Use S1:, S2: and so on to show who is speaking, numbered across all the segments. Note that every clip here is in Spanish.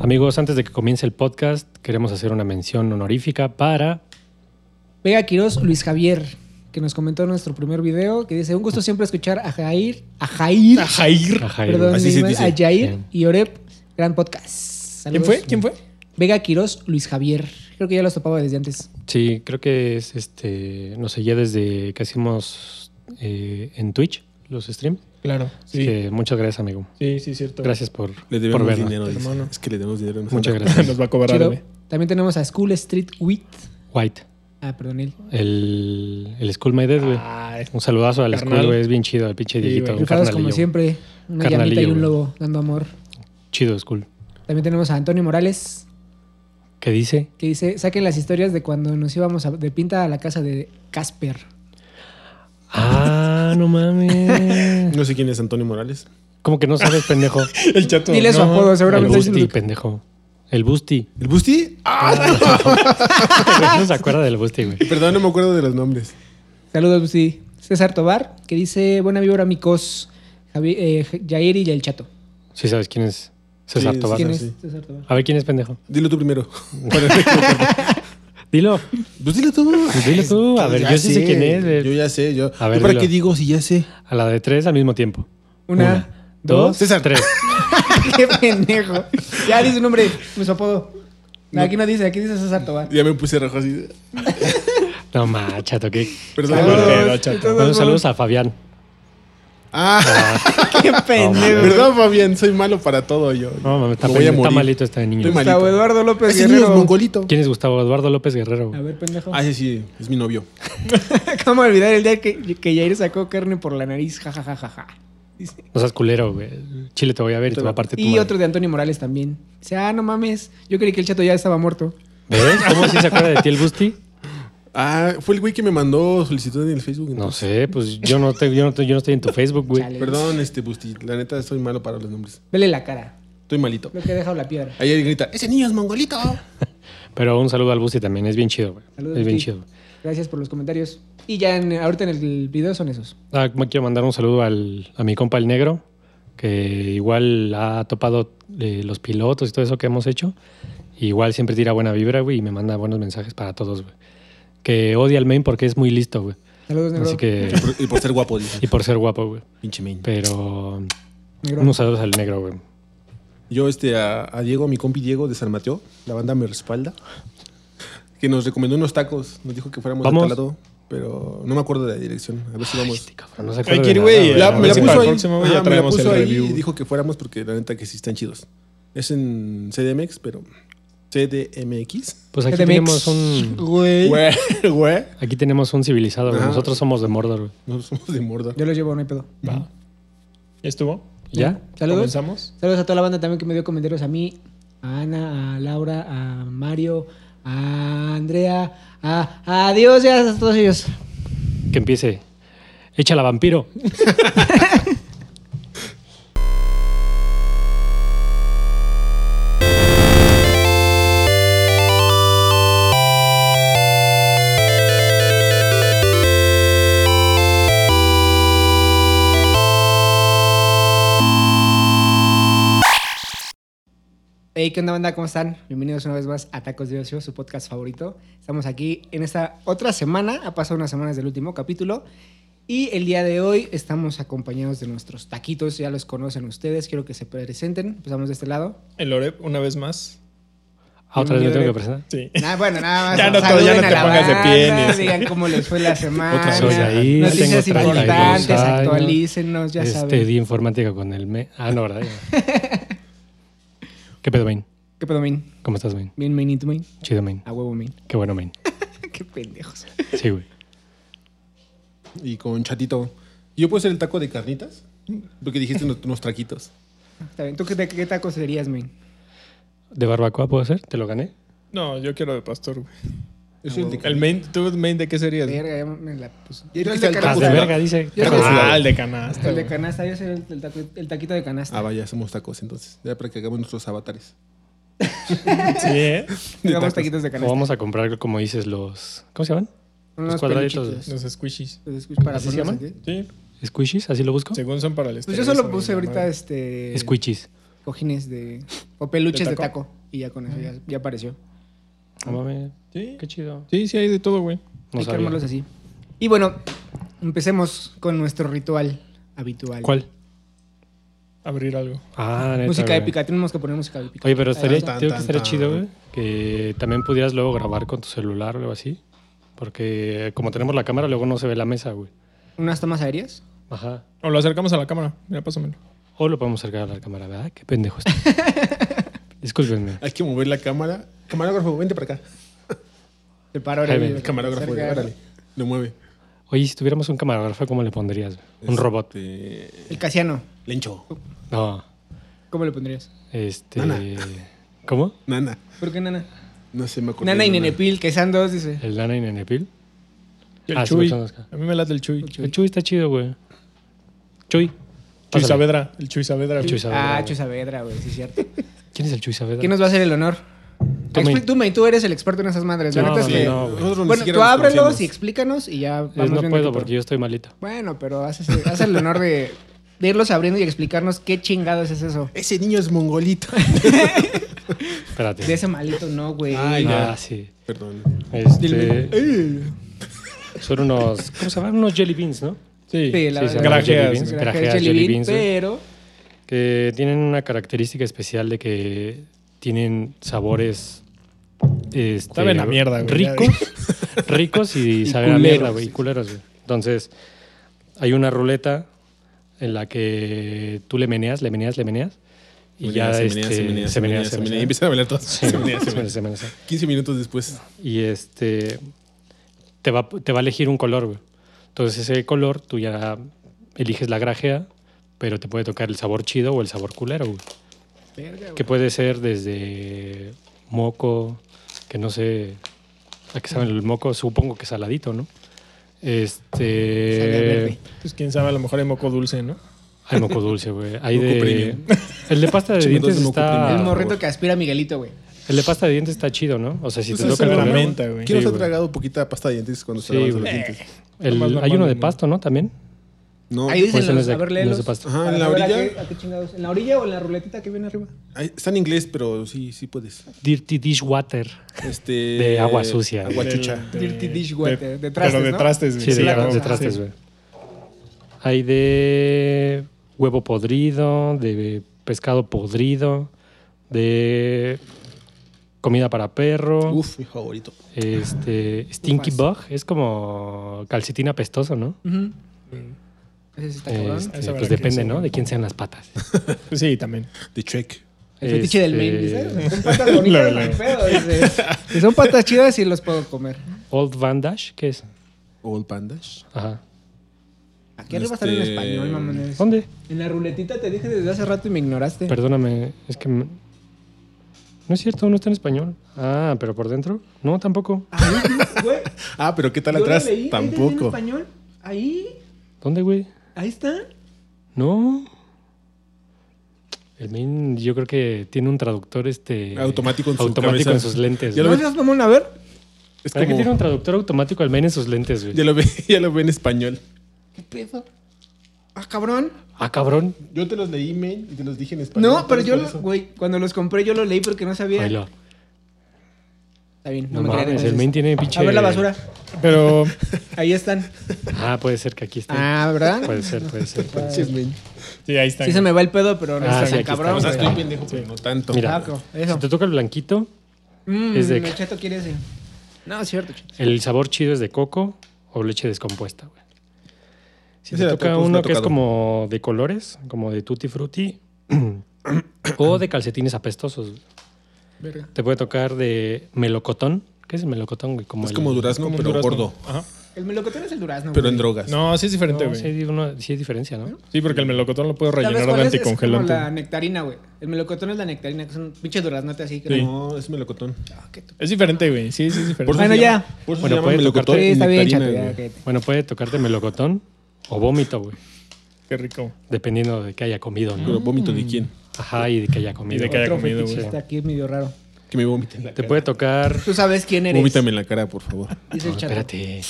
S1: Amigos, antes de que comience el podcast, queremos hacer una mención honorífica para
S2: Vega Quiroz, Luis Javier, que nos comentó en nuestro primer video, que dice, un gusto siempre escuchar a Jair, a Jair,
S3: A Jair.
S1: a Jairo.
S2: perdón,
S3: Así se
S2: mi-
S3: dice.
S2: a Jair
S1: Sí.
S2: y Oreb, gran podcast.
S3: ¿Quién
S2: Saludos.
S3: fue? ¿Quién fue?
S2: Vega Quiroz, Luis Javier. Creo que ya los topaba desde antes.
S1: Sí, creo que es este. Nos seguía desde que hacíamos eh, en Twitch los streams.
S3: Claro.
S1: Así
S3: Sí,
S1: que muchas gracias, amigo.
S3: sí, sí, cierto.
S1: Gracias por,
S4: Le
S1: por
S4: debemos
S1: vernos.
S4: dinero, dice.
S3: hermano.
S4: Es que le debemos dinero. y nos
S1: Muchas
S4: anda-
S1: gracias.
S3: Nos va a cobrar,
S2: Chido.
S3: güey.
S2: También tenemos a School Street Wit.
S1: White.
S2: Ah, perdón, él.
S1: El, el School My Dead, güey.
S3: Ah,
S1: Un saludazo al
S3: Carnal.
S1: School, güey. Es bien chido, el pinche
S3: Sí,
S1: Dieguito.
S3: güey.
S1: un
S2: Rifados como
S1: carnalillo.
S2: siempre. Una
S1: Carnalillo,
S2: llamita y un
S1: güey.
S2: lobo dando amor.
S1: Chido, School.
S2: También tenemos a Antonio Morales,
S1: ¿Qué dice?
S2: que dice, saquen las historias de cuando nos íbamos a- de pinta a la casa de Casper.
S1: Ah, no mames.
S4: No sé quién es Antonio Morales.
S1: Como que no sabes, pendejo.
S3: El chato.
S2: Dile su
S3: no.
S2: apodo,
S1: El
S2: seguramente. es
S1: Busti, pendejo. El Busti.
S4: ¿El Busti? Ah,
S1: no se acuerda del Busti, güey.
S4: perdón, no me acuerdo de los nombres.
S2: Saludos, sí. César Tobar, que dice, buena vibra, amigos. Javi, eh, J- Jair y el Chato.
S1: Sí, sabes quién es César
S4: Sí,
S1: Tobar.
S2: ¿Quién es
S4: sí.
S2: César Tobar?
S1: A ver quién es pendejo.
S4: Dilo tú primero. Para no equivocarme.
S1: Dilo.
S4: pues dilo tú. Pues
S1: Dilo tú. A ver,
S4: Ya
S1: yo sí sé quién es. güey.
S4: Yo ya sé. Yo.
S1: A ver,
S4: ¿Yo ¿Para
S1: dilo.
S4: qué digo si ya sé?
S1: A la de tres al mismo tiempo.
S2: Una,
S1: Dos,
S2: dos.
S4: César.
S1: tres.
S2: ¡Qué pendejo! Ya dice un nombre, me su apodo. No, aquí no dice, aquí dice César Tobar.
S4: Ya me puse rojo así.
S1: No, ma, chato, qué.
S4: Perdón.
S1: Saludos.
S4: güey.
S3: Pero, chato.
S2: De todos
S1: Bueno,
S2: modos,
S1: saludos a Fabián.
S4: Ah,
S2: ¡Qué pendejo!
S4: perdón, Fabián. Soy malo para todo yo.
S1: No, mames, está,
S4: Me voy a
S1: pendejo, está
S4: morir.
S1: malito este niño.
S4: Estoy mal.
S2: Gustavo Eduardo López
S4: Ese niño es
S2: Guerrero.
S4: mongolito.
S1: ¿Quién es Gustavo Eduardo López Guerrero?
S2: A ver, pendejo.
S4: Ah, sí, sí. Es mi novio.
S2: ¿Cómo olvidar el día que, que Jair sacó carne por la nariz? Ja, ja, ja, ja, ja. Dice.
S1: No seas culero, güey. Chile te voy a ver y te voy a partir tu
S2: Y
S1: madre.
S2: otro de Antonio Morales también. Dice, ah, no mames, yo creí que el chato ya estaba muerto.
S1: ¿Ves? ¿Cómo sí se acuerda de ti el Busti?
S4: Ah, fue el güey que me mandó solicitud en el Facebook.
S1: No
S4: entonces.
S1: sé, pues yo no, te- yo no, te- yo no estoy en tu Facebook, güey.
S2: Chale.
S4: Perdón, este Busti. La neta, soy malo para los nombres.
S2: Vele la cara,
S4: Estoy malito.
S2: lo que ha dejado la piedra.
S4: Ahí él grita: Ese niño es mongolito.
S1: Pero un saludo al Busti también. Es bien chido, güey.
S2: Saludos,
S1: Es bien
S2: Busti.
S1: chido.
S2: Gracias por los comentarios. Y ya en- ahorita en el video son esos.
S1: Ah, me quiero mandar un saludo al, a mi compa el negro, que igual ha topado eh, los pilotos y todo eso que hemos hecho. Igual siempre tira buena vibra, güey, y me manda buenos mensajes para todos, güey. Que odia al main porque es muy listo, güey.
S2: Saludos, negro.
S1: Así que.
S4: Y por- Y por ser guapo, dice.
S1: Y por ser guapo, güey.
S4: Pinche men.
S1: Pero.
S2: Negro.
S1: Unos saludos al negro, güey.
S4: Yo este, a, a Diego, a mi compi Diego de San Mateo, la banda me respalda, que nos recomendó unos tacos. Nos dijo que fuéramos
S1: Vamos.
S4: a tal lado, pero no me acuerdo de la dirección. A ver si vamos.
S1: Cabrón, no se acuerda
S3: Aquí,
S1: de
S3: güey,
S1: nada,
S4: La-
S3: a
S4: me
S3: ver
S4: la
S3: si
S4: puso
S3: para el
S4: ahí.
S3: próximo ya
S4: Ajá, me la
S3: traemos
S4: puso
S3: el
S4: ahí
S3: review.
S4: y dijo que fuéramos porque la neta que sí están chidos. Es en CDMX, pero CDMX.
S1: Pues aquí
S2: CDMX.
S1: tenemos un.
S4: Güey. Güey.
S1: Aquí tenemos un civilizado, güey.
S4: Ajá.
S1: Nosotros somos de Mordor, güey.
S4: Nosotros somos de Mordor.
S2: Yo los llevo, no hay pedo.
S3: Va. ¿Ya estuvo?
S1: ¿Ya?
S2: Saludos.
S3: ¿Comenzamos?
S2: Saludos a toda la banda también que me dio comentarios a mí, a Ana, a Laura, a Mario, a Andrea, a adiós ya a todos ellos.
S1: Que empiece. Échala, vampiro.
S2: Hey, ¿qué onda banda? ¿Cómo están? Bienvenidos una vez más a Tacos de Ocio, su podcast favorito. Estamos aquí en esta otra semana, ha pasado unas semanas del último capítulo y el día de hoy estamos acompañados de nuestros taquitos, ya los conocen ustedes, quiero que se presenten. Empezamos de este lado.
S3: El Oreb, una vez más.
S1: Ah, otra vez me tengo que presentar.
S3: Sí.
S2: Nah, Ah, bueno, nada más.
S3: Ya no te- ya no
S2: saluden
S3: te
S2: a la
S3: pongas de
S2: banda,
S3: pie ni eso.
S2: Digan cómo les fue la semana.
S4: Otra
S1: soy ahí,
S2: Noticias
S1: tengo 32
S2: importantes,
S1: años.
S2: actualícenos, ya
S1: este,
S2: saben.
S1: di informática con el me. Ah, no, ¿verdad? ¿Qué pedo, Main?
S2: ¿Qué pedo, main?
S1: ¿Cómo estás, Main?
S2: Bien, main, y tú, main.
S1: Chido, Main.
S2: A huevo, main.
S1: Qué bueno, Main.
S2: Qué pendejos.
S1: Sí, güey.
S4: Y con Chatito. ¿Yo puedo hacer el taco de carnitas? Porque dijiste unos, unos traquitos.
S2: Está bien. ¿Tú qué, de qué tacos serías, main?
S1: ¿De barbacoa puedo hacer? ¿Te lo gané?
S3: No, yo quiero de pastor, güey.
S4: Yo soy el de
S3: El main, ¿tú main de qué serías?
S2: Verga, ya me la puse. Yo
S4: Yo
S2: el
S4: el
S2: de
S4: de
S1: Ah, de
S4: Taco
S2: canasta.
S4: Alcázar.
S1: verga, dice.
S2: Yo
S4: soy-
S3: Ah, el de canasta.
S2: El de
S3: güey.
S2: canasta, yo soy el, el taco- el taquito de canasta.
S4: Ah, vaya, somos tacos entonces. Ya para que hagamos nuestros avatares.
S3: Sí, ¿eh?
S2: Digamos
S4: tacos.
S2: taquitos de
S1: O
S2: canasta.
S1: vamos a comprar, como dices, los. ¿Cómo se llaman?
S2: Unos
S1: los cuadraditos.
S2: peluchitos.
S3: Los squishies.
S2: Los escucho para
S1: ¿Así se
S2: ponerlos
S1: llaman?
S2: aquí.
S3: Sí,
S1: ¿Squishies? ¿Así lo busco?
S3: según son para el
S2: Pues yo solo
S3: estereotipo,
S2: puse
S3: mi mamá.
S2: ahorita este.
S1: Squishies.
S2: cojines de. o peluches de
S3: ¿De
S2: taco.
S3: taco?
S2: Y ya con eso ya, ya apareció. Ah.
S1: No mames,
S3: Sí.
S1: qué chido.
S3: Sí, sí, hay de todo, güey.
S1: No
S2: Hay que
S1: sabía.
S2: armarlos así. Y bueno, empecemos con nuestro ritual habitual.
S1: ¿Cuál?
S3: Abrir algo.
S1: Ah, neta,
S2: Música
S1: güey.
S2: épica, tenemos que poner música épica.
S1: Oye, pero estaría,
S4: Tan,
S1: creo que
S4: tan,
S1: estaría
S4: tan.
S1: chido, güey, que también pudieras luego grabar con tu celular o algo así. Porque como tenemos la cámara, luego no se ve la mesa, güey.
S2: ¿Unas tomas aéreas?
S1: Ajá.
S3: O lo acercamos a la cámara. Mira, pásamelo.
S1: O lo podemos acercar a la cámara, ¿verdad? Qué pendejo estoy. Discúlpenme.
S4: Hay que mover la cámara. Camarógrafo, vente para acá.
S2: Te paro
S1: Ahí
S2: órale,
S1: ven,
S2: te
S4: Camarógrafo,
S2: acercas.
S4: órale. Lo mueve.
S1: Oye, si tuviéramos un camarógrafo, ¿cómo le pondrías? güey? Un robot.
S4: Este,
S2: El casiano,
S4: Lencho.
S1: No.
S2: ¿cómo le pondrías?
S1: Este.
S4: Nana.
S1: ¿Cómo?
S4: Nana.
S2: ¿Por qué Nana?
S4: No sé, me acuerdo.
S2: Nana
S4: de
S2: y Nenepil, que sean dos, dice.
S1: ¿El Nana y Nenepil?
S3: Y el
S1: Ah, sí,
S3: Chuy.
S1: personas acá.
S3: A mí me late el Chuy.
S1: El Chuy está chido, güey. Chuy.
S3: Chuy
S1: pásale.
S3: Saavedra. El Chuy Saavedra.
S1: El
S3: güey.
S1: Chuy Saavedra,
S2: ah,
S1: güey.
S2: Chuy Saavedra, güey, sí es cierto.
S1: ¿Quién es el Chuy Saavedra?
S2: ¿Quién nos va a hacer el honor?
S1: Tú,
S2: Expli-
S1: May.
S2: Tú, May, tú eres el experto en esas madres. La
S1: No,
S2: neta es
S1: güey,
S2: que-
S1: no, güey.
S4: Eh, Nosotros ni
S2: Bueno,
S4: siquiera
S2: tú
S4: nos
S2: ábrelos
S4: conocemos.
S2: y explícanos y ya vamos
S1: Yo no
S2: viendo
S1: puedo
S2: qué
S1: porque
S2: pedo.
S1: yo estoy malito.
S2: Bueno, pero haces, haces el honor de, de irlos abriendo y explicarnos qué chingados es eso.
S4: Ese niño es mongolito.
S1: Espérate.
S2: De ese malito no, güey.
S4: Ay, ya.
S1: Ah, sí.
S4: Perdón.
S1: Este, son unos. ¿Cómo se llaman? Unos jelly beans, ¿no?
S3: Sí.
S2: Sí, la
S1: Sí, se
S2: verdad.
S1: llaman
S3: Grajeas,
S1: jelly beans.
S2: Grajeas,
S1: Grajeas,
S2: jelly
S1: jelly
S2: bean,
S1: beans, güey.
S2: pero
S1: que tienen una característica especial de que tienen sabores este,
S3: Saben a mierda, güey.
S1: ricos ricos y, saben a mierda güey y culeros güey. entonces hay una ruleta en la que tú le meneas le meneas le meneas y ya
S4: se
S1: este,
S4: menea, se menea, se menea, se menea. Y empiezan a bailar todos.
S1: Sí,
S4: Se menea, se
S1: se menea,
S4: menea.
S1: se menea, se menea.
S4: 15 minutos después.
S1: y este te va, te va a elegir un color güey. entonces ese color tú ya eliges la grajea pero te puede tocar el sabor chido o el sabor culero güey.
S2: Verga,
S1: Que puede ser desde moco, que no sé a qué saben el moco, supongo que saladito, ¿no?
S2: Sabe a verde.
S1: Este.
S3: Pues quién sabe, a lo mejor hay moco dulce, ¿no?
S1: Hay moco dulce, güey. Hay
S4: Moco
S1: de.
S4: premium.
S1: El de pasta de
S4: Chingo,
S1: dientes
S4: entonces moco
S1: está.
S4: premium.
S2: el
S4: por
S2: morrito
S4: favor.
S2: que aspira a Miguelito, güey.
S1: El de pasta de dientes está chido, ¿no? O sea, si te toca
S4: Pues es
S1: el
S3: la
S4: normal.
S1: primero.
S3: menta, güey.
S4: ¿Quién
S1: Sí,
S4: nos ha
S1: güey.
S4: tragado poquita de pasta de dientes cuando se
S1: Sí,
S4: lavan los
S1: güey.
S4: dientes?
S1: El-
S3: Lo más
S1: hay
S3: normal
S1: uno de
S3: del mundo.
S1: pasto, ¿no? También.
S4: No.
S2: Ahí
S1: Pues
S2: dicen
S1: no es
S2: los,
S1: de-
S2: a
S1: no
S2: ver,
S1: es
S2: léelos.
S1: de pasta.
S4: Ajá,
S2: Para
S4: en la
S2: saber a
S4: orilla.
S2: qué- a qué chingados. ¿En la orilla o en la ruletita que viene arriba?
S4: Ahí- Está en inglés, pero sí, sí puedes.
S1: Dirty dishwater.
S4: Este,
S1: De agua sucia.
S4: Agua chucha.
S3: Del-
S2: Dirty dishwater, de trastes,
S3: Pero de
S2: ¿no?
S3: trastes, güey.
S1: Sí, de,
S2: la
S1: de
S2: cosa.
S1: trastes, güey. Hay de huevo podrido, de pescado podrido, de comida para perro,
S4: Uf, mi favorito.
S1: este stinky bug, es como calcetín apestoso, ¿no?
S2: Ujú. Mm. Ese sí está cabrón.
S1: Este,
S3: Esa
S1: pues
S3: verdad que
S1: depende,
S3: sí.
S1: ¿no? De quién sean las patas.
S3: Pues sí, también.
S4: The check.
S2: El fetiche del main,
S1: Este,
S2: dice. Son patas bonitas,
S3: La- la-
S2: no hay pedo, dice. Si son patas chidas, sí los puedo comer.
S1: Old Van Dash, ¿qué es?
S4: Old Pandas.
S1: Ajá.
S2: Aquí arriba están en
S4: Este-
S2: español, mamones.
S1: ¿Dónde?
S2: En la ruletita te dije desde hace rato y me ignoraste.
S1: Perdóname, es que... me- No es cierto, no está en español. Ah, pero por dentro. No, tampoco.
S2: Ahí, güey.
S4: Ah, pero ¿qué tal
S2: Yo lo
S4: atrás?
S2: leí, ahí decía en
S4: Tampoco.
S2: español. Ahí,
S1: ¿Dónde, güey?
S2: ahí está.
S1: No. El main, yo creo que tiene un traductor este
S4: Automático en su
S1: automático
S4: cabeza.
S1: en sus lentes.
S4: Ya
S1: ¿no?
S4: lo
S2: ¿No
S4: ves.
S2: seas mamón? A ver.
S4: Es
S1: ¿Para qué tiene
S4: como.
S1: un traductor automático el main en sus lentes, güey?
S4: Ya lo, ve, ya lo ve en español.
S2: ¿Qué pedo? Ah, cabrón.
S1: Ah, cabrón.
S4: Yo te los leí, men, y te los dije en español.
S2: No, pero
S4: ¿Sabes
S2: yo,
S4: por
S2: lo-
S4: eso?
S2: güey, cuando los compré yo los leí porque no sabía.
S1: Oilo.
S2: Está bien, no,
S1: No
S2: me crean,
S1: mames, el
S2: entonces.
S1: main tiene pinche.
S2: A ver la basura.
S3: Pero
S2: Ahí están.
S1: Ah, puede ser que aquí esté.
S2: Ah, ¿verdad?
S1: Puede ser, puede ser. puede ser.
S4: Pinches, men.
S3: sí, ahí está.
S2: Sí se me va el pedo, pero no
S1: Ah,
S2: está
S1: sí,
S2: tan
S1: aquí
S2: cabrón.
S4: O sea,
S1: está.
S2: güey.
S4: estoy pendejo, pero no tanto.
S1: Mira.
S2: Taco,
S1: Si
S2: eso.
S1: te toca el blanquito,
S2: Mm,
S1: es de-
S2: el cheto quiere ese. No, es cierto, cheto.
S1: el sabor chido es de coco o leche descompuesta, güey. Si
S4: Ese
S1: te
S4: la
S1: toca
S4: tocó,
S1: uno
S4: la
S1: que es
S4: tocado.
S1: como de colores, como de tutti frutti, o de calcetines apestosos, güey.
S2: Verga.
S1: Te puede tocar de melocotón. ¿Qué es el melocotón, güey? Como
S4: Es
S1: el-
S4: como durazno,
S3: Como un
S4: pero
S3: durazno.
S4: gordo.
S3: Ajá.
S2: El melocotón es el durazno.
S4: Pero
S2: güey.
S4: en drogas.
S3: No, sí es diferente,
S1: No,
S3: güey.
S1: sí, hay uno- sí hay diferencia, ¿no?
S3: Sí, porque el melocotón lo puedo
S2: ¿Sabes
S3: rellenar
S2: cuál
S3: de
S2: es? Es como
S3: anticongelante.
S2: la nectarina, güey. El melocotón es la nectarina, que es un pinche duraznate así. Que
S3: Sí.
S2: no-
S4: No, es melocotón.
S2: Ah, qué tu-
S3: Es diferente, güey. Sí, sí es diferente.
S2: Bueno,
S4: se
S2: ya.
S4: llama- por eso se
S1: Bueno,
S4: llama
S1: puede
S4: melocotón
S1: tocarte-
S2: Sí,
S4: y
S2: está bien,
S4: nectarina,
S2: chato. ya,
S4: güey.
S2: cállate.
S1: Bueno, puede tocarte melocotón o vómito, güey.
S3: Qué rico.
S1: Dependiendo de que haya comido,
S4: Pero
S1: ¿no?
S4: vómito de quién?
S1: Ajá, y de que haya comido.
S3: de que haya
S2: Otro
S3: comido,
S2: fetiche
S3: güey.
S2: está aquí medio raro.
S4: Que me vomiten.
S1: Te puede tocar.
S2: Tú sabes quién eres.
S4: Vómitame en la cara, por favor.
S2: Dice
S1: No,
S2: el chato.
S1: espérate.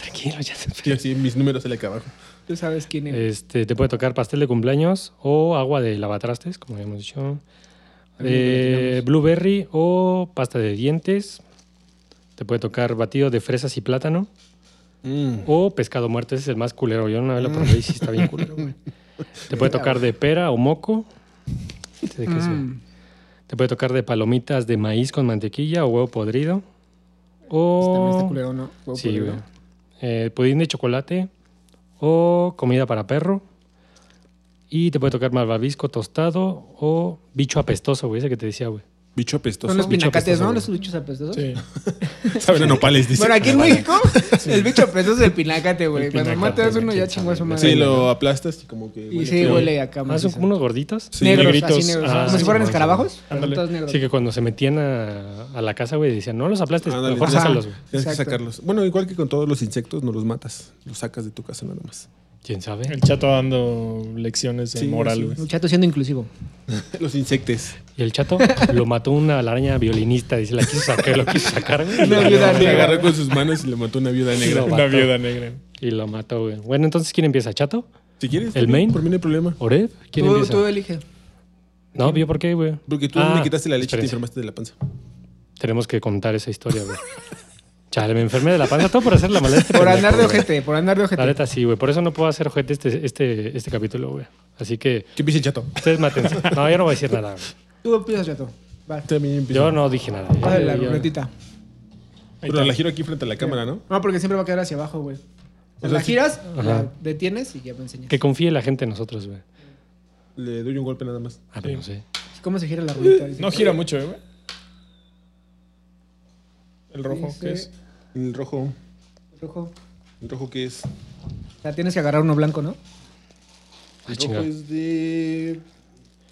S1: Tranquilo, ya se
S4: Y así mis números salen acá abajo.
S2: Tú sabes quién es.
S1: Este, te puede tocar pastel de cumpleaños o agua de lavatrastes, como habíamos dicho.
S2: También lo
S1: Eh,
S2: teníamos.
S1: blueberry o pasta de dientes. Te puede tocar batido de fresas y plátano.
S4: Mm.
S1: O pescado muerto, ese es el más culero. Yo una vez lo probé y sí está bien culero, güey. Te puede tocar de pera o moco. Este de queso.
S2: Mm.
S1: Te puede tocar de palomitas de maíz con mantequilla o huevo podrido.
S2: También está
S1: O.
S2: culero, ¿no? Huevo
S1: Sí,
S2: podrido.
S1: güey. Eh, pudín de chocolate o comida para perro. Y te puede tocar malvavisco tostado o bicho apestoso, güey, ese que te decía, güey. Ah,
S4: Bicho apestoso.
S2: Son los
S1: bicho
S2: pinacates,
S1: apestoso,
S2: ¿no?
S1: güey.
S2: Los bichos apestosos.
S3: Sí.
S4: Saben a nopales, dice.
S2: Bueno, aquí en México, el bicho apestoso es el pinácate, güey.
S1: El
S2: Cuando
S1: pinacate,
S2: matas uno,
S1: güey,
S2: ya
S1: quién
S2: chingó a su
S1: sabe.
S2: madre.
S4: Sí, lo aplastas y como que.
S2: Ah, Y sí,
S4: feo.
S2: huele acá.
S1: Ah, son
S2: macizo.
S1: como unos gorditos.
S4: Sí,
S2: negros, así
S3: negritos.
S2: negros.
S1: Ah,
S2: como si
S1: sí,
S2: fueran
S1: sí,
S2: escarabajos. pero
S3: Ándale.
S2: todos negros.
S1: Así que cuando se metían a, a la casa, güey, decían, no los aplastes,
S4: Ándale,
S1: mejor
S4: tienes-
S1: sácalos, güey.
S4: Tienes que
S2: Exacto.
S4: sacarlos. Bueno, igual que con todos los insectos, no los matas. Los sacas de tu casa nada más.
S1: ¿Quién sabe?
S3: El chato dando lecciones de
S4: Sí, sí,
S3: moral, güey.
S2: Un chato siendo inclusivo.
S4: Los insectes.
S1: Y el chato lo mató una araña violinista, dice, la quiso sacar, lo quiso sacar, güey.
S2: Una
S1: Y lo-
S2: viuda
S4: Le
S2: negra.
S4: agarró con sus manos y le mató una viuda negra.
S1: No.
S3: Una
S1: vato.
S3: viuda negra.
S1: Y lo mató, güey. Bueno, entonces, ¿quién empieza? ¿Chato?
S4: Si quieres.
S1: ¿El main?
S4: Por mí no hay problema.
S1: ¿Oreb? ¿Quién
S2: Tú,
S1: empieza?
S2: tú elige.
S1: No, ¿yo por qué, güey?
S4: Porque tú
S1: Ah,
S4: le quitaste la leche y te
S1: espérense.
S4: enfermaste de la panza.
S1: Tenemos que contar esa historia, güey. Chale, me enfermé de la panza. Todo por hacer la maleta.
S2: Por andar de ojete, por andar de
S1: La
S2: ojete.
S1: neta sí, güey. Por eso no puedo hacer ojete este, este, este capítulo, güey. Así que
S4: ¿Qué piche chato?
S1: ustedes mátense. No, yo no voy a decir nada. güey.
S2: Tú empiezas, chato. Va.
S4: También empieza.
S1: Yo no dije nada.
S2: Pásale Ah, la
S1: Yo- yo-
S2: ruletita.
S4: Pero la giro aquí frente a la cámara, ¿no?
S2: No, porque siempre va a quedar hacia abajo, güey. O sea,
S4: sea,
S2: la
S4: sí.
S2: giras, la
S1: Ajá.
S2: detienes y ya me enseñas.
S1: Que confíe la gente en nosotros, güey.
S4: Le doy un golpe nada más.
S1: Ah, pero no sé.
S2: ¿Cómo se gira la ruleta? Dice.
S3: No gira mucho, eh, güey. El rojo,
S2: Dice-
S3: ¿qué es?
S4: El rojo.
S2: Rojo.
S4: ¿El rojo qué es?
S2: O sea, tienes que agarrar uno blanco, ¿no?
S1: Ah,
S4: El rojo
S1: chingado.
S4: es de.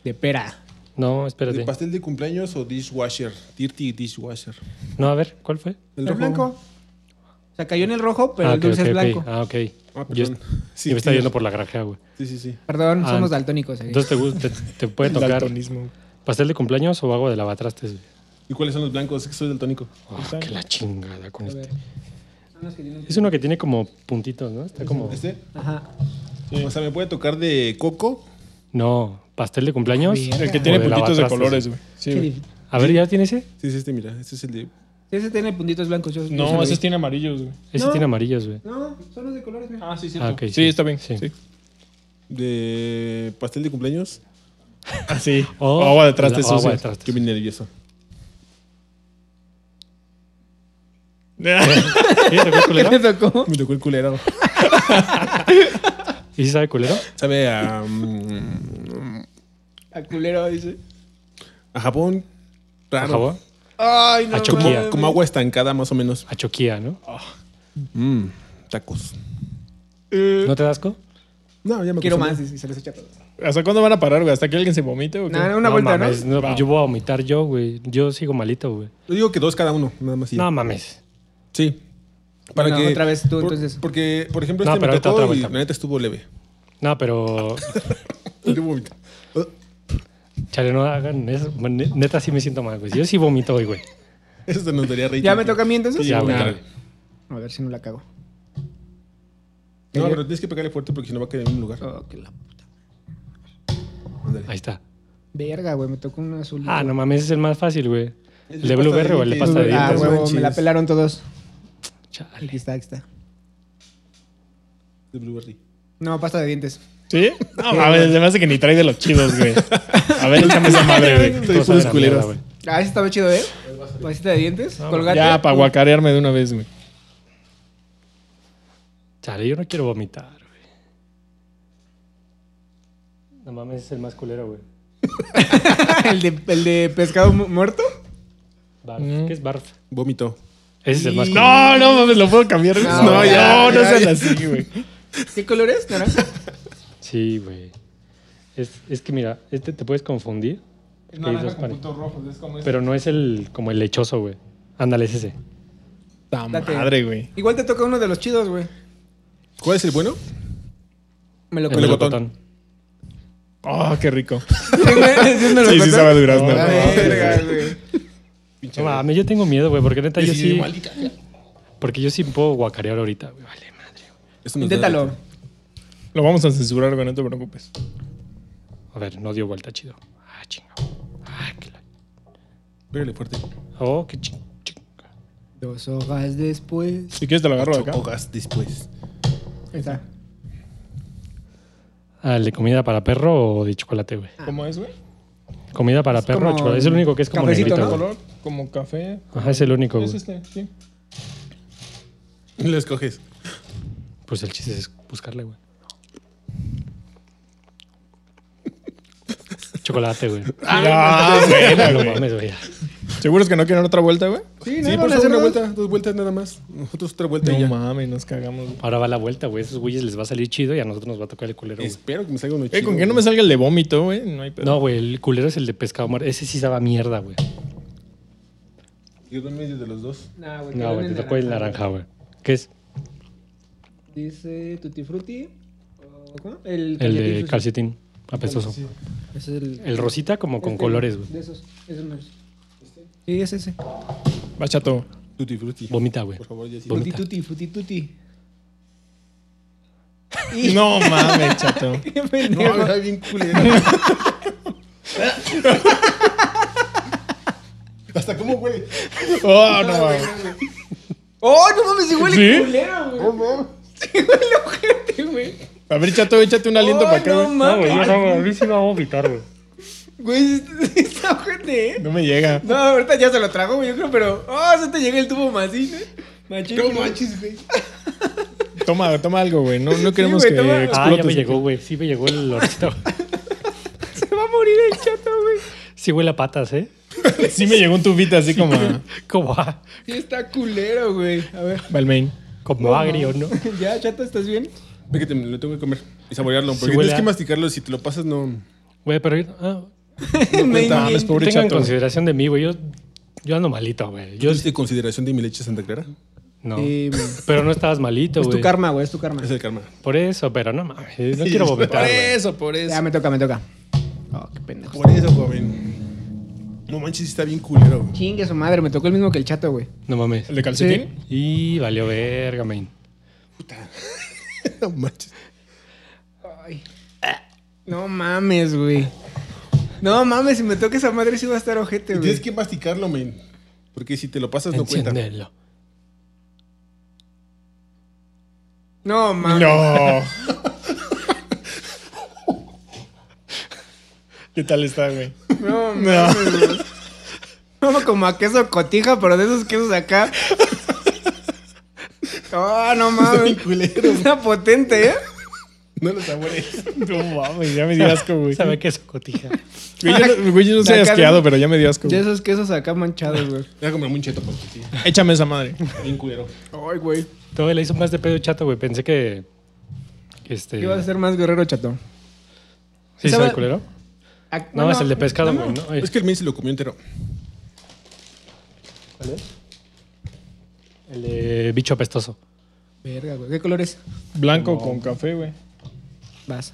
S2: De pera.
S1: No,
S4: ¿De
S1: espérate.
S4: pastel de cumpleaños o dishwasher? Dirty dishwasher.
S1: No, a ver, ¿cuál fue?
S2: El,
S4: rojo.
S2: blanco. O sea, cayó en el rojo, pero
S1: ah,
S2: el
S1: ok,
S2: dulce
S1: ok, ok.
S2: es blanco.
S1: Ah, ok.
S4: Ah,
S1: yo,
S4: perdón. Sí,
S1: yo me estaba
S4: tienes-
S1: yendo por la granja, güey.
S4: Sí, sí, sí.
S2: Perdón,
S1: Ah,
S2: somos daltónicos. eh.
S1: Entonces te, gu- te, te puede
S3: El
S1: tocar
S3: daltonismo.
S1: pastel de cumpleaños o agua de lavatrastes, güey.
S4: ¿Y cuáles son los blancos? Es que soy del tónico.
S1: Ah, que la chingada con
S2: A ver.
S1: este.
S2: Son los que tienen-
S1: Es uno que tiene como puntitos, ¿no? Está como.
S4: ¿Este?
S2: Ajá.
S4: O sea, me puede tocar de coco.
S1: No, pastel de cumpleaños.
S2: Bien.
S3: El que tiene
S1: O de
S3: puntitos de
S1: lavatrastes.
S3: colores, güey. Sí,
S2: Qué
S3: güey.
S2: difícil.
S1: A ver, ¿ya tiene ese?
S4: Sí, sí, este, mira. Este es el de.
S2: Ese tiene puntitos blancos. Yo, yo se
S3: No,
S2: lo
S3: esos
S2: di.
S3: tiene amarillos, güey.
S1: Ese
S2: No.
S1: tiene amarillos, güey.
S2: No, son los de colores. mira.
S3: Ah, sí,
S1: cierto. Ah, ok,
S3: sí,
S1: sí.
S3: está bien.
S1: Sí.
S3: Sí.
S4: de pastel de cumpleaños.
S3: Ah, sí.
S1: O-
S3: O agua de trastes
S1: o Oh, agua
S3: sucia.
S1: de trastes.
S4: Yo bien nervioso.
S1: ¿Sí? ¿Te acuerdas culero?
S2: ¿Qué te tocó?
S4: Me tocó el culero.
S1: ¿Y si sabe culero?
S4: Sabe a. mm,
S2: A culero, dice.
S4: a jabón.
S1: A
S4: Raro.
S1: jabón.
S2: Ay, no.
S1: A choquilla.
S2: mames.
S4: Como agua estancada, más o menos.
S1: A choquía, ¿no?
S4: Mm, tacos.
S2: Eh,
S1: ¿No te das asco?
S4: No, ya me
S2: Quiero
S4: acostumbré.
S2: más, dice. y Se les echa a todos.
S3: ¿Hasta cuándo van a parar, güey? ¿Hasta que alguien se vomite o qué?
S2: No, no, una vuelta,
S1: mames,
S2: ¿no?
S3: Va.
S1: Yo voy a vomitar yo, güey. Yo sigo malito, güey.
S4: Yo digo que dos cada uno, nada más. sí.
S1: No mames.
S4: Sí. Para
S2: Bueno,
S4: que,
S2: otra vez tú,
S4: por-
S2: entonces.
S4: Porque, por ejemplo,
S1: No,
S4: este
S1: pero
S4: me
S1: ahorita
S4: tocó
S1: otra
S4: y
S1: vuelta.
S4: la neta estuvo leve.
S1: No, pero. Chale, no hagan eso. Ne- Neta, sí me siento mal, güey. Yo sí vomito hoy, güey.
S4: Eso te nos daría reír.
S2: ¿Ya me toca a mí entonces?
S4: Sí,
S1: Ya,
S4: voy a
S1: güey.
S4: entrar.
S2: A ver si no la cago.
S4: No, pero tienes que pegarle fuerte porque si no va a quedar en un lugar.
S2: Oh, que la
S4: Ándale.
S1: Ahí está.
S2: verga, güey. Me tocó un azul.
S1: Ah, no mames, ese es el más fácil, güey.
S4: El
S1: ¿El de
S4: de
S1: blueberry o el de
S4: pasta
S1: pasta
S4: de
S1: de
S2: Ah,
S1: dientes?
S4: dientes,
S2: huevo, me
S4: manches.
S2: la pelaron todos.
S1: Chale.
S2: Aquí está, aquí está.
S4: De blueberry.
S2: No, pasta de dientes.
S3: ¿Sí? No, mames, se me hace que ni trae de los chidos, güey. A ver, échame esa madre, güey.
S4: Estoy
S1: Todos saben
S4: puros
S1: a
S4: culeros.
S1: mierda, güey.
S2: Ah, ese estaba chido, ¿eh? Pasita de dientes, colgate.
S3: Ya, para guacarearme de una vez, güey.
S1: Chale, yo no quiero vomitar, güey. No mames, es el más culero, güey.
S2: el, de, el de pescado mu- muerto.
S1: Barf. ¿Qué es barf?
S4: Vómito.
S1: Ese es el más culero.
S3: No, no, mames, lo puedo cambiar. No, no,
S2: ya,
S3: ya, no,
S2: ya,
S3: sean
S2: ya.
S3: así, güey.
S2: ¿Qué color es? ¿Naranja?
S1: Sí, güey. Es, es que mira, este te puedes confundir. porque hay dos pare- Pero no es el como el lechoso, güey. Ándale, es ese.
S3: Ta
S2: Date.
S3: madre, güey.
S2: Igual te toca uno de los chidos, güey.
S4: ¿Cuál es el bueno?
S2: Me lo
S1: El
S2: colgó.
S1: melocotón.
S3: Oh, qué rico.
S2: Sí,
S3: Sí, sí sabe durazno.
S1: No,
S2: La verga, güey.
S1: No mames, yo tengo miedo, güey, porque neta yo
S4: Sí,
S1: sí.
S4: maldita.
S1: Porque yo sí puedo guacarear ahorita, güey. Vale, madre. güey.
S4: Eso nos da-
S2: Inténtalo.
S3: Lo vamos a censurar, güey, no te preocupes.
S1: A ver, no dio vuelta, chido. Ah, chingado. Ah, qué la-
S4: Pégale fuerte.
S1: Oh, qué ching. ching.
S2: Dos hojas después.
S3: Si quieres te lo agarro de acá.
S4: Ocho hojas después.
S2: Ahí está.
S1: Ah, ¿el de comida para perro o de chocolate, güey?
S3: ¿Cómo es, güey?
S1: Comida para
S2: Es
S1: perro o
S2: como
S1: chocolate. Es el único que es como
S2: cafecito,
S1: negrito,
S2: ¿no?
S1: güey.
S3: Color como café.
S1: Ajá, es el único,
S3: Es
S1: güey.
S3: este, sí.
S4: Lo escoges.
S1: Pues el chiste es buscarle, güey. Chocolate, güey.
S3: Ah, buena,
S1: No
S3: güey.
S1: mames, güey.
S3: ¿Seguros que no quieren otra vuelta, güey?
S2: Sí,
S4: sí,
S2: no,
S4: por
S2: no,
S4: eso
S2: no,
S4: una
S2: no.
S4: vuelta, dos vueltas nada más. Nosotros otra vuelta y
S3: No
S4: ya.
S3: mames, nos cagamos. güey.
S1: Ahora va la vuelta, güey. Esos güeyes les va a salir chido y a nosotros nos va a tocar el culero, güey.
S4: Espero que me salga uno chido.
S3: Eh, con que no me salga el de vómito, güey. No hay pedo.
S1: No, güey, el culero es el de pescado muerto. Ese sí estaba mierda, güey.
S4: Quedó en medio de los dos.
S2: No, güey.
S1: No, güey, te tocó el naranja, güey. ¿Qué es?
S2: Dice Tutti Frutti. o- ¿Cómo? El,
S1: El
S2: calcetín
S1: de
S2: sucio.
S1: calcetín apestoso.
S2: Ese es
S1: El rosita como con
S2: este,
S1: colores, güey.
S2: De esos. Esos meros. Sí, es ese.
S3: Va chato.
S4: Tutti frutti.
S1: Vomita, güey.
S4: Por favor, ya sí.
S1: Vomita.
S2: Frutti Tutti, Frutti Tutti.
S3: No mames, chato.
S2: Qué
S4: No,
S2: pendejo.
S4: está bien culera. Hasta cómo huele.
S3: Oh, no mames.
S2: ¡Oh, no mames! Se huele
S3: ¿Sí?
S2: culero, güey.
S4: No, no.
S2: Se huele ojete, güey.
S3: A ver, chato, échate un aliento
S2: Oh,
S3: para acá.
S2: no
S3: güey.
S2: mames.
S3: güey, no, güey.
S1: mí sí Ah, me va a vomitar, güey.
S2: Güey, está ojete, ¿eh?
S3: No me llega.
S2: No, ahorita ya se lo trago, güey, yo creo, pero... ¡Oh, se te llega el tubo masín, eh! Machín.
S4: No manches, güey.
S3: Toma, toma algo, güey. No, no queremos
S2: güey,
S3: que
S2: toma. Ah,
S3: explotes.
S1: Ah, ya me llegó, güey. Sí me llegó el lorcito.
S2: Se va a morir el chato, güey.
S1: Sí huele a patas, ¿eh?
S3: Sí me llegó un tubito así como
S2: Ah.
S3: a
S1: Como, a-
S2: Sí está culero, güey. A ver.
S3: Balmain.
S1: como agrio, ¿no?
S2: ya, chato, ¿estás bien?
S4: Ve que te- lo tengo que comer y saborearlo. Porque
S1: huele
S4: tienes
S1: a-
S4: que masticarlo. Si te lo pasas, no.
S1: Güey, pero ah,
S2: Me
S3: No mames, pobre
S1: tengan
S3: chato.
S1: consideración de mí, güey. Yo, yo ando malito, güey. Yo
S4: ¿Es de consideración de mi leche Santa Clara?
S1: no.
S2: Sí, güey.
S1: Pero no estabas malito,
S2: Es
S1: güey.
S2: Eh, tu karma, güey, es tu karma.
S4: Es el karma.
S1: Por eso, pero no mames. No quiero vomitar, güey.
S3: por
S2: Ya, me toca, me toca. Oh, qué pendejo.
S4: Por eso, joven. No manches, está bien culero, güey.
S2: Chingue su madre, me tocó el mismo que el chato, güey.
S1: No mames.
S3: ¿El de calcetín?
S1: Y valió verga, main.
S4: No manches.
S2: Ay. No mames, güey. No mames, si me toca esa madre sí va a estar ojete, güey.
S4: Tienes que masticarlo, men. Porque si te lo pasas, no cuenta.
S1: Enciéndelo.
S2: No mames.
S3: No. ¿Qué tal está, güey?
S2: No, mames, güey. No, como a queso cotija, pero de esos quesos acá. Oh, no mames.
S4: bien culero.
S2: Está potente, ¿eh?
S4: No lo saborees.
S3: No mames, ya me dio asco, güey.
S1: Sabe que es cotija.
S3: Güey, yo, no- güey, yo no soy
S2: De acá de-
S3: asqueado, pero ya me dio asco.
S2: De
S3: güey.
S2: esos quesos acá manchados, güey.
S4: Voy a comer un cheto, porque sí.
S3: Échame esa madre.
S4: está Bien culero.
S2: Ay, güey.
S1: Todavía le hizo más de pedo chato, güey. Pensé que. que este.
S2: ¿Qué vas a ser más guerrero, chato?
S1: ¿Sí
S2: Estaba-
S1: sabe culero?
S2: Ah,
S1: No, es el de pescado,
S2: no,
S1: güey. ¿no?
S4: Es que el men se lo comió entero.
S1: El de bicho apestoso.
S2: Verga, güey. ¿Qué color es?
S3: Blanco con café, güey.
S2: Vas.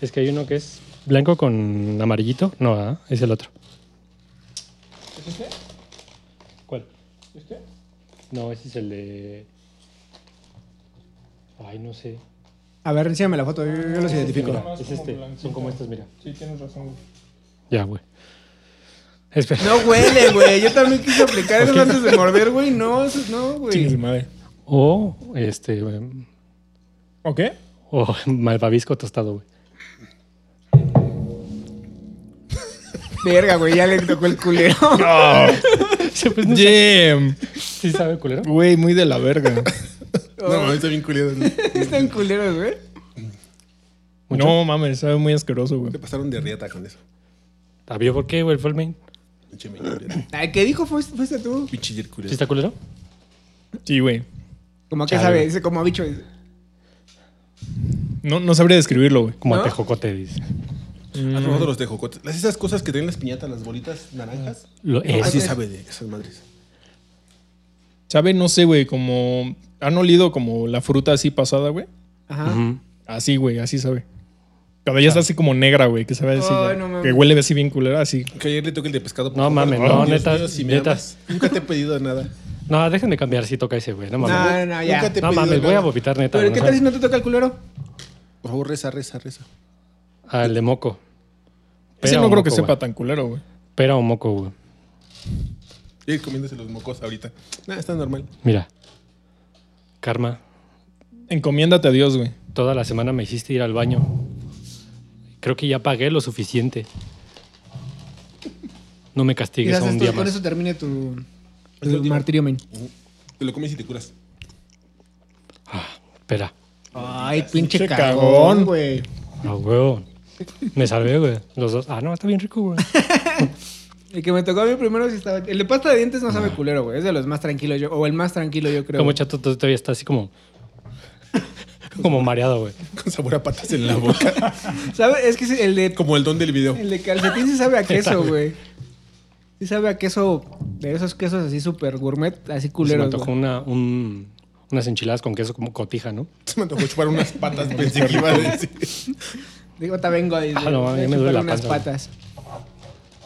S1: Es que hay uno que es blanco con amarillito. No, ¿verdad? es el otro. ¿Es este? ¿Cuál? ¿Este? No, ese es el de. Ay, no sé.
S2: A ver, enséñame la foto, yo, yo los identifico.
S1: Mira, es este. Son como estos, mira.
S3: Sí, tienes razón, güey.
S1: Ya, güey. Espera.
S2: No huele, güey. Yo también quise aplicar eso antes de morder, güey. No, eso es- no, güey.
S3: madre.
S1: O este. em,
S3: ¿O qué?
S1: O malvavisco tostado, güey.
S2: Verga, güey. Ya le tocó el culero.
S1: Sí, pues, no sé.
S3: Damn.
S1: ¿Sí sabe culero?
S3: Güey, muy de la verga.
S4: No, mames, está bien culero. Te
S2: Están culeros, güey.
S3: No mames, sabe muy asqueroso, güey.
S4: pasaron de riata con eso.
S1: ¿Sabía por qué, güey? Fue el main.
S4: Pinche men culero.
S2: Ay, ¿Qué dijo? Fuiste, fuiste tú.
S4: Pinche yer
S1: ¿Sí
S4: culero.
S1: está culero?
S3: Sí, güey.
S2: Como que
S1: Chale.
S2: sabe, dice como a bicho. dice.
S3: No, no sabría describirlo, güey.
S1: Como
S2: ¿No?
S1: a tejocote, dice.
S4: ¿Has probado los tejocotes? Las- Esas cosas que traen las piñatas, las bolitas naranjas.
S1: Lo- es-
S4: Así sabe de esas madres.
S3: Sabe, no sé, güey, como... ¿Han olido como la fruta así pasada, güey?
S2: Ajá.
S1: Ujú.
S3: Así, güey, así sabe. Cuando ya está así como negra, güey, que sabe así.
S2: Ay,
S3: ya-
S2: no mames.
S3: que huele así bien culera, así.
S4: Que ayer le toque el de pescado. por
S1: No
S4: favor.
S1: mames, no,
S4: Dios
S1: neta,
S4: mío, si me
S1: neta.
S4: amas. Nunca te he pedido nada.
S1: No, déjenme cambiar si toca ese, güey. No mames.
S2: No, no, no, ya.
S4: Nunca te he
S1: No
S4: pedido
S1: mames, voy
S4: nada.
S1: a vomitar neta.
S2: Pero
S1: no
S2: ¿qué tal si
S1: sabes.
S2: no te toca el culero?
S4: Por favor, reza, reza, reza.
S1: Al de moco.
S3: Ese
S1: Pera
S3: no
S1: o
S3: creo que
S1: moco,
S3: sepa
S1: güey.
S3: tan culero, güey.
S1: Pera o moco, güey.
S4: Y comiéndose los mocos ahorita. Nada, está normal.
S1: Mira. Karma,
S3: Encomiéndate a Dios, güey.
S1: toda la semana me hiciste ir al baño. Creo que ya pagué lo suficiente. No me castigues
S2: Quizás
S1: a un
S2: esto-
S1: día
S2: con
S1: más.
S2: eso termine tu, tu
S4: Es el último.
S2: martirio, men.
S4: Te lo comes y te curas.
S1: Ah, Espera.
S2: Ay, pinche
S3: pinche
S2: cagón,
S3: cagón.
S2: güey.
S1: Ah, huevo. Me salvé, güey. Los dos. Ah, no, está bien rico, güey.
S2: El que me tocó a mí primero sí estaba... El de pasta de dientes no sabe
S1: Ah.
S2: culero, güey. Es de los más tranquilos yo. O el más tranquilo, yo creo.
S1: Como chato to- todavía está así como. como mareado, güey.
S4: Con sabor a patas en la boca.
S2: ¿Sabe? Es que sí, el de,
S4: como el don del video.
S2: el de calcetín sí sabe a queso, güey. Sí sabe a queso... De esos quesos así súper gourmet, así
S1: Se me
S2: culeros,
S1: antojó
S2: güey.
S1: una, un- unas enchiladas con queso como cotija, ¿no?
S4: Se me antojó chupar unas patas. Pensé que iba a decir.
S2: Digo, te vengo a
S1: Ah, no, a mí me duele la
S2: unas
S1: panza,
S2: patas.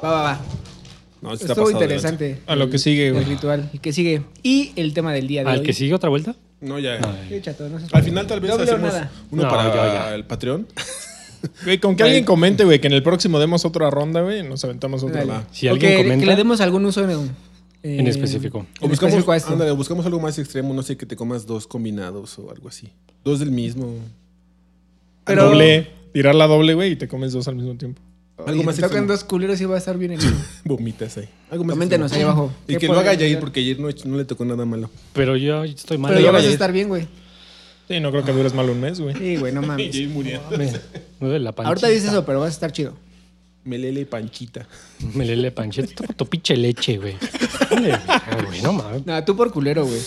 S2: Va, va, va.
S4: No, sí está
S2: Estuvo
S4: pasado de
S2: interesante.
S3: A lo que sigue,
S2: El
S3: güey.
S2: ritual. El que sigue. Y el tema del día de
S1: ¿Al
S2: hoy.
S1: que sigue otra vuelta?
S4: lanza. No, ya.
S2: Sí, chato, no seas-
S4: Al final tal vez
S2: No veo
S4: hacemos
S2: nada.
S4: uno
S1: No,
S4: para
S1: ya, ya.
S4: el Patreon.
S3: Güey, con que alguien comente, güey, que en el próximo demos otra ronda, güey, nos aventamos otra.
S2: Dale.
S3: va.
S1: Si
S2: O
S1: alguien
S2: que-
S1: comenta-
S2: Que le demos algún uso en, eh,
S1: En específico.
S2: en
S4: O
S2: específico a
S4: buscamos,
S2: esto.
S4: ándale, o buscamos algo más extremo. No sé, que te comas dos combinados o algo así. Dos del mismo.
S2: Pero-
S3: Doble, tirar la doble, güey, y te comes dos al mismo tiempo.
S4: Algo
S2: Y
S4: más
S2: si tocan
S4: extremo.
S2: dos culeros y va a estar bien hecho.
S4: Vomitas ahí. Algo más
S2: Coméntenos
S4: extremo.
S2: ahí abajo.
S4: Y
S2: ¿Qué
S4: que lo haga
S2: podrían
S4: Jair
S2: hacer?
S4: porque Jair no, no le tocó nada malo.
S1: Pero yo estoy mal.
S2: Pero ya
S1: Yo
S2: vas a
S1: me-
S2: estar bien, güey.
S3: Sí, no creo que dures mal un mes, güey.
S2: Sí, güey, no mames.
S4: murió.
S1: me- me duele la panchita.
S2: Ahorita dices eso, pero vas a estar chido.
S4: Melele panchita.
S1: Me lee la panchita. Toma tu pinche leche, güey. Dale, ah, güey, no mames.
S2: No, tú por culero, güey.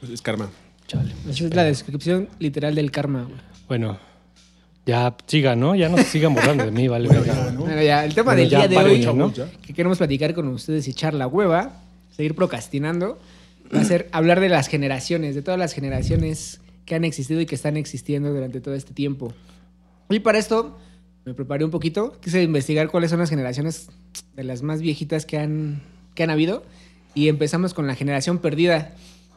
S4: Pues Es karma.
S1: Chale.
S2: Esa es la descripción literal del karma, güey.
S1: Bueno, ya siga, ¿no? Ya no se sigan burlando de mí, vale. verga.
S2: Bueno, ya, el tema
S1: Bueno,
S2: del
S1: ya
S2: día de
S1: paren,
S2: hoy
S1: chavos,
S4: ya.
S2: que queremos platicar con ustedes y echar la hueva, seguir procrastinando, va a ser hablar de las generaciones, de todas las generaciones que han existido y que están existiendo durante todo este tiempo. Y para esto me preparé un poquito, quise investigar cuáles son las generaciones de las más viejitas que han, que han habido y empezamos con la generación perdida.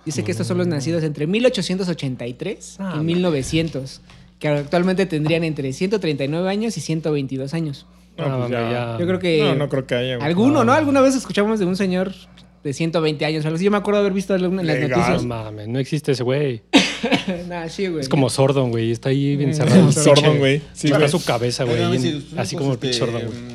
S2: Dice que estos son los nacidos entre 1883
S1: Oh. Ah,
S2: y 1900, que actualmente tendrían entre 139 años y 122 años.
S3: No,
S1: Ah,
S3: pues
S1: hombre, ya.
S2: Yo creo que-
S3: No, no creo que haya, güey.
S2: Alguno, ¿no? Alguna vez escuchamos de un señor de 120 años. o algo así. Yo me acuerdo haber visto alguna en las
S3: Legal.
S1: No
S2: noticias.
S1: mames, no existe ese güey.
S2: Nah, sí, güey.
S1: Es como Sordon, güey. Está ahí encerrado.
S3: El Sordon, güey. Sí,
S1: Está
S3: güey.
S1: su cabeza, güey.
S4: Oigan,
S1: bien-
S4: si ustedes,
S1: así
S4: pues,
S1: como el pinche
S4: este,
S1: Sordon, güey.
S4: mm,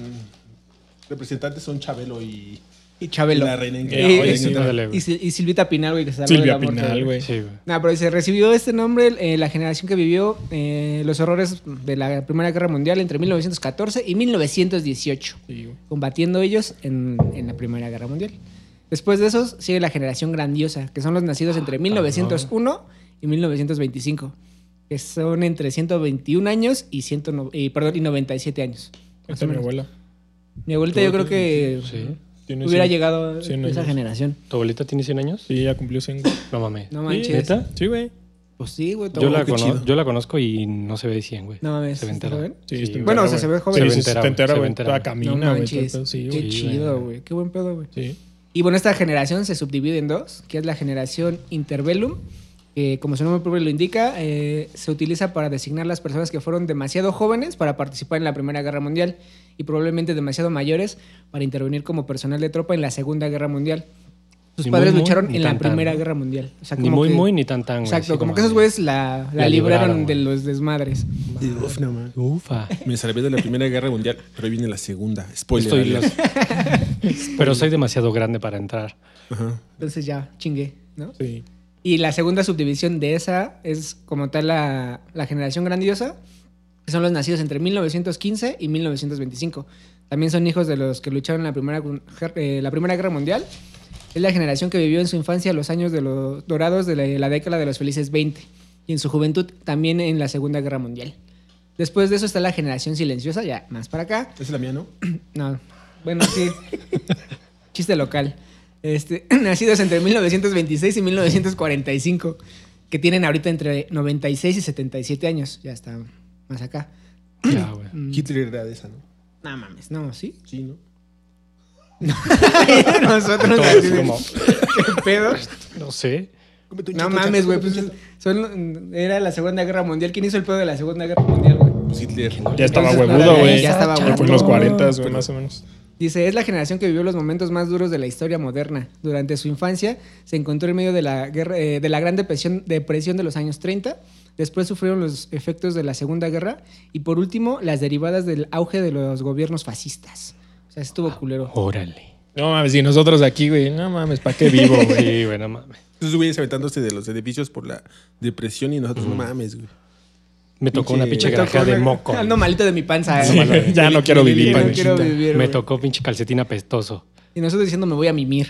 S4: Representantes son Chabelo y.
S2: Y Chabelo.
S4: La reina en-
S2: Y-
S3: Eh,
S2: y-
S3: oye, sí,
S1: ándale, güey.
S2: y, Sil- y Silvita Pinal, güey, que se salvó
S3: Silvia
S2: de la muerte,
S3: Pinal, güey.
S1: Sí, güey.
S2: Nah, pero dice, recibió este nombre eh, la generación que vivió eh, los horrores de la Primera Guerra Mundial entre 1914 y 1918.
S3: Sí, güey.
S2: combatiendo ellos en, en la Primera Guerra Mundial. Después de esos sigue la generación grandiosa, que son los nacidos
S1: Ah,
S2: entre 1901 y 1925, que son entre 121 años y, 109 y, perdón, y 97 años.
S3: Esta es mi abuela.
S2: Mi abuelita yo creo que
S1: Sí.
S3: Tiene
S2: hubiera
S3: cien-
S2: llegado
S3: cien
S2: a esa
S3: años.
S2: generación.
S1: ¿Tu abuelita tiene 100 años?
S3: Sí, ya cumplió 100. güey.
S1: No mames.
S2: No
S3: Sí,
S2: manches.
S1: ¿Neta?
S3: Sí, güey.
S2: Pues sí, güey. todo-
S1: Yo la,
S4: qué
S1: cono-
S4: chido.
S1: yo la conozco y no se ve de 100, güey.
S2: No mames,
S1: Se ve
S2: ¿está
S1: entera.
S2: bien?
S3: Sí,
S1: Sí,
S3: está
S1: güey.
S2: Bueno,
S3: entera,
S2: o sea, se
S3: güey.
S2: ve joven.
S3: Sí, sí,
S1: Se ve entera,
S3: está entera,
S1: güey.
S3: güey.
S1: Se ve
S3: Toda
S1: entera,
S2: No
S3: camina, güey. todo el
S2: manches.
S3: pedo, Sí,
S2: Qué
S3: güey.
S1: Sí,
S2: chido,
S1: güey.
S2: güey. Qué buen pedo, güey.
S3: Sí.
S2: Y bueno, esta generación se subdivide en dos, que es la generación interbellum, que como su nombre propio lo indica, eh, se utiliza para designar las personas que fueron demasiado jóvenes para participar en la Primera Guerra Mundial y probablemente demasiado mayores para intervenir como personal de tropa en la Segunda Guerra Mundial. Sus
S1: Ni
S2: padres
S1: muy, muy,
S2: lucharon
S1: ni
S2: en la
S1: tan, tan.
S2: Primera Guerra Mundial. O sea,
S1: Ni
S2: como
S1: muy,
S2: que-
S1: muy, ni tan, tan, güey.
S2: Exacto,
S1: Así
S2: como, que esos güeyes la, la
S1: La
S2: libraron
S1: libraron,
S2: de
S1: güey.
S2: los desmadres.
S4: Uf, no, man.
S1: Ufa. Pues
S4: Me salvé de la Primera Guerra Mundial, pero ahí viene la Segunda. Spoiler.
S2: Pues
S1: Estoy
S4: alert.
S1: Pero soy demasiado grande para entrar.
S4: Ajá.
S2: Entonces ya, chingué, ¿no?
S3: Sí.
S2: Y la segunda subdivisión de esa es como tal la, la generación grandiosa, que son los nacidos entre 1915 y 1925. También son hijos de los que lucharon en la Primera, Gu- Ger- eh, la primera Guerra Mundial. Es la generación que vivió en su infancia los años de los dorados de la, la década de los felices 20 y en su juventud también en la Segunda Guerra Mundial. Después de eso está la generación silenciosa, ya más para acá,
S4: Esa es la mía, ¿no?
S2: no, bueno, sí. Chiste local. Este, nacidos entre 1926 y 1945, que tienen ahorita entre 96 y 77 años. Ya está más acá.
S1: Ya, güey.
S4: Hitler era de esa, ¿no?
S2: No mames, no, sí.
S4: Sí, ¿no?
S2: Nosotros
S1: Todo
S2: así
S1: es
S2: de,
S1: como,
S2: ¿qué pedo?
S1: no sé.
S4: Cómete un
S2: No
S4: cheto,
S2: mames,
S4: chato,
S2: güey.
S4: cómete
S2: Pues,
S4: un
S2: son- era la Segunda Guerra Mundial. ¿Quién hizo el pedo de la Segunda Guerra Mundial, güey?
S4: cheto. Pues Hitler.
S3: Ya estaba
S2: Entonces,
S3: huevudo,
S2: no,
S3: güey.
S2: ya estaba
S3: Fue en
S2: huevudo.
S3: los 40, güey, más o menos.
S2: Dice, es la generación que vivió los momentos más duros de la historia moderna. Durante su infancia se encontró en medio de la, guerra, eh, de la Gran depresión, depresión de los años 30, después sufrieron los efectos de la Segunda Guerra y por último las derivadas del auge de los gobiernos fascistas. O sea, estuvo culero.
S1: Órale.
S3: No mames, y nosotros aquí, güey. No mames, ¿para qué vivo, güey?
S1: Sí, bueno, mames.
S4: Esos güeyes aventándose de los edificios por la depresión y nosotros, no mames, güey.
S1: Me tocó una
S4: Pinche-
S1: pinche granja de moco.
S2: Ando malito de mi panza. eh.
S3: Sí, ya no quiero vivir,
S2: Ya no
S3: güey.
S2: quiero vivir,
S1: Me
S2: güey.
S1: tocó pinche calcetín apestoso.
S2: Y nosotros diciendo me voy a mimir.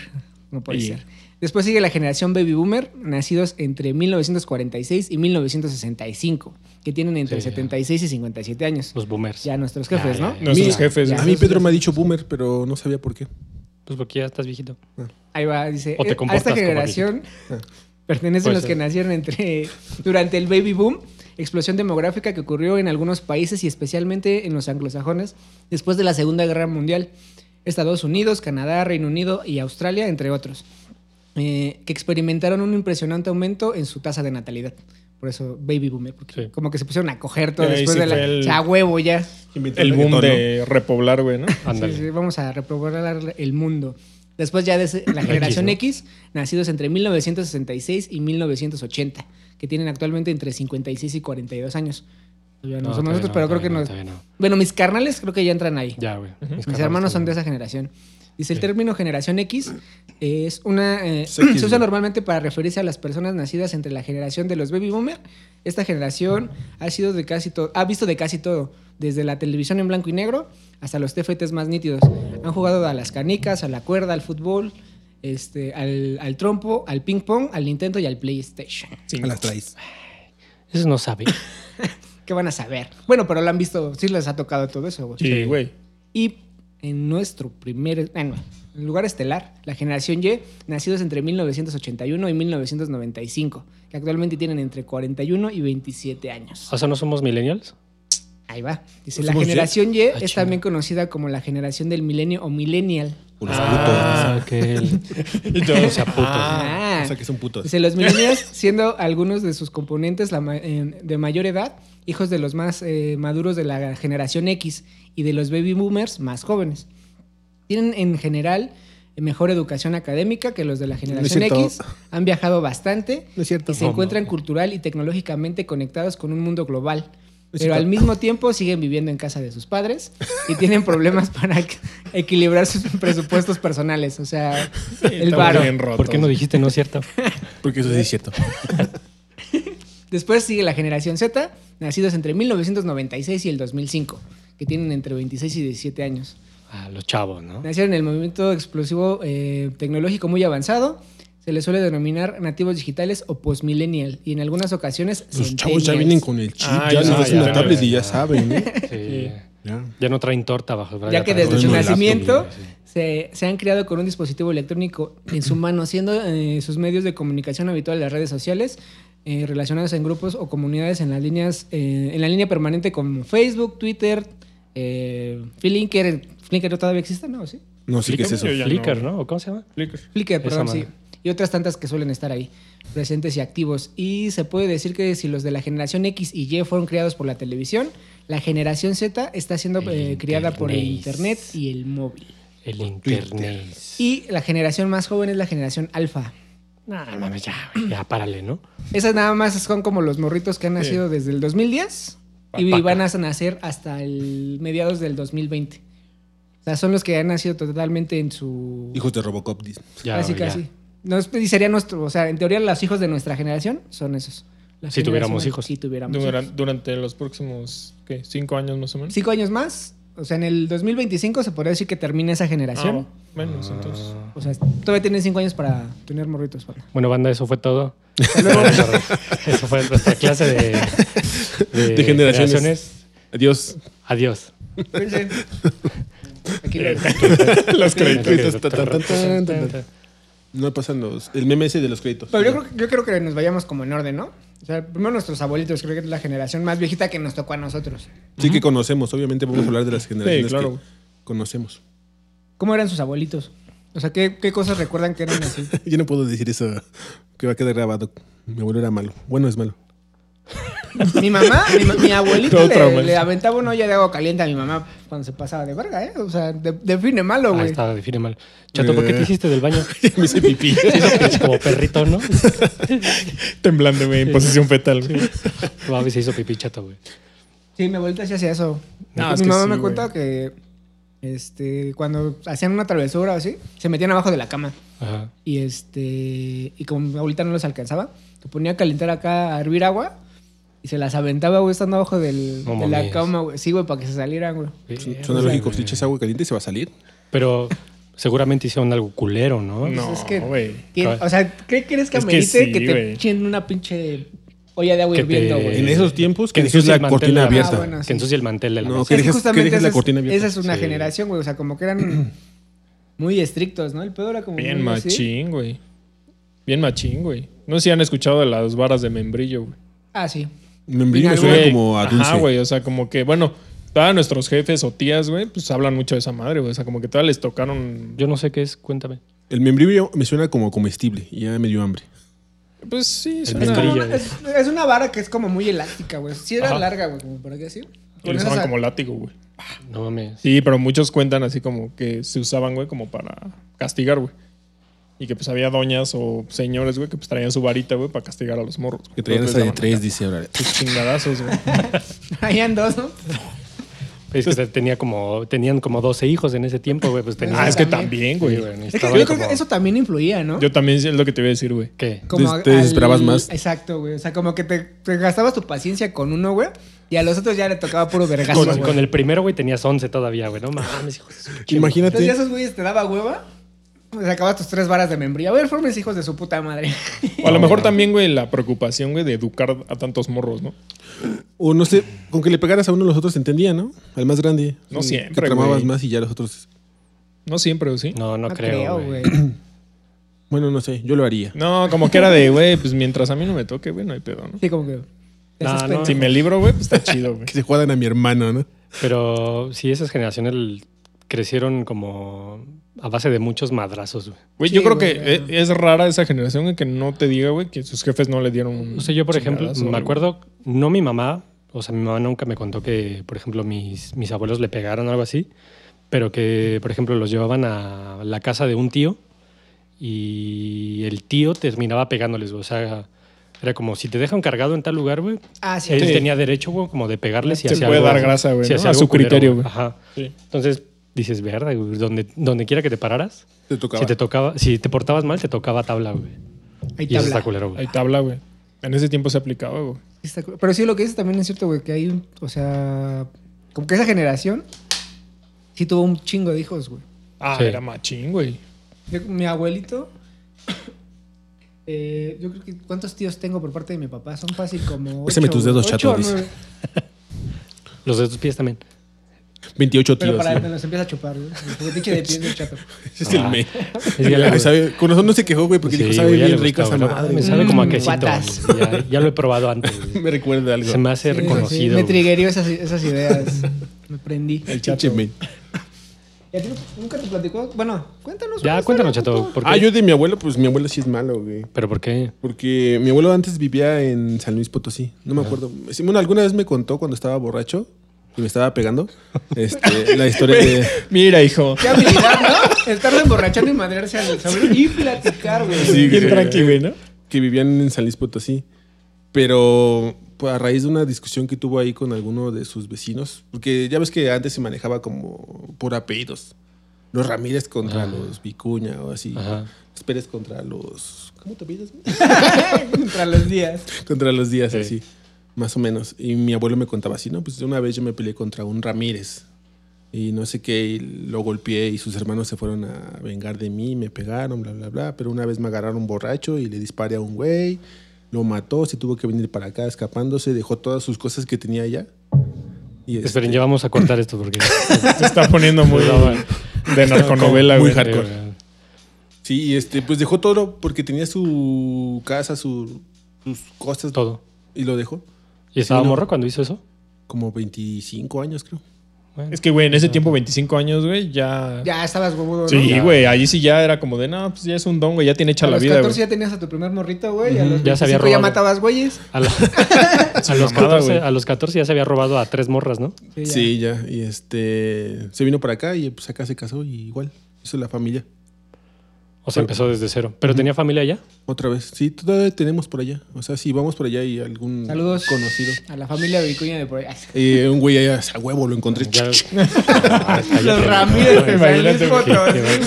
S2: No puede
S3: Sí.
S2: ser. Después sigue la generación baby boomer, nacidos entre 1946 y 1965, que tienen entre
S1: Sí, ya.
S2: 76 y 57 años.
S1: Los boomers.
S2: Ya nuestros jefes,
S1: Ya,
S2: ¿no?
S1: ya, ya.
S3: Nuestros
S4: Mira,
S3: jefes.
S2: ya.
S3: güey.
S4: A mí Pedro me ha dicho boomer, pero no sabía por qué.
S1: Pues porque ya estás viejito.
S2: Ahí va, dice.
S1: O te
S2: "Eh, a
S1: comportas
S2: esta
S1: como
S2: generación pertenecen
S1: Puede
S2: los
S1: ser.
S2: que nacieron entre durante el baby boom, explosión demográfica que ocurrió en algunos países y especialmente en los anglosajones después de la Segunda Guerra Mundial. Estados Unidos, Canadá, Reino Unido y Australia, entre otros, eh, que experimentaron un impresionante aumento en su tasa de natalidad. Por eso, baby boomer, porque
S1: Sí.
S2: como que se pusieron a coger todo
S3: Y ahí
S2: después
S3: sí
S2: de la.
S3: fue el-
S2: O sea, a huevo ya.
S4: Inventó
S3: El boom
S4: reggaetón,
S3: de repoblar, güey, ¿no?
S1: Ándale.
S2: Sí, sí, vamos a reprobar el mundo. Después ya de ese- la generación
S1: ¿no?
S2: X, nacidos entre 1966 y 1980, que tienen actualmente entre 56 y 42 años. Ya no,
S1: No,
S2: somos
S1: todavía
S2: nosotros,
S1: no,
S2: pero creo que
S1: todavía
S2: no.
S1: no, todavía no.
S2: Bueno, mis carnales creo que ya entran ahí.
S1: Ya, güey.
S2: Mis hermanos son de esa generación. Dice, el término generación X es una... eh,
S4: Es X,
S2: se usa
S4: güey.
S2: normalmente para referirse a las personas nacidas entre la generación de los baby boomer. Esta generación ha sido de casi todo, ha visto de casi todo, desde la televisión en blanco y negro hasta los TFTs más nítidos. Han jugado a las canicas, a la cuerda, al fútbol, este, al, al trompo, al ping pong, al Nintendo y al PlayStation.
S3: Sí.
S4: A las traes.
S1: Esos no saben.
S2: ¿Qué van a saber? Bueno, pero lo han visto, sí les ha tocado todo eso. güey.
S3: Sí, güey.
S2: Y en nuestro primer ah, no, en lugar estelar, la generación Y, nacidos entre 1981 y 1995, que actualmente tienen entre 41 y 27 años.
S1: O sea, no somos millennials.
S2: Ahí va. Dice,
S4: ¿No
S2: la
S4: somos
S2: generación Y
S1: Ah,
S2: es
S1: chinga.
S2: también conocida como la generación del milenio o millennial.
S4: Unos
S1: Ah, aquel. O sea, putos.
S2: Ah.
S4: putos. O sea, que son putos.
S2: Dice, los millennials, siendo algunos de sus componentes la ma- en- de mayor edad, hijos de los más eh, maduros de la generación X y de los baby boomers más jóvenes. Tienen en general mejor educación académica que los de la generación
S4: cierto.
S2: X, han viajado bastante
S4: No es cierto.
S2: y se
S1: No,
S2: encuentran
S1: no.
S2: cultural y tecnológicamente conectados con un mundo global.
S4: Es
S2: Pero
S4: cierto.
S2: al mismo tiempo siguen viviendo en casa de sus padres y tienen problemas para equ- equilibrar sus presupuestos personales. O sea, el
S3: Estamos
S2: varo.
S3: bien rotos.
S1: ¿Por qué no dijiste no es cierto?
S4: Porque eso sí es cierto.
S2: Después sigue la generación Z, nacidos entre 1996 y el 2005, que tienen entre 26 y 17 años.
S1: Ah, los chavos, ¿no?
S2: Nacieron en el movimiento explosivo eh, tecnológico muy avanzado. Se les suele denominar nativos digitales o postmillennial y en algunas ocasiones
S4: Los chavos ya
S2: centennials.
S4: vienen con el chip,
S3: Ah,
S4: ya
S3: ya,
S4: les das
S1: ya,
S4: una
S1: ya,
S4: tablet
S1: ya,
S4: y ya
S1: ya.
S4: saben, ¿eh?
S1: Sí.
S4: Ya.
S1: Ya no traen torta bajo el brazo.
S2: Ya que
S1: traen
S2: desde
S4: Traen
S2: su
S4: una
S1: torta.
S4: laptop,
S2: nacimiento
S1: Sí, sí.
S2: se, se han criado con un dispositivo electrónico en su mano, siendo eh, sus medios de comunicación habitual las redes sociales eh, relacionadas en grupos o comunidades en las líneas eh, en la línea permanente como Facebook, Twitter, eh, Flickr. ¿Flickr todavía existe? No, sí.
S4: No sé qué es eso.
S3: Yo ya no.
S1: Flickr, ¿no? ¿O cómo se llama?
S2: Flickr,
S1: Esa
S2: perdón,
S1: madre.
S2: sí. Y otras tantas que suelen estar ahí, presentes y activos. Y se puede decir que si los de la generación X y Y fueron criados por la televisión, la generación Z está siendo
S1: El
S2: eh, criada por el
S1: internet.
S2: Internet y el móvil.
S1: El
S4: Twitter.
S1: internet.
S2: Y la generación más joven es la generación alfa.
S1: No, mames, ya, güey, ya, párale, ¿no?
S2: Esas nada más son como los morritos que han
S3: Sí.
S2: nacido desde el 2010 y
S1: Papaca.
S2: van a nacer hasta el mediados del 2020. O sea, son los que han nacido totalmente en su...
S4: Hijos de Robocop. dice.
S1: Ya,
S2: casi,
S1: güey, ya.
S2: casi. No, es- y sería nuestro... O sea, en teoría los hijos de nuestra generación son esos. La
S1: Si tuviéramos
S2: generación-
S1: hijos.
S2: Si tuviéramos
S3: Duran-
S2: hijos.
S3: Durante, los próximos, ¿qué? ¿Cinco años más o menos?
S2: Cinco años más. O sea, en el 2025 se podría decir que termina esa generación.
S3: Ah, menos, entonces.
S1: Ah.
S2: O sea, todavía tienen cinco años para tener morritos. banda.
S1: Bueno, banda, eso fue todo. eso fue nuestra clase de, de,
S4: De generaciones.
S1: generaciones.
S4: Adiós.
S1: Adiós.
S2: Cuídense. Aquí lo-
S3: Los
S4: créditos.
S1: Ah,
S4: No pasan los. El meme ese de los créditos.
S3: Pues
S2: Pero yo creo, que- yo creo que nos vayamos como en orden, ¿no? O sea, primero nuestros abuelitos, creo que es la generación más viejita que nos tocó a nosotros.
S4: Sí que conocemos, obviamente vamos a hablar de las generaciones
S3: claro.
S4: que conocemos.
S2: ¿Cómo eran sus abuelitos? O sea, ¿qué, qué cosas recuerdan que eran así?
S4: Yo no puedo decir eso que va a quedar grabado. Mi abuelo era malo. Bueno, es malo.
S2: Mi mamá, mi, ma- mi abuelita
S3: Todo
S2: le,
S3: trauma.
S2: le aventaba una olla de agua caliente a mi mamá cuando se pasaba de verga, ¿eh? O sea, de- define
S4: Ah,
S2: malo,
S1: Ahí
S2: güey.
S1: está, define mal. Chato, ¿por qué te hiciste del baño?
S4: Eh. Me hice pipí.
S1: Se hizo pipí como perrito, ¿no?
S3: Temblando, güey, en posición fetal. güey.
S1: Va, se hizo pipí chato, güey.
S2: Sí, mi abuelita sí hacía eso.
S3: No,
S2: mi
S3: es que
S2: mamá
S3: sí,
S2: me
S3: güey.
S2: cuenta que este, cuando hacían una travesura o así, se metían abajo de la cama.
S1: Ajá.
S2: Y este. Y como mi abuelita no los alcanzaba, te ponía a calentar acá, a hervir agua. Y se las aventaba, güey, estando abajo del,
S1: No
S2: de la
S1: mames.
S2: cama, güey. Sí, güey, para que se salieran, güey.
S4: Suena
S1: Verga,
S4: lógico.
S1: güey.
S4: Si echas agua caliente, se va a salir.
S1: Pero seguramente hicieron algo culero, ¿no?
S3: No,
S2: Pues es que-
S3: güey.
S2: ¿Qué- O sea, ¿qué crees que
S3: Es que
S2: amerite que,
S3: sí,
S2: te
S3: güey.
S2: echen una pinche olla de agua
S1: Que
S2: hirviendo,
S1: te-
S2: güey?
S4: En esos tiempos que
S1: Que
S4: dejes
S1: ensucie
S4: la
S1: el mantel
S4: cortina
S1: de la
S4: abierta.
S2: Ah, bueno.
S1: Que ensucia el mantel de la
S4: No,
S1: mesa.
S4: que
S2: Es que
S4: dejes-
S2: justamente
S4: dejes la
S2: esa es-
S4: cortina abierta.
S2: Esa es una
S1: Sí.
S2: generación, güey. O sea, como que eran muy estrictos, ¿no? El pedo era como.
S3: Bien
S2: muy
S1: Mm,
S2: así.
S3: machín, güey. Bien machín, güey. No sé si han escuchado de las varas de membrillo, güey.
S2: Ah, sí.
S4: Me envío, me
S2: Mira,
S4: suena
S3: Güey,
S4: como a
S3: Ajá,
S4: dulce.
S3: güey. O sea, como que, bueno, todos nuestros jefes o tías, güey, pues hablan mucho de esa madre, güey. O sea, como que todas les tocaron.
S1: Yo no sé qué es, cuéntame.
S4: El membrillo me suena como comestible y ya me dio hambre.
S3: Pues sí,
S1: El
S2: Es,
S3: suena-
S2: como
S1: membrillo.
S2: una, es, es una vara que es como muy elástica, güey. Sí era
S3: Ajá.
S2: larga, güey, como para qué así.
S3: Y le
S2: Con
S3: usaban
S2: esas-
S3: como látigo, güey.
S1: No mames.
S3: Sí, pero muchos cuentan así como que se usaban, güey, como para castigar, güey. Y que pues había doñas o señores, güey, que pues traían su varita, güey, para castigar a los morros.
S4: Que traían hasta de
S3: Entonces les
S4: tres,
S3: daban
S4: dice ahora.
S3: acá Sus chingadazos, güey.
S2: Traían dos, ¿no?
S1: Es que se- tenía como, tenían como 12 hijos en ese tiempo, güey. Pues tenían.
S3: ah, es que
S2: también.
S3: también, güey.
S1: Sí, güey,
S2: Es que
S1: necesitaban
S2: yo creo
S1: como-
S2: que eso también influía, ¿no?
S3: Yo también es lo que te iba a decir, güey.
S1: ¿Qué?
S2: como
S4: Des- te desesperabas más.
S2: Exacto, güey. O sea, como que te, te gastabas tu paciencia con uno, güey. Y a los otros ya le tocaba puro vergazo,
S1: Con,
S2: güey.
S1: con el primero, güey, tenías 11 todavía, güey. No mames, hijo de su pinche madre.
S4: Imagínate.
S2: Entonces ya esos güeyes te daba hueva. Pues acabas tus tres varas de membrillo. A ver, formes hijos de su puta madre.
S3: O a lo mejor también, güey, la preocupación, güey, de educar a tantos morros, ¿no?
S4: O no sé, con que le pegaras a uno, los otros te entendían, ¿no? Al más grande.
S3: No
S4: Mm,
S3: siempre,
S4: Te tramabas
S3: güey.
S4: más y ya los otros.
S3: No siempre, ¿o sí?
S1: No, no, creo, güey.
S4: Bueno, no sé, yo lo haría.
S3: No, como que era de, güey, pues mientras a mí no me toque, güey, no hay pedo, ¿no?
S2: Sí, como que. te
S1: No,
S2: haces
S1: no.
S2: pendejo.
S3: Si me libro, güey, pues está chido, güey.
S4: Que se juegan a mi hermano, ¿no?
S1: Pero sí, esas generaciones l- crecieron como a base de muchos madrazos, güey.
S3: Güey,
S2: Sí,
S3: yo creo
S2: güey,
S3: que
S2: ajá.
S3: e- es rara esa generación güey, que no te diga, güey, que sus jefes no le dieron un.
S1: O sea, yo, por ejemplo,
S3: chingadazo,
S1: me
S3: güey.
S1: acuerdo, no mi mamá, o sea, mi mamá nunca me contó que, por ejemplo, mis, mis abuelos le pegaron o algo así, pero que, por ejemplo, los llevaban a la casa de un tío y el tío terminaba pegándoles, güey. O sea, era como si te dejan cargado en tal lugar, güey.
S2: Ah, sí.
S1: Él
S3: Sí.
S1: tenía derecho, güey, como de pegarles y
S3: Se
S1: hacía
S3: puede
S1: algo-
S3: dar grasa, güey,
S1: si
S3: ¿no?
S1: hacía
S3: A
S1: algo
S3: su
S1: culero,
S3: criterio, güey.
S1: Ajá.
S3: Sí.
S1: Entonces dices, verdad, güey, donde, donde quiera que te pararas,
S4: Te tocaba.
S1: si te, tocaba, si te portabas mal, te tocaba tabla, güey.
S2: Ahí
S1: Y eso
S2: tabla.
S1: está culero, güey.
S3: Hay tabla, güey. En ese tiempo se aplicaba, güey.
S2: Está cu- Pero sí, lo que dices también es cierto, güey, que hay un. O sea. Como que esa generación. Sí tuvo un chingo de hijos, güey.
S3: Ah,
S1: Sí.
S3: era machín, güey.
S2: Yo- Mi abuelito. eh, yo creo que. ¿Cuántos tíos tengo por parte de mi papá? Son fácil como.
S4: Pásame
S2: ocho,
S4: tus
S2: güey.
S4: dedos,
S2: Ocho
S4: chato,
S2: o
S4: dice.
S2: nueve.
S1: Los de tus pies también.
S4: 28
S2: Pero
S4: tíos.
S2: para me
S4: ¿no?
S2: los empieza a chupar, güey. Porque pinche de pies del chato.
S4: Ese es el
S1: Ah.
S4: me.
S1: Es que la-
S4: Ay, sabe- con razón no se quejó, güey, porque
S1: Sí,
S4: dijo, sabe
S1: güey, ya
S4: bien
S1: le
S4: rica esa
S1: gustaba, ¿no?
S4: madre.
S1: Me sabe como a
S2: Mm,
S1: quesito.
S2: patas.
S1: güey. Ya, ya lo he probado antes. güey.
S4: Me recuerda algo.
S1: Se me hace
S2: Sí, sí, sí.
S1: reconocido.
S2: Me
S1: güey.
S2: triggerió esas, esas ideas. Me prendí.
S4: El chato. men.
S2: ¿Y a ti nunca te platicó? Bueno, cuéntanos.
S1: Ya,
S2: una
S1: cuéntanos,
S2: historia,
S1: chato.
S2: puto.
S1: ¿por qué?
S4: Ah, yo de mi abuelo, pues mi abuelo sí es malo, güey.
S1: ¿Pero por qué?
S4: Porque mi abuelo antes vivía en San Luis Potosí. No me acuerdo. Sí, Bueno, alguna vez me contó cuando estaba borracho y me estaba pegando este, la historia de.
S3: Mira, hijo.
S2: Qué habilidad, ¿no? Estar de emborrachando y madrearse al saber y platicar, güey.
S4: Sí,
S3: Bien
S4: güey.
S3: tranqui, güey, ¿no?
S4: que vivían en San Luis Potosí. Pero pues, a raíz de una discusión que tuvo ahí con alguno de sus vecinos, porque ya ves que antes se manejaba como por apellidos. Los Ramírez contra
S1: Ajá.
S4: los Vicuña o así.
S1: Ajá.
S4: Los Pérez contra los. ¿Cómo te apellidas?
S2: Contra los días.
S4: contra los Díaz,
S1: Sí.
S4: así. Más o menos. Y mi abuelo me contaba así, ¿no? Pues una vez yo me peleé contra un Ramírez. Y no sé qué, y lo golpeé y sus hermanos se fueron a vengar de mí, me pegaron, bla, bla, bla. Pero una vez me agarraron borracho y le disparé a un güey, lo mató, se tuvo que venir para acá escapándose, dejó todas sus cosas que tenía allá. Y este,
S1: Esperen, ya vamos a cortar esto porque.
S3: Se está poniendo muy
S1: No, güey.
S3: de narconovela,
S4: Muy
S3: güey.
S4: hardcore. Sí, y este, pues dejó todo porque tenía su casa, su- sus cosas,
S1: Todo.
S4: y lo dejó.
S1: ¿Y estaba
S4: Sí, no.
S1: morro cuando hizo eso?
S4: Como 25 años, creo.
S1: Bueno,
S3: Es que, güey, en ese tiempo, 25 años, güey, ya.
S2: Ya estabas huevudo, ¿no?
S3: sí,
S2: Ya.
S3: güey, allí sí ya era como de, no, pues ya es un don, güey, ya tiene hecha
S2: A
S3: la
S2: los
S3: vida,
S2: 14
S3: güey.
S2: ya tenías a tu primer morrito, güey. y a
S3: Ujú.
S2: los
S1: Ya se había
S2: 25 ya
S1: robado.
S2: matabas güeyes.
S1: a, la- a los
S3: mamada,
S1: 14,
S3: güey.
S1: a los 14 ya se había robado a tres morras, ¿no?
S2: ya.
S4: Sí, ya. Y este. Se vino para acá y pues acá se casó y igual. Hizo la familia.
S1: O sea, empezó desde cero. ¿Pero tenía familia ya?
S4: Otra vez. Sí, todavía tenemos por allá. O sea, si vamos por allá y algún
S2: Saludos
S4: conocido.
S2: a la familia Vicuña de por ahí.
S4: Y un güey allá, a huevo, lo encontré.
S1: Ya- Ah,
S2: Los Ramírez, güey.
S3: güey,
S2: salen
S3: imagínate,
S2: fotos,
S1: güey,
S2: sí,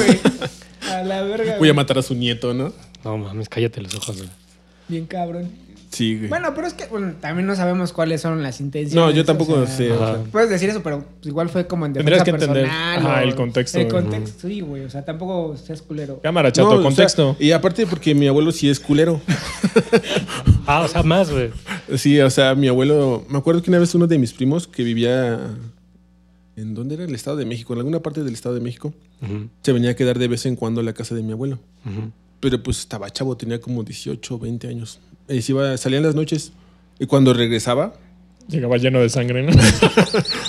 S2: güey. A la verga.
S4: Voy
S2: güey.
S4: a matar a su nieto, ¿no?
S1: No mames, cállate los ojos, güey.
S2: Bien cabrón.
S4: Sí, güey.
S2: Bueno, pero es que bueno, también no sabemos cuáles son las intenciones.
S4: no, yo
S2: o
S4: tampoco
S2: sea,
S4: sé. o
S1: Ajá.
S4: sea,
S2: Puedes decir eso, pero pues, igual fue como en
S3: Tendrías
S2: defensa
S3: que entender,
S2: personal.
S3: ajá,
S2: o-
S3: el contexto,
S2: El
S3: güey.
S2: contexto, sí, güey. O sea, tampoco seas culero.
S3: Cámara,
S4: no,
S3: chato,
S4: o sea,
S3: contexto.
S4: y aparte porque mi abuelo sí es culero.
S1: Ah, o sea, más, güey.
S4: Sí, o sea, mi abuelo, me acuerdo que una vez uno de mis primos que vivía en dónde era el Estado de México, en alguna parte del Estado de México,
S1: Ujú,
S4: se venía a quedar de vez en cuando a la casa de mi abuelo.
S1: ujú.
S4: Pero pues estaba chavo, tenía como 18, 20 años. Y se iba, salía en las noches y cuando regresaba,
S3: Llegaba lleno de sangre, ¿no?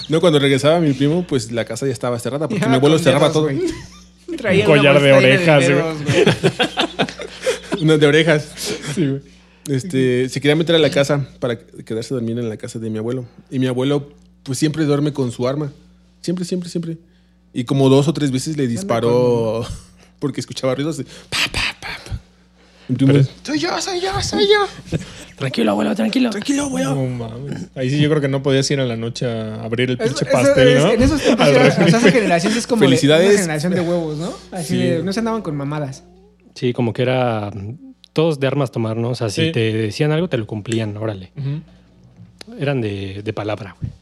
S4: no, cuando regresaba mi primo, pues la casa ya estaba cerrada porque
S2: Ya,
S4: mi abuelo
S2: con
S4: cerraba
S2: dedos,
S4: todo.
S2: güey. Traía
S3: Un
S2: una
S3: collar de
S2: bolsa llena
S3: orejas,
S2: dedos, güey.
S4: Unas de orejas.
S3: Sí, güey.
S4: Este, se quería meter a la casa para quedarse a dormir en la casa de mi abuelo. Y mi abuelo, pues siempre duerme con su arma. Siempre, siempre, siempre. Y como dos o tres veces le disparó porque escuchaba ruidos de pa, pa, pa, pa. Y mi primo,
S3: Pero-
S4: soy yo, soy yo, soy yo.
S1: Tranquilo, abuelo, tranquilo.
S4: Tranquilo, abuelo.
S3: No mames. Ahí sí yo creo que no podías ir a la noche a abrir el
S2: Eso-
S3: pinche
S2: eso
S3: pastel,
S2: es-
S3: ¿no?
S2: En esos tiempos
S3: Al
S2: era, o sea,
S3: refri.
S2: esa generación sí es como de-
S4: Felicidades.
S2: una generación de huevos, ¿no? Así
S4: Sí.
S2: de, no se andaban con mamadas.
S1: Sí, como que era mm, todos de armas tomar, ¿no? O sea, si
S3: Sí.
S1: te decían algo, te lo cumplían, órale.
S3: Ujú.
S1: Eran de, de palabra, güey.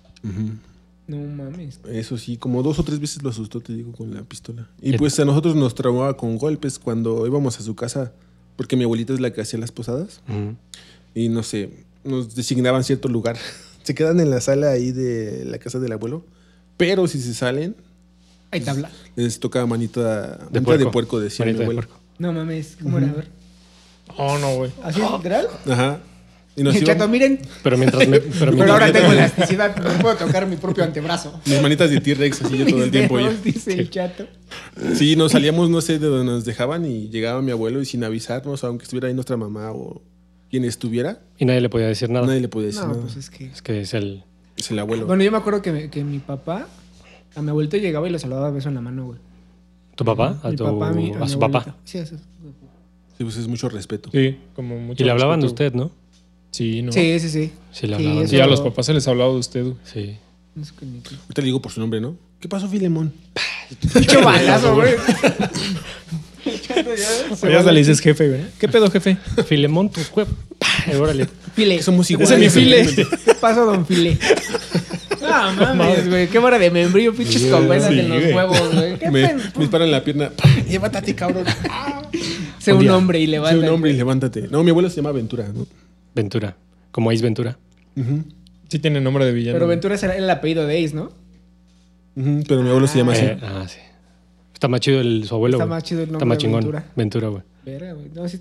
S2: No mames.
S4: Eso sí, como dos o tres veces lo asustó, te digo, con la pistola. Y
S1: ¿Qué?
S4: pues a nosotros nos traumaba con golpes cuando íbamos a su casa, porque mi abuelita es la que hacía las posadas.
S1: Ujú.
S4: y no sé, nos designaban cierto lugar. Se quedan en la sala ahí de la casa del abuelo, pero si se salen,
S2: Ahí tabla.
S4: les toca manita manita
S1: De
S4: de,
S1: puerco.
S4: puerco, decía mi
S1: Manita de
S4: abuelo.
S1: puerco.
S2: No mames. ¿Cómo era? A ver.
S3: Oh, no, güey.
S2: ¿Así literal?
S4: Ajá. Y nos
S2: El chato,
S4: iban,
S2: miren.
S1: Pero mientras me- pero
S2: Pero ahora
S1: mientras-
S2: tengo elasticidad. No puedo tocar mi propio antebrazo.
S4: mis manitas de T-Rex así yo todo el
S2: Mis
S4: tiempo.
S2: dedos,
S4: ya.
S2: Dice el chato.
S4: Sí, nos salíamos, no sé, de donde nos dejaban y llegaba mi abuelo y sin avisarnos, aunque estuviera ahí nuestra mamá o quien estuviera,
S1: Y nadie le podía decir nada.
S4: nadie le podía decir
S2: No,
S4: nada.
S2: pues es que.
S1: Es que es el...
S4: Es el abuelo.
S2: Bueno, yo me acuerdo que, me- que mi papá a mi abuelito llegaba y lo saludaba a beso en la mano, güey.
S1: ¿Tu papá? A,
S2: Mi
S1: tu-
S2: papá, mi-
S1: a
S2: mi
S1: su
S2: abuelito.
S1: papá.
S2: Sí, a su-
S4: Sí, pues es mucho respeto.
S3: Sí, como mucho
S1: Y le hablaban de
S3: respeto,
S1: usted, ¿no?
S3: güey. Sí, no. Sí,
S2: sí, sí. sí.
S1: Sí, le
S2: Sí,
S1: hablaban.
S2: eso-
S1: de-
S3: a los papás se les ha hablado de usted, güey.
S1: Sí.
S2: No sé qué ni qué.
S4: Ahorita le digo por su nombre, ¿no? ¿Qué pasó, Filemón?
S2: Pinche balazo, güey. El chato
S3: Oye,
S2: ya
S3: hasta
S2: se
S3: le dices jefe, güey. ¿Qué pedo, jefe?
S1: Filemón, tu juez. Órale.
S2: File.
S4: Que somos iguales.
S2: Ese es mi
S4: File.
S2: file. ¿Qué pasó, don File? No mames, güey. Qué hora de membrillo, pinches conversas
S3: sí,
S2: en los
S3: güey.
S2: huevos, güey. Qué
S4: Me, me
S2: pen-
S4: disparan en la pierna. Llévate, cabrón.
S2: Sé un hombre y levanta.
S4: Sé un hombre y levántate. No, mi abuelo se llama Ventura, ¿no?
S1: Ventura. Como Ace Ventura.
S4: Ujú,
S3: Sí tiene nombre de villano.
S2: Pero
S3: güey.
S2: Ventura será el apellido de Ace, ¿no?
S4: ujú, Pero mi abuelo se llama así.
S1: Eh, ah, sí. Está más chido el, su abuelo,
S2: Está
S1: güey.
S2: más chido el
S1: Está
S2: nombre
S1: más
S2: de
S1: chingón.
S2: Ventura.
S1: Ventura, güey.
S2: Verga, güey. No, sí.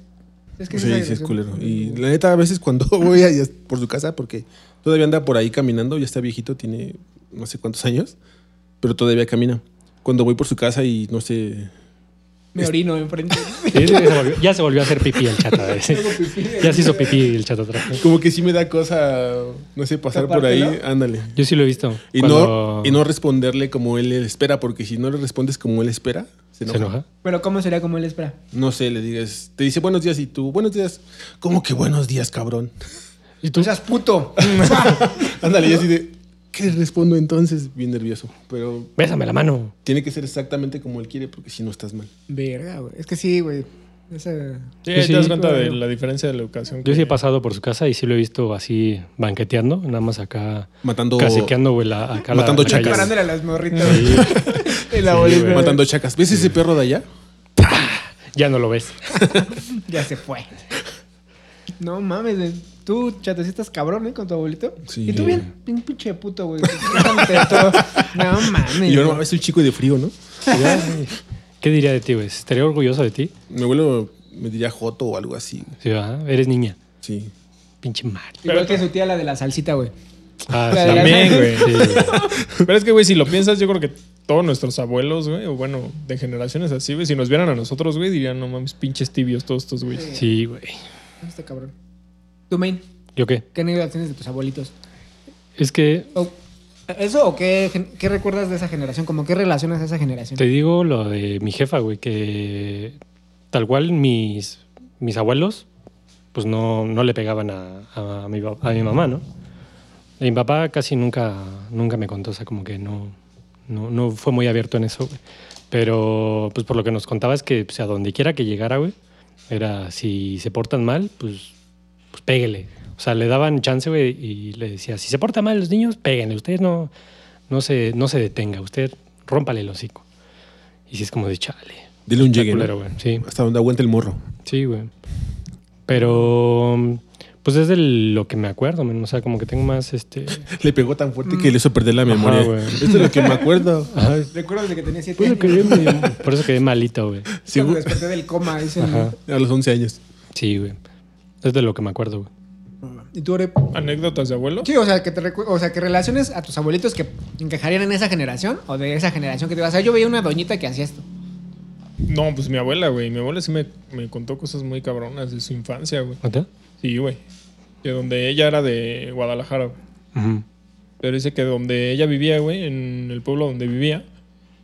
S2: Es que
S4: Sí, sí, es
S2: agresivo.
S4: culero. Y la neta, a veces cuando voy allá por su casa, porque todavía anda por ahí caminando, ya está viejito, tiene no sé cuántos años, pero todavía camina. Cuando voy por su casa y no sé.
S2: Me orino enfrente.
S1: Sí, sí, se volvió- ya se volvió a hacer pipí el chata. güey. ya se hizo pipí el chata atrás.
S4: Como que sí me da cosa, no sé, pasar por ahí,
S2: Tapártelo.
S4: ándale.
S1: Yo sí lo he visto.
S4: Y,
S1: Cuando
S4: no, y no responderle como él espera, porque si no le respondes como él espera, se
S1: ¿Se enoja?
S2: Pero ¿cómo sería como él espera?
S4: No sé, le digas, te dice buenos días y tú, buenos días. ¿Cómo que buenos días, cabrón?
S1: ¿Y tú?
S2: Tú seas puto.
S4: Ándale, y así de, ¿qué respondo entonces? Bien nervioso, pero
S1: Bésame la mano.
S4: tiene que ser exactamente como él quiere porque si no estás mal.
S2: Verga, güey. Es que sí, güey. Esa-
S3: Sí,
S1: Yo
S3: ahí
S1: sí,
S3: te das cuenta
S2: claro.
S3: de la diferencia de la educación.
S1: Yo
S3: que-
S1: sí he pasado por su casa y sí lo he visto así banqueteando, nada más acá
S4: Matando,
S1: caciqueando, güey, la, acá
S4: Matando
S1: la, la calle.
S4: chacas.
S2: Parándole a las morritas.
S1: Sí,
S2: El
S1: Sí, güey.
S2: abuelito.
S4: matando chacas. ¿Ves ese perro de allá?
S1: ya no lo ves.
S2: Ya se fue. No mames, güey. Tú, chato, sí estás cabrón, ¿eh? Con tu abuelito.
S4: Sí.
S2: Y tú bien, bien pinche puto, güey. Contento. No mames.
S4: Y yo,
S2: güey.
S4: no, es un chico de frío, ¿no?
S1: Ya,
S3: Ah.
S1: güey. ¿Qué diría de ti, güey? ¿Estaría orgulloso de ti?
S4: Mi abuelo me diría joto o algo así.
S1: Sí, ¿verdad? Eres niña.
S4: Sí.
S1: Pinche mal.
S2: Igual que su tía, la de la salsita, güey.
S1: Ah,
S2: La
S1: sí.
S2: de la-
S3: También, güey.
S1: Sí, güey.
S3: Pero es que, güey, si lo piensas, yo creo que todos nuestros abuelos, güey, o bueno, de generaciones así, güey, si nos vieran a nosotros, güey, dirían, no mames, pinches tibios todos estos, güey.
S1: Sí, güey.
S2: Este cabrón. Tu main,
S1: ¿Yo qué?
S2: ¿qué anécdotas tienes de tus abuelitos?
S1: Es que
S2: O- ¿Eso o qué, gen- qué recuerdas de esa generación? ¿Cómo qué relacionas a esa generación?
S1: Te digo lo de mi jefa, güey, que tal cual mis, mis abuelos, pues no, no le pegaban a, a mi, pa- a mi mamá, ¿no? Y mi papá casi nunca, nunca me contó, o sea, como que no, no, no fue muy abierto en eso, güey. Pero, pues por lo que nos contaba es que, pues, a donde quiera que llegara, güey, era si se portan mal, pues, pues péguele. O sea, le daban chance, güey, y le decía, si se portan mal los niños, péguenle. Usted no, no, se, no se detenga, usted rómpale el hocico. Y si es como de chale.
S4: Dile un
S1: Está
S4: llegue. ¿no?
S1: culero, güey. Sí,
S4: Hasta donde aguante el morro.
S1: sí, güey. Pero, pues es de lo que me acuerdo, men. O sea, como que tengo más este.
S4: Le pegó tan fuerte
S2: Mm.
S4: que le hizo perder la memoria.
S1: güey.
S4: Esto es lo que me acuerdo. Ay,
S2: Recuerdo desde que tenía 7
S1: Por
S2: años.
S1: eso quedé, medio- por eso quedé malito, güey.
S4: sí,
S2: Cuando
S4: güey.
S2: desperté del coma, dicen.
S1: Ajá.
S4: a los 11 años.
S1: Sí, güey. Es de lo que me acuerdo, güey.
S2: ¿Y tú, Orep?
S3: ¿Anécdotas de abuelo?
S2: Sí, o sea, que te recu- o sea, que relaciones a tus abuelitos que encajarían en esa generación o de esa generación que te vas a. Yo veía una doñita que hacía esto.
S3: No, pues mi abuela, güey. Mi abuela sí me, me contó cosas muy cabronas de su infancia, güey.
S1: ¿No te?
S3: Sí, güey. Que donde ella era de Guadalajara, güey.
S1: Ujú.
S3: Pero dice que donde ella vivía, güey, en el pueblo donde vivía,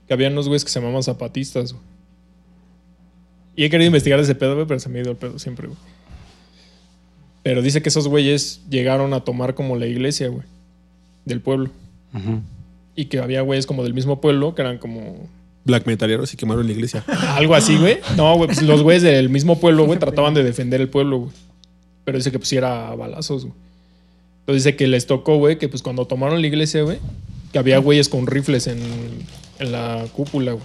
S3: que había unos güeyes que se llamaban zapatistas, güey. Y he querido investigar ese pedo, güey, pero se me ha ido el pedo siempre, güey. Pero dice que esos güeyes llegaron a tomar como la iglesia, güey, del pueblo.
S1: Ujú.
S3: Y que había güeyes como del mismo pueblo que eran como
S4: Black metaleros y quemaron la iglesia.
S3: algo así, güey. No, güey, pues los güeyes del mismo pueblo, güey, trataban de defender el pueblo, güey. Pero dice que pues sí era a balazos, güey. Entonces dice que les tocó, güey, que pues cuando tomaron la iglesia, güey, que había güeyes con rifles en, en la cúpula, güey.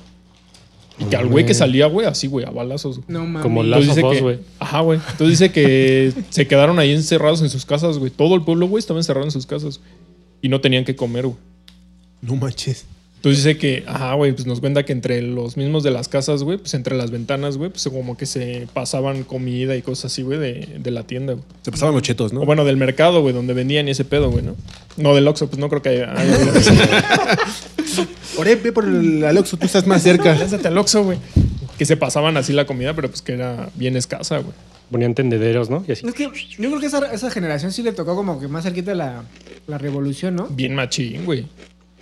S3: Y que al güey que salía, güey, así, güey, a balazos, güey.
S2: No mames.
S1: Como la- Last
S3: Entonces dice
S1: of Us,
S3: que-
S1: güey.
S3: Ajá, güey. Entonces dice que se quedaron ahí encerrados en sus casas, güey. Todo el pueblo, güey, estaba encerrado en sus casas. Y no tenían que comer, güey.
S4: No manches.
S3: Entonces dice que, ajá, güey, pues nos cuenta que entre los mismos de las casas, güey, pues entre las ventanas, güey, pues como que se pasaban comida y cosas así, güey, de, de la tienda, güey.
S4: Se pasaban los chetos, ¿no?
S3: O bueno, del mercado, güey, donde vendían y ese pedo, güey, ¿no? No, del Oxxo, pues no creo que haya. haya-
S4: Ore, ve por el Aloxo, tú estás más cerca.
S3: Lánzate al Oxxo, güey. Que se pasaban así la comida, pero pues que era bien escasa, güey.
S1: Ponían tendederos, ¿no? Y así.
S2: Es que yo creo que esa, esa generación sí le tocó como que más cerquita la, la revolución, ¿no?
S3: Bien machín, güey.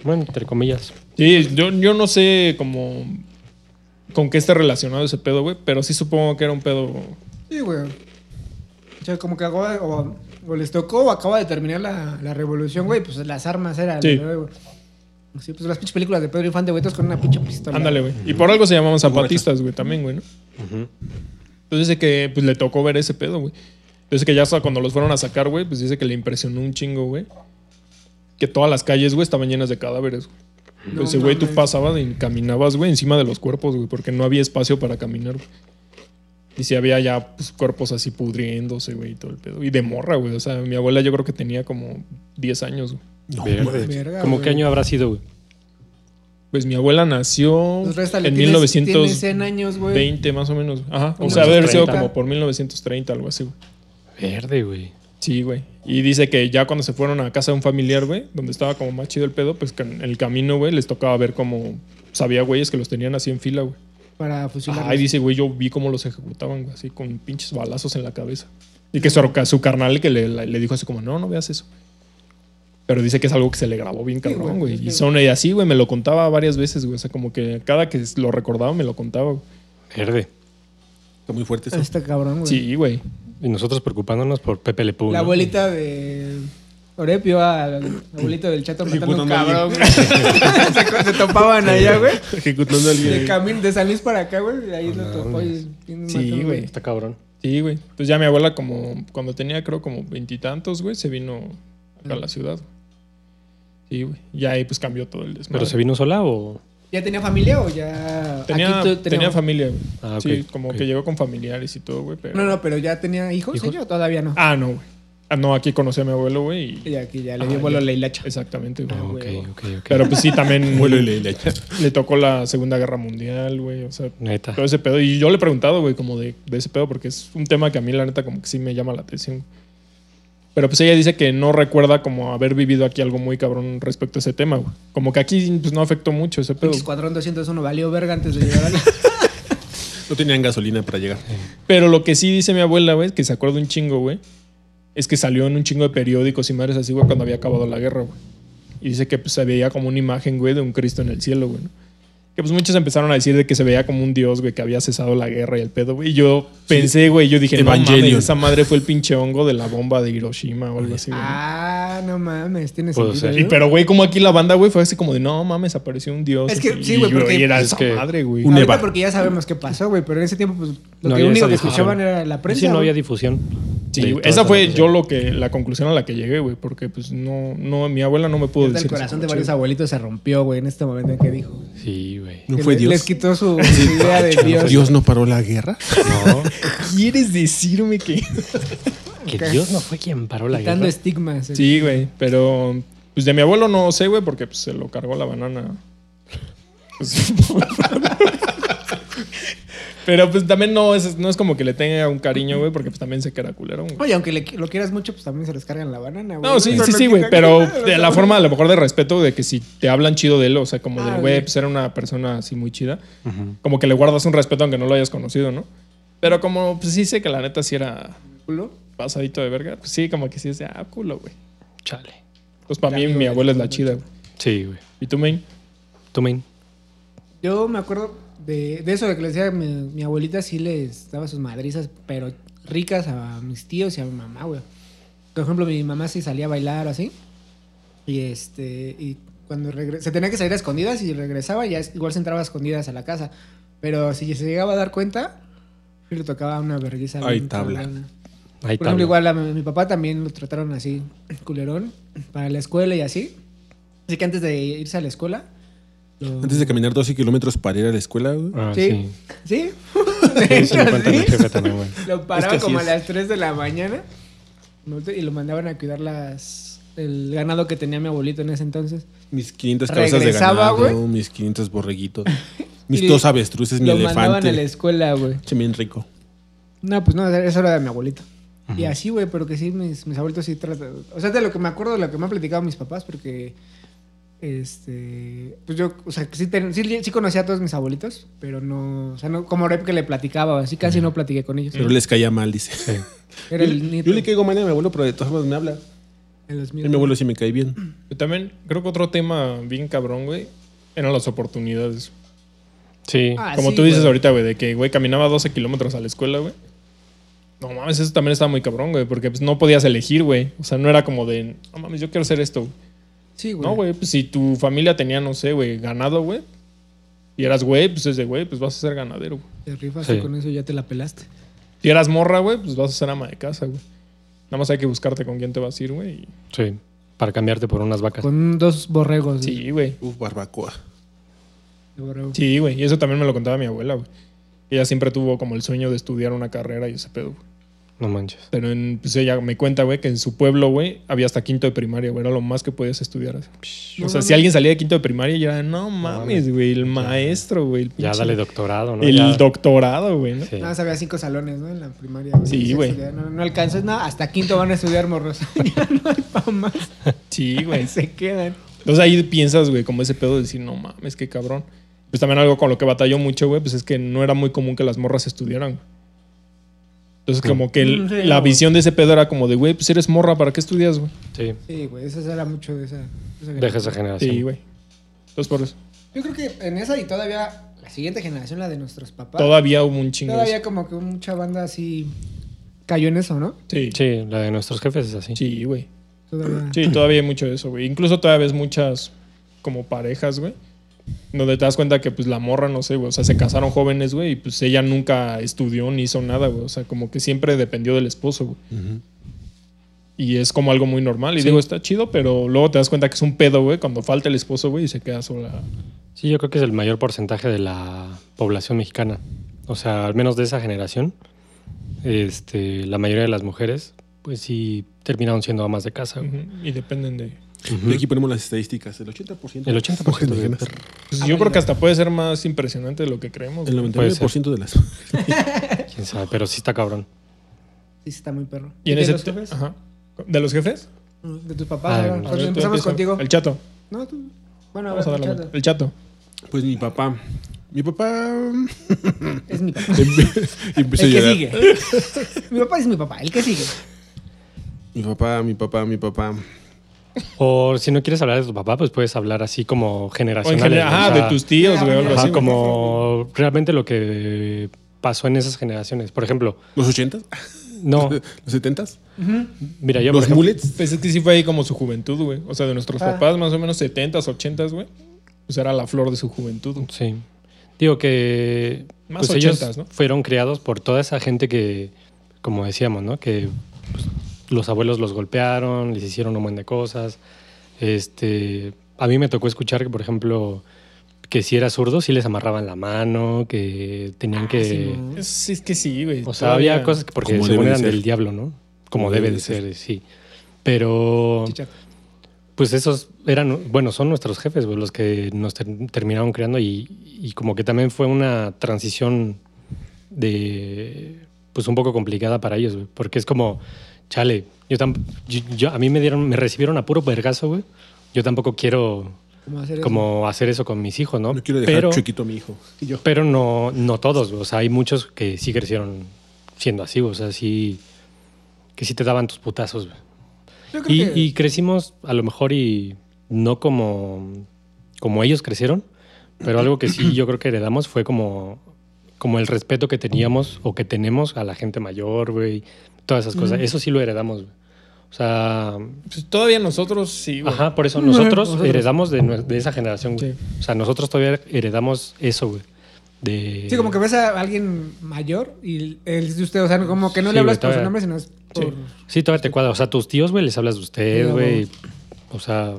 S1: Bueno, entre comillas.
S3: Sí, yo, yo no sé como con qué está relacionado ese pedo, güey, pero sí supongo que era un pedo.
S2: Sí, güey. O sea, como que acaba de- o, o les tocó o acaba de terminar la, la revolución, güey. Pues las armas eran.
S3: Sí.
S2: ¿no? Sí, pues las pinches películas de Pedro Infante, güey, todos con una pinche pistola.
S3: Ándale, güey. Y por algo se llamaban zapatistas, güey, también, güey, ¿no? Entonces dice que pues, le tocó ver ese pedo, güey. Entonces que ya hasta cuando los fueron a sacar, güey, pues dice que le impresionó un chingo, güey. Que todas las calles, güey, estaban llenas de cadáveres, güey. Entonces, güey, tú
S2: mames.
S3: pasabas y caminabas, güey, encima de los cuerpos, güey, porque no había espacio para caminar, güey. Y si había ya pues, cuerpos así pudriéndose, güey, y todo el pedo. Y de morra, güey. O sea, mi abuela yo creo que tenía como 10 años, güey.
S4: No,
S1: Verde.
S4: manches.
S2: Verga,
S1: ¿Cómo
S2: güey.
S1: qué año habrá sido, güey?
S3: Pues mi abuela nació
S2: Pues réstale,
S3: en
S2: tienes-
S3: 1900.
S2: Tienes 100 años, güey.
S3: 20 más o menos. Ajá. O
S2: Unos
S3: sea, haber sido
S1: 30.
S3: como por 1930, algo así, güey.
S1: Verde, güey.
S3: Sí, güey. Y dice que ya cuando se fueron a casa de un familiar, güey, donde estaba como más chido el pedo, pues que en el camino, güey, les tocaba ver como sabía güeyes que los tenían así en fila, güey.
S2: Para fusilar.
S3: Ajá, y dice, güey, yo vi cómo los ejecutaban, güey, así con pinches balazos en la cabeza. Y que su, arca- su carnal que le, le dijo así como, no, no veas eso. Pero dice que es algo que se le grabó bien
S2: güey,
S3: cabrón, güey.
S2: es
S3: Y
S2: que-
S3: son y así, güey, me lo contaba varias veces, güey. O sea, como que cada que lo recordaba me lo contaba. güey.
S1: Verde.
S4: Está muy fuerte eso.
S2: Está este cabrón, güey.
S3: Sí, güey.
S1: Y nosotros preocupándonos por Pepe Le Pew,
S2: La
S1: ¿no?
S2: abuelita de. Orepio al abuelito del chato matando a un
S4: Ejecutando a
S2: cabrón, güey. se, se topaban allá, güey.
S4: Ejecutando a
S2: De
S4: alguien.
S2: camino, de San Luis para acá, güey. Ahí lo topó y.
S3: Sí,
S2: mató,
S3: güey.
S1: Está cabrón.
S3: Sí, güey. Pues ya mi abuela, como cuando tenía, creo, como veintitantos, güey, se vino acá a la ciudad. Sí, güey. Y ahí pues cambió todo el desmadre.
S1: ¿Pero se vino sola o...?
S2: ¿Ya tenía familia o ya.?
S3: Tenía,
S2: Aquí tú-
S3: tenía familia, güey.
S1: Ah, ok,
S3: sí, como
S1: ok.
S3: que llegó con familiares y todo, güey. Pero...
S2: No, no, pero ya tenía hijos,
S1: ¿Hijos?
S2: ella o todavía no.
S3: Ah, no, güey. Ah, no, aquí conocí a mi abuelo, güey. y-
S2: Y aquí ya le dio
S3: Ah,
S2: vuelo
S3: ya.
S2: la hilacha.
S3: Exactamente, güey.
S2: Ah,
S1: Ok,
S2: huevo.
S1: ok, ok.
S3: Pero pues sí, también
S4: Vuelo y le- le echa.
S3: le tocó la Segunda Guerra Mundial, güey. O sea,
S1: Neta.
S3: todo ese pedo. Y yo le he preguntado, güey, como de, de ese pedo, porque es un tema que a mí, la neta, como que sí me llama la atención. Pero pues ella dice que no recuerda como haber vivido aquí algo muy cabrón respecto a ese tema, güey. Como que aquí pues, no afectó mucho ese pedo.
S2: El Escuadrón 201 valió verga antes de llegar al...
S4: No tenían gasolina para llegar.
S3: Pero lo que sí dice mi abuela, güey, que se acuerda un chingo, güey, es que salió en un chingo de periódicos y madres así, güey, cuando había acabado la guerra, güey. Y dice que pues, se veía como una imagen, güey, de un Cristo en el cielo, güey. ¿no? Que pues muchos empezaron a decir de que se veía como un dios, güey, que había cesado la guerra y el pedo, güey. Y yo pensé, güey, yo dije, no mames,
S4: Evangelion.
S3: esa madre fue el pinche hongo de la bomba de Hiroshima o algo así, güey.
S2: ah, no mames, tiene
S1: Puedo
S2: sentido. ¿eh?
S1: ser.
S3: Y
S2: ¿no?
S3: pero, güey, como aquí la banda, güey, fue así como de, no mames, apareció un dios.
S2: Es que
S3: así,
S2: sí, güey,
S3: y,
S2: porque-
S3: Y era
S1: Es
S3: esa
S1: que
S3: madre, güey.
S4: un
S2: Ahorita
S4: Eva.
S2: porque ya sabemos qué pasó, güey, pero en ese tiempo pues
S1: No
S2: lo que
S1: había
S2: único
S1: esa
S2: que
S1: difusión.
S2: escuchaban era la prensa.
S1: Sí, no
S2: güey.
S1: había difusión.
S3: Sí,
S1: de
S3: güey,
S1: toda
S3: esa
S1: esa
S3: fue
S1: noticia.
S3: yo lo que, la conclusión a la que llegué, güey, porque pues no, no, mi abuela no me pudo
S2: Ahorita
S3: decir.
S2: El
S3: esa
S2: corazón de
S3: noche,
S2: varios
S3: güey.
S2: abuelitos se rompió, güey, en este momento en que dijo.
S1: Sí, güey.
S4: No
S2: Que
S4: fue
S2: le-
S4: Dios.
S2: Les quitó su su idea de Dios.
S4: Dios no paró la guerra.
S1: No,
S3: ¿Quieres decirme que...?
S1: que
S2: Ok.
S1: Dios no fue quien paró la
S2: Quitando
S1: guerra.
S2: estigmas. güey.
S3: Sí, güey, pero pues de mi abuelo no sé, güey, porque pues, se lo cargó la banana. Pues, pero pues también no es, no es como que le tenga un cariño, güey, porque pues también sé que era culero, güey.
S2: Oye, aunque le qui- lo quieras mucho, pues también se les cargan la banana, güey.
S3: No, sí, sí, sí, güey, pero de la forma a lo mejor de respeto de que si te hablan chido de él, o sea, como
S2: Ah,
S3: de, güey,
S2: ok.
S3: pues era una persona así muy chida,
S2: este-
S3: como que le guardas un respeto aunque no lo hayas conocido, ¿no? Pero como, pues sí sé que la neta sí era
S2: Culo.
S3: pasadito de verga, pues sí, como que sí es de, ah, culo, güey.
S1: Chale.
S3: Pues para mí mi abuela es la chida, güey.
S1: Sí, güey.
S3: ¿Y tú, main?
S1: Tú, main.
S2: Yo me acuerdo de, de eso de que le decía mi, mi abuelita, sí les daba sus madrizas, pero ricas a mis tíos y a mi mamá, güey. Por ejemplo, mi mamá sí salía a bailar o así. Y este. Y cuando regre- se tenía que salir a escondidas y regresaba, ya es- igual se entraba a escondidas a la casa. Pero si se llegaba a dar cuenta, sí le tocaba una vergüenza.
S4: Ay,
S2: bien
S4: tabla.
S2: cabrona.
S1: Ahí está.
S2: Por ejemplo, igual a mi, mi papá también lo trataron así, culerón, para la escuela y así. Así que antes de irse a la escuela. lo-
S4: Antes de caminar 12 kilómetros para ir a la escuela, güey.
S1: Ah,
S2: Sí.
S1: sí.
S2: Sí.
S1: Sí,
S2: De
S1: sí, me
S2: hecho,
S1: cuenta mi
S2: sí.
S1: jefe también, güey.
S2: Lo paraban
S4: así
S2: como
S4: es.
S2: a las 3 de la mañana ¿no? y lo mandaban a cuidar las el ganado que tenía mi abuelito en ese entonces.
S4: Mis 500 cabezas de
S2: Regresaba,
S4: ganado,
S2: güey.
S4: mis 500 borreguitos,
S2: Y
S4: mis dos avestruces, mi
S2: lo mandaban a la
S4: elefante.
S2: escuela, güey.
S4: Che, bien rico.
S2: No, pues no, eso era de mi abuelito. Y así, güey, pero que sí, mis, mis abuelitos sí tratan. O sea, de lo que me acuerdo, de lo que me han platicado mis papás, porque. Este. Pues yo, o sea, que sí, ten- sí, sí conocía a todos mis abuelitos, pero no. O sea, no, como rep que le platicaba, así casi no platiqué con ellos.
S4: Pero les caía mal, dice.
S2: Era el nieto.
S4: Yo le caigo mal a mi abuelo, pero de todas formas me habla.
S2: en los
S4: A
S2: míos.
S4: mi abuelo sí me cae bien.
S3: Yo también creo que otro tema bien cabrón, güey, eran las oportunidades.
S1: Sí.
S2: Ah,
S3: Como
S2: sí,
S3: tú dices
S2: güey.
S3: ahorita, güey, de que, güey, caminaba 12 kilómetros a la escuela, güey. No mames, eso también estaba muy cabrón, güey, porque pues no podías elegir, güey. O sea, no era como de, no mames, yo quiero hacer esto. güey".
S2: Sí, güey.
S3: No, güey, pues si tu familia tenía, no sé, güey, ganado, güey, y eras güey, pues es de, güey, pues vas a ser ganadero, güey.
S2: Te rifas
S1: Sí.
S2: y con eso ya te la pelaste.
S3: Si eras morra, güey, pues vas a ser ama de casa, güey. Nada más hay que buscarte con quién te vas a ir, güey. y-
S1: Sí. Para cambiarte por unas vacas.
S2: Con dos borregos.
S3: Sí, güey.
S4: Uf, barbacoa.
S2: de borrego.
S3: Sí, güey. Y eso también me lo contaba mi abuela, güey. Ella siempre tuvo como el sueño de estudiar una carrera y ese pedo, güey.
S1: No manches.
S3: Pero en, pues ella me cuenta, güey, que en su pueblo, güey, había hasta quinto de primaria, güey. Era lo más que podías estudiar. así.
S2: No
S3: o sea,
S2: mames.
S3: si alguien salía de quinto de primaria, ya era, no mames, güey, el maestro, güey. el
S1: Ya
S3: pinche-
S1: dale doctorado, ¿no?
S3: El
S1: Ya-
S3: doctorado, güey, ¿no?
S1: Sí.
S2: Nada más había cinco salones, ¿no? En la primaria. güey.
S3: Sí, güey.
S2: estudiar, No, no alcanzas nada. Hasta quinto van a estudiar morros. ya no hay pa' más.
S3: Sí, güey.
S2: Se quedan.
S3: Entonces ahí piensas, güey, como ese pedo de decir, no mames, qué cabrón. Pues también algo con lo que batalló mucho, güey, pues es que no era muy común que las morras estudiaran. güey. Entonces, como que el-
S2: Mm, sí,
S3: la
S2: güey.
S3: visión de ese pedo era como de, güey, pues eres morra, ¿para qué estudias, güey?
S1: Sí.
S2: Sí, güey. Eso era mucho de esa. de esa
S1: Deja esa
S2: generación.
S1: generación.
S3: Sí, güey. Entonces, por eso.
S2: Yo creo que en esa y todavía la siguiente generación, la de nuestros papás.
S3: Todavía hubo un chingo. de
S2: Ah. todavía
S3: eso.
S2: como que mucha banda así cayó en eso, ¿no?
S3: Sí,
S1: Sí, la de nuestros jefes es así.
S3: sí, güey.
S2: Todavía.
S3: Sí, todavía hay mucho de eso, güey. Incluso todavía ves muchas como parejas, güey. Donde te das cuenta que pues la morra, no sé, güey. O sea, se casaron jóvenes, güey. Y pues ella nunca estudió ni hizo nada, güey. O sea, como que siempre dependió del esposo, güey. Y es como algo muy normal. Y digo, está chido, pero luego te das cuenta que es un pedo, güey. Cuando falta el esposo, güey, y se queda sola.
S1: Sí, yo creo que es el mayor porcentaje de la población mexicana. O sea, al menos de esa generación, este, la mayoría de las mujeres, pues sí terminaron siendo amas de casa. güey.
S3: Ujú. Y dependen de...
S1: Ujú.
S4: Y aquí ponemos las estadísticas. El 80%.
S1: El 80% de-
S4: Mujeres
S3: Pues yo creo que hasta puede ser más impresionante de lo que creemos. güey.
S4: El 99% de las.
S1: Quién sabe, pero sí está cabrón.
S2: Sí, está muy perro.
S3: Y en
S2: de
S3: ese
S2: los
S3: te-
S2: jefes?
S3: ajá. ¿De los jefes?
S2: De tus papás.
S1: Ah, a
S2: ahora.
S1: ver,
S3: A
S2: Pues
S3: ver, tú
S2: empezamos
S3: empieza.
S2: contigo.
S3: El chato.
S2: No, tú. Bueno,
S3: Vamos a
S2: ahora
S3: darle
S2: tú,
S3: la
S2: chato.
S3: vuelta. El chato.
S4: Pues mi papá. Mi papá.
S2: Es mi papá.
S4: Empecé
S1: Pues
S2: El que
S4: a llorar.
S2: sigue. mi papá es mi papá. El que sigue.
S4: Mi papá, mi papá, mi papá.
S1: O si no quieres hablar de tu papá, pues puedes hablar así como
S3: O en
S1: generacional.
S3: general, ajá, de tus tíos, güey, o algo
S2: Ajá,
S3: así. güey.
S1: como realmente lo que pasó en esas generaciones. Por ejemplo,
S4: ¿Los 80s?
S1: no,
S4: ¿Los 70s?
S1: mira, yo por
S4: ¿Los
S1: ejemplo,
S4: mulets?
S3: Pues es que sí fue ahí como su juventud, güey. O sea, de nuestros
S2: Ah.
S3: papás, más o menos 70s, 80s, güey. Pues era la flor de su juventud. güey.
S1: Sí. Digo que
S3: Más
S1: pues ellos
S3: 80s, ¿no?
S1: fueron criados por toda esa gente que, como decíamos, ¿no? Que pues, los abuelos los golpearon, les hicieron un buen de cosas. Este, a mí me tocó escuchar que, por ejemplo, que si era zurdo, sí les amarraban la mano, que tenían
S3: Ah,
S1: que...
S3: Es, es que Pues, sí, güey.
S1: O sea, había
S3: Todavía-
S1: cosas que porque
S4: Como
S1: según
S4: debe de
S1: eran
S4: ser.
S1: del diablo, ¿no? Como debe de ser, sí. Pero...
S2: Chichato.
S1: Pues esos eran, bueno, son nuestros jefes, güey, los que nos ter- terminaron creando y, y como que también fue una transición de, pues un poco complicada para ellos, güey, porque es como, chale, yo, tam- yo, yo- a mí me dieron, me recibieron a puro vergazo, güey, yo tampoco quiero
S2: ¿Cómo hacer eso?
S1: como hacer eso con mis hijos, ¿no?
S4: No quiero dejar
S1: pero,
S4: chiquito a mi hijo.
S1: pero no, no todos, güey, o sea, hay muchos que sí crecieron siendo así, güey, o sea, sí, que sí te daban tus putazos, güey.
S2: Yo creo
S1: Y,
S2: que-
S1: y crecimos a lo mejor y no como, como ellos crecieron, pero algo que sí yo creo que heredamos fue como, como el respeto que teníamos o que tenemos a la gente mayor, güey, todas esas
S2: Mm.
S1: cosas. Eso sí lo heredamos, güey. O sea,
S3: Pues todavía nosotros sí, güey.
S1: ajá, por eso nosotros,
S2: Nosotros.
S1: heredamos de, nue- de esa generación, güey.
S3: Sí.
S1: O sea, nosotros todavía heredamos eso, güey. De...
S2: Sí, como que ves a alguien mayor y él es de usted. O sea, como que no
S1: Sí,
S2: le hablas
S1: güey,
S2: por su
S1: todavía.
S2: nombre, sino es por.
S1: Sí, todavía te cuadra. O sea, tus tíos, güey, les hablas de usted,
S2: Sí,
S1: güey. O sea,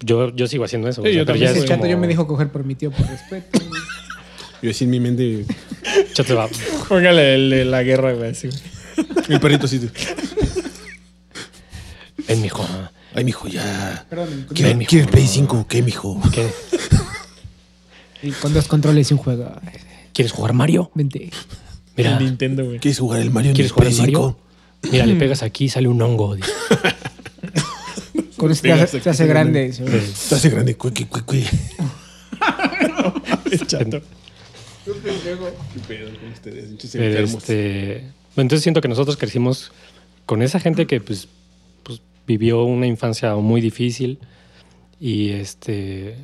S1: yo, yo sigo haciendo eso.
S3: Sí,
S1: o sea,
S3: yo
S1: pero
S3: también,
S1: es
S2: Ese
S3: güey.
S2: chato
S1: como-
S2: yo me dijo coger por mi tío por respeto.
S4: Yo así en mi mente.
S1: Chato va.
S3: Póngale el de la guerra, güey. así, güey.
S4: Mi perrito así. de,
S1: Ven, mijo. ah,
S4: Ay, mijo, ya.
S2: Perdón,
S4: ¿Qué,
S1: Ven, mijo.
S4: ¿quieres Play 5? ¿Qué, mijo?
S1: ¿Qué?
S2: y con dos controles y un juego. Ay,
S1: ¿Quieres jugar Mario?
S2: Vente.
S1: Mira,
S3: El Nintendo, güey.
S4: ¿Quieres jugar el Mario en
S1: ¿quieres
S4: mi
S1: jugar
S4: Play
S1: Mario? Mira, le pegas aquí y sale un hongo. dice.
S2: Con este eso te
S4: Venga,
S2: hace, te hace grande. sí, güey.
S4: Se hace grande. Cue, cue, cue, cue.
S3: El chato.
S4: ¿Qué pedo con ustedes? Pinches
S1: Pero,
S4: enfermos.
S1: este, entonces siento que nosotros crecimos con esa gente que pues, pues, vivió una infancia muy difícil y este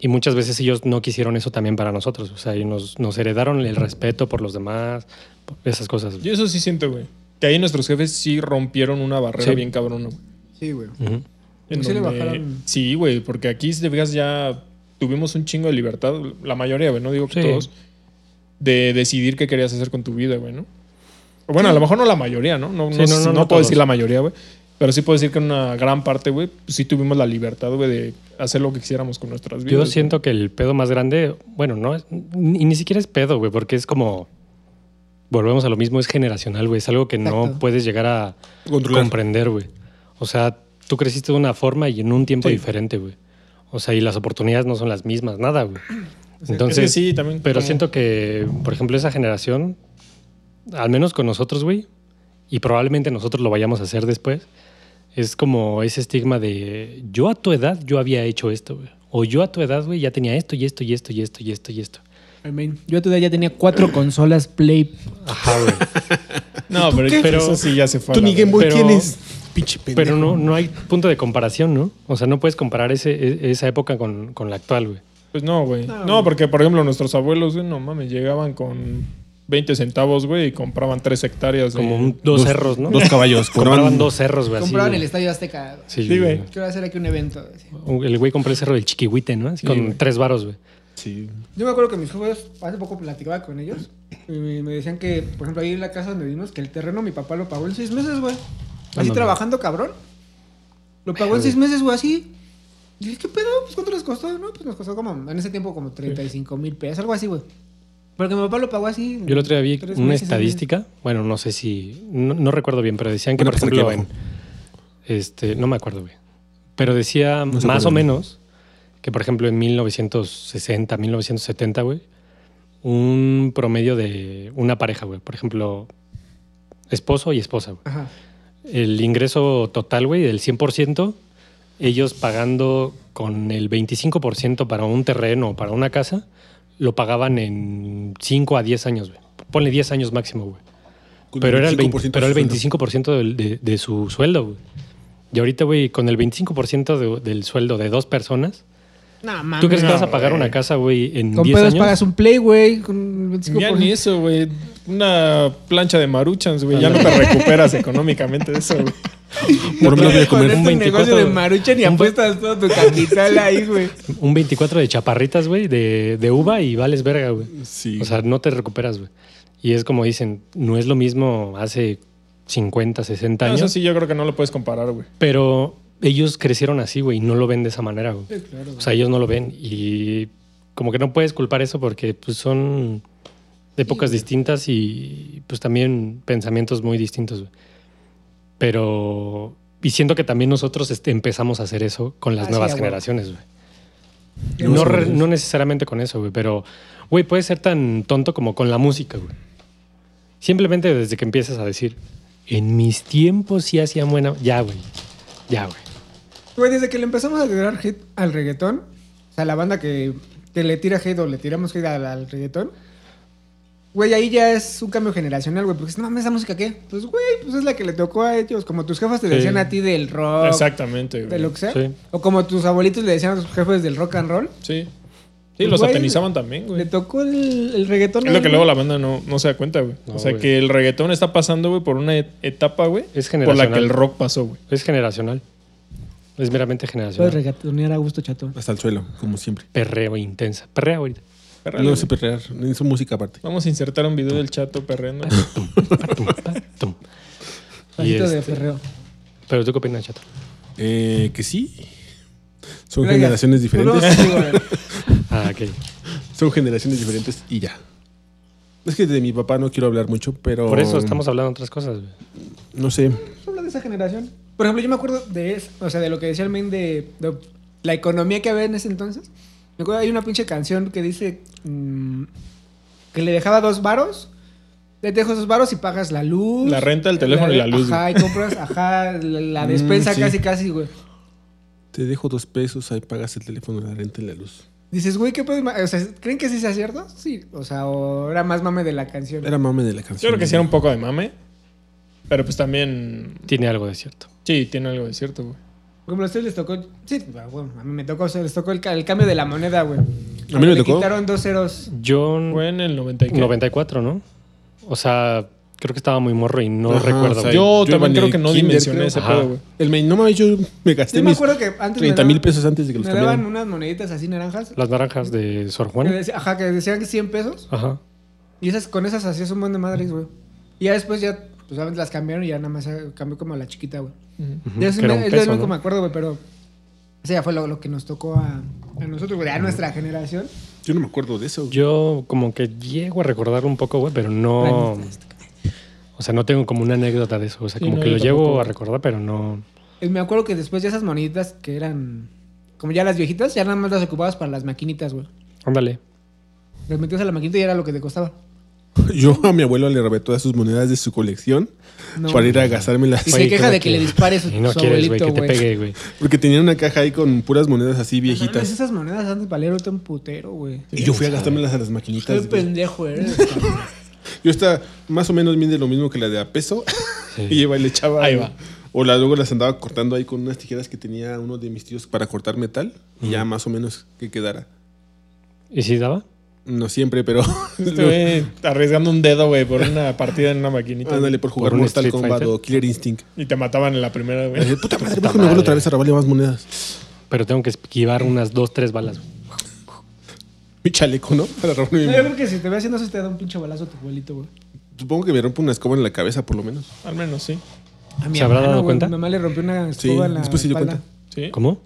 S1: y muchas veces ellos no quisieron eso también para nosotros. O sea, y nos, nos heredaron el respeto por los demás, por esas cosas.
S3: Yo eso sí siento, güey. Que ahí nuestros jefes sí rompieron una barrera
S1: Sí.
S3: bien cabrona, güey.
S2: Sí, güey.
S1: Ujú.
S3: En
S2: Sí le
S3: donde-
S2: bajaron.
S3: Sí, güey, porque aquí, si te fijas, ya tuvimos un chingo de libertad, la mayoría, güey, no digo que
S1: Sí.
S3: todos, de decidir qué querías hacer con tu vida, güey, ¿no? O Bueno, a lo mejor no la mayoría, ¿no? No,
S1: Sí, no, no,
S3: no, no
S1: no
S3: puedo
S1: todos.
S3: decir la mayoría, güey. Pero sí puedo decir que en una gran parte, güey, pues sí tuvimos la libertad, güey, de hacer lo que quisiéramos con nuestras vidas.
S1: Yo
S3: güey.
S1: siento que el pedo más grande, bueno, no es, ni, ni siquiera es pedo, güey, porque es como, volvemos a lo mismo, es generacional, güey, es algo que
S2: Exacto.
S1: no puedes llegar a
S4: Controlar.
S1: comprender, güey. O sea, tú creciste de una forma y en un tiempo
S3: Sí.
S1: diferente, güey. O sea, y las oportunidades no son las mismas, nada, güey. Entonces,
S3: Es que sí, también.
S1: pero
S3: como-
S1: siento que, por ejemplo, esa generación, al menos con nosotros, güey, y probablemente nosotros lo vayamos a hacer después, es como ese estigma de yo a tu edad yo había hecho esto, güey. O yo a tu edad, güey, ya tenía esto y esto y esto y esto y esto y esto.
S2: Amén. Yo todavía ya tenía cuatro consolas Play.
S1: Ajá, güey.
S3: No, pero,
S4: qué?
S3: pero eso sí ya se fue. a
S4: Tú
S3: la
S4: ni Game
S3: verga.
S4: Boy
S1: pero-
S4: tienes. Pinche pendejo.
S1: Pero no, no hay punto de comparación, ¿no? O sea, no puedes comparar ese, e- esa época con, con la actual, güey.
S3: Pues no, güey. No, porque, por ejemplo, nuestros abuelos, güey, no mames, llegaban con 20 centavos, güey, y compraban 3 hectáreas. de-
S1: Como un- dos cerros, ¿no?
S4: Dos caballos.
S1: Compraban
S4: cobraban-
S1: dos cerros, güey. así,
S2: Compraban
S1: güey.
S2: el Estadio Azteca.
S1: Sí,
S3: Sí, güey.
S1: güey.
S2: Quiero hacer aquí un evento. sí.
S1: El güey compró el cerro del Chiquihuite, ¿no? Así con
S3: Sí, güey.
S1: tres varos, güey.
S4: Sí.
S2: Yo me acuerdo que mis jefes, hace poco platicaba con ellos. Y me, me decían que, por ejemplo, ahí en la casa donde vivimos, que el terreno mi papá lo pagó en seis meses, güey. Así
S1: mames.
S2: trabajando, cabrón. Lo pagó en seis meses, güey, así. Y dije, ¿qué pedo? Pues, ¿cuánto les costó? No, pues nos costó como, en ese tiempo, como 35 mil pesos, algo así, güey. Porque mi papá lo pagó así.
S1: Yo el otro día vi
S2: tres
S1: una
S2: meses, seis meses.
S1: estadística, bueno, no sé si, no, no recuerdo bien, pero decían que,
S4: Una
S1: por
S4: persona que
S1: ejemplo,
S4: va
S1: este, no me acuerdo bien, pero decía
S4: se
S1: más o
S4: acuerda bien.
S1: menos que, por ejemplo, en 1960, 1970, güey, un promedio de una pareja, güey, por ejemplo, esposo y esposa, güey.
S2: Ajá.
S1: el ingreso total, güey, del 100%, ellos pagando con el 25% para un terreno o para una casa, lo pagaban en 5 a 10 años, güey. Ponle 10 años máximo, güey.
S4: Con
S1: Pero era el, 20
S4: 25%
S1: pero el
S4: de sueldo.
S1: 25% del- de, de su sueldo, güey. Y ahorita, güey, con el 25% de- del sueldo de dos personas,
S2: No, mames.
S1: ¿tú crees que
S3: no,
S1: vas a pagar
S3: güey.
S1: una casa, güey, en
S2: Con
S1: 10
S2: pedos
S1: años?
S2: pagas un play, güey. Con el
S3: Ya
S2: 25%.
S3: ni eso, güey. Una plancha de maruchans, güey. Ya no te recuperas económicamente de eso, güey.
S4: Por lo menos voy a
S2: Con
S4: comer
S2: este
S1: un 24
S2: negocio de marucha ni
S1: un
S2: apuestas todo tu capital ahí, güey.
S1: Un 24 de chaparritas, güey, de, de uva y vales verga, güey.
S4: Sí.
S1: O sea, no te recuperas, güey. Y es como dicen, no es lo mismo hace 50, 60
S3: No,
S1: años,
S3: Eso sí, yo creo que no lo puedes comparar, güey.
S1: pero ellos crecieron así, güey, y no lo ven de esa manera, güey. O sea, ellos no lo ven y como que no puedes culpar eso porque pues, son épocas distintas y pues también pensamientos muy distintos. güey. Pero y siento que también nosotros este, empezamos a hacer eso con las
S2: Ah, sí,
S1: nuevas
S2: a huevo.
S1: generaciones, güey.
S4: No,
S1: No,
S4: sí,
S1: re-
S4: sí.
S1: no necesariamente con eso, güey, pero güey, puede ser tan tonto como con la música, güey. Simplemente desde que empiezas a decir, en mis tiempos sí hacían buena, ya, güey. Ya, güey.
S2: Güey, desde que le empezamos a tirar hate al reggaetón, o sea, la banda que, que le tira hate o le tiramos hate al, al reggaetón, güey, ahí ya es un cambio generacional, güey, porque es, no mames, ¿esa música qué? Pues, güey, pues es la que le tocó a ellos, como tus jefas te
S1: Sí.
S2: decían a ti del rock,
S3: Exactamente,
S2: Ah, de
S3: güey.
S2: lo que sea,
S1: Sí.
S2: o como tus abuelitos le decían a sus jefes del rock and roll,
S3: Sí. Sí, lo
S2: Güey,
S3: satanizaban también,
S2: le
S3: güey.
S2: tocó el, el reggaetón.
S3: Es lo que
S2: a-
S3: luego la banda no, no se da cuenta, güey.
S1: No,
S3: o sea,
S1: güey.
S3: que el reggaetón está pasando, güey, por una et- etapa, güey.
S1: Es
S3: Por la
S1: generacional.
S3: que el rock pasó, güey.
S1: Es generacional. Es meramente
S2: Puedes
S1: generacional.
S2: reggaetonear a gusto, chato.
S4: Hasta el suelo, como siempre.
S1: Perreo intensa. Perrea ahorita.
S3: Perra,
S4: No
S3: güey.
S4: sé perrear, hizo música aparte.
S3: Vamos a insertar un video del chato perreando.
S1: Tum, pa, tum, pa, tum. Y
S2: Pasito de
S1: este-
S2: perreo.
S1: Pero tú qué opinas, chato.
S4: Eh, que sí. Son
S2: Venga, Pues,
S4: generaciones
S2: volvemos
S4: diferentes.
S2: contigo, a ver.
S1: Ah, ok.
S4: Son generaciones diferentes y ya. Es que de mi papá no quiero hablar mucho, pero.
S1: Por eso estamos hablando de otras cosas. güey.
S4: No sé.
S2: habla de esa generación. Por ejemplo, yo me acuerdo de es- o sea, de lo que decía el men de, de la economía que había en ese entonces. Me acuerdo, hay una pinche canción que dice mm, que le dejaba dos varos. Le dejo esos varos y pagas la luz.
S3: La renta, el teléfono y la luz,
S2: Ajá, y compras, ajá, la, la despensa
S4: Mm, sí.
S2: casi, casi, güey.
S4: Te dejo dos pesos, ahí pagas el teléfono, la renta y la luz.
S2: Dices, güey, ¿qué pedo? O sea, ¿creen que sí sea cierto? Sí. O sea, o era más mame de la canción.
S4: Era mame de la
S3: Yo
S4: canción.
S3: creo que sí era un poco de mame. Pero pues también.
S1: Tiene algo de cierto.
S3: Sí, tiene algo de cierto, güey.
S2: Por ejemplo, a ustedes les tocó. Sí, bueno, a mí me tocó, o sea, les tocó el, ca- el cambio de la moneda, güey.
S4: A mí me
S2: Le
S4: tocó.
S2: quitaron dos ceros.
S1: Yo
S3: Fue en el 90 y qué.
S1: 94, ¿no? O sea, creo que estaba muy morro y no
S4: Ajá,
S1: recuerdo.
S4: o sea,
S1: güey.
S3: Yo,
S4: Yo
S3: también
S4: iba en
S3: creo que no
S4: el kinder,
S3: dimensioné
S4: creo.
S3: ese
S1: Ajá.
S3: pedo, güey.
S4: El men- no mames, yo me gasté
S2: Yo me
S4: mis
S2: acuerdo que antes me
S4: 30 mil
S2: daban-
S4: pesos antes de que los
S2: Me daban
S4: cambiaran.
S2: unas moneditas así naranjas.
S1: Las naranjas de Sor
S2: que
S1: Juana.
S2: decía- ajá, que decían que 100 pesos.
S1: Ajá.
S2: Y esas con esas hacías un buen de madres, güey. Y ya después ya, pues sabes, las cambiaron y ya nada más eh, cambió como a la chiquita, güey.
S1: Ujú.
S2: Y eso
S1: Que era
S2: me-
S1: un
S2: es
S1: peso,
S2: lo único
S1: ¿no?
S2: que me acuerdo, güey, pero. Ese ya fue lo, lo que nos tocó a, a nosotros, güey, a nuestra generación.
S4: Yo no me acuerdo de eso.
S1: Yo como que llego a recordar un poco, güey, pero no... O sea, no tengo como una anécdota de eso. O sea,
S3: Sí,
S1: como
S3: no,
S1: que
S3: yo
S1: lo llevo
S3: tampoco.
S1: a recordar, pero no...
S2: Y Eh, me acuerdo que después ya esas moneditas que eran. Como ya las viejitas, ya nada más las ocupabas para las maquinitas, güey.
S1: Ándale.
S2: Las metías a la maquinita y era lo que te costaba.
S4: Yo a mi abuelo le robé todas sus monedas de su colección
S2: No.
S4: para ir a gastármelas.
S2: Y
S4: ahí
S2: se queja
S4: cada
S2: de que le dispares su,
S1: Y no
S2: su
S1: quieres, güey,
S2: abuelito,
S1: que te pegue, güey.
S4: Porque tenía una caja ahí con puras monedas así
S2: No mames,
S4: viejitas.
S2: esas monedas antes valieron un putero, güey.
S4: Y yo fui a gastármelas a las maquinitas.
S2: Qué
S4: güey.
S2: pendejo eres. cabrón.
S4: Yo está más o menos mide lo mismo que la de a peso. y iba y le echaba.
S3: Ahí va.
S4: O la, luego las andaba cortando ahí con unas tijeras que tenía uno de mis tíos para cortar metal. Y ya más o menos que quedara.
S1: ¿Y si daba?
S4: No siempre, pero.
S3: Este güey arriesgando un dedo, güey, por una partida en una maquinita.
S4: Ándale por jugar
S1: ¿Por un
S4: Mortal
S1: Street
S4: Kombat
S1: Fighter?
S4: o Killer Instinct.
S3: Y te mataban en la primera,
S4: Y dije,
S3: güey.
S4: Puta madre, voy con mi abuelo otra vez a robarle más monedas.
S1: Pero tengo que esquivar unas dos, tres balas. güey.
S4: Mi chaleco, ¿no? Para robarle mi
S2: No, yo
S4: moneda.
S2: creo que si te ve haciendo eso te da un pinche balazo a tu abuelito, güey.
S4: Supongo que me rompo una escoba en la cabeza, por lo menos.
S3: Al menos, sí.
S2: A mi
S1: ¿Se habrá
S2: hermano,
S1: dado
S2: güey,
S1: cuenta?
S2: Mi mamá le rompió una
S4: Sí,
S2: escoba en la
S4: después se dio
S2: espalda.
S4: ¿Eh?
S3: Sí.
S1: ¿Cómo?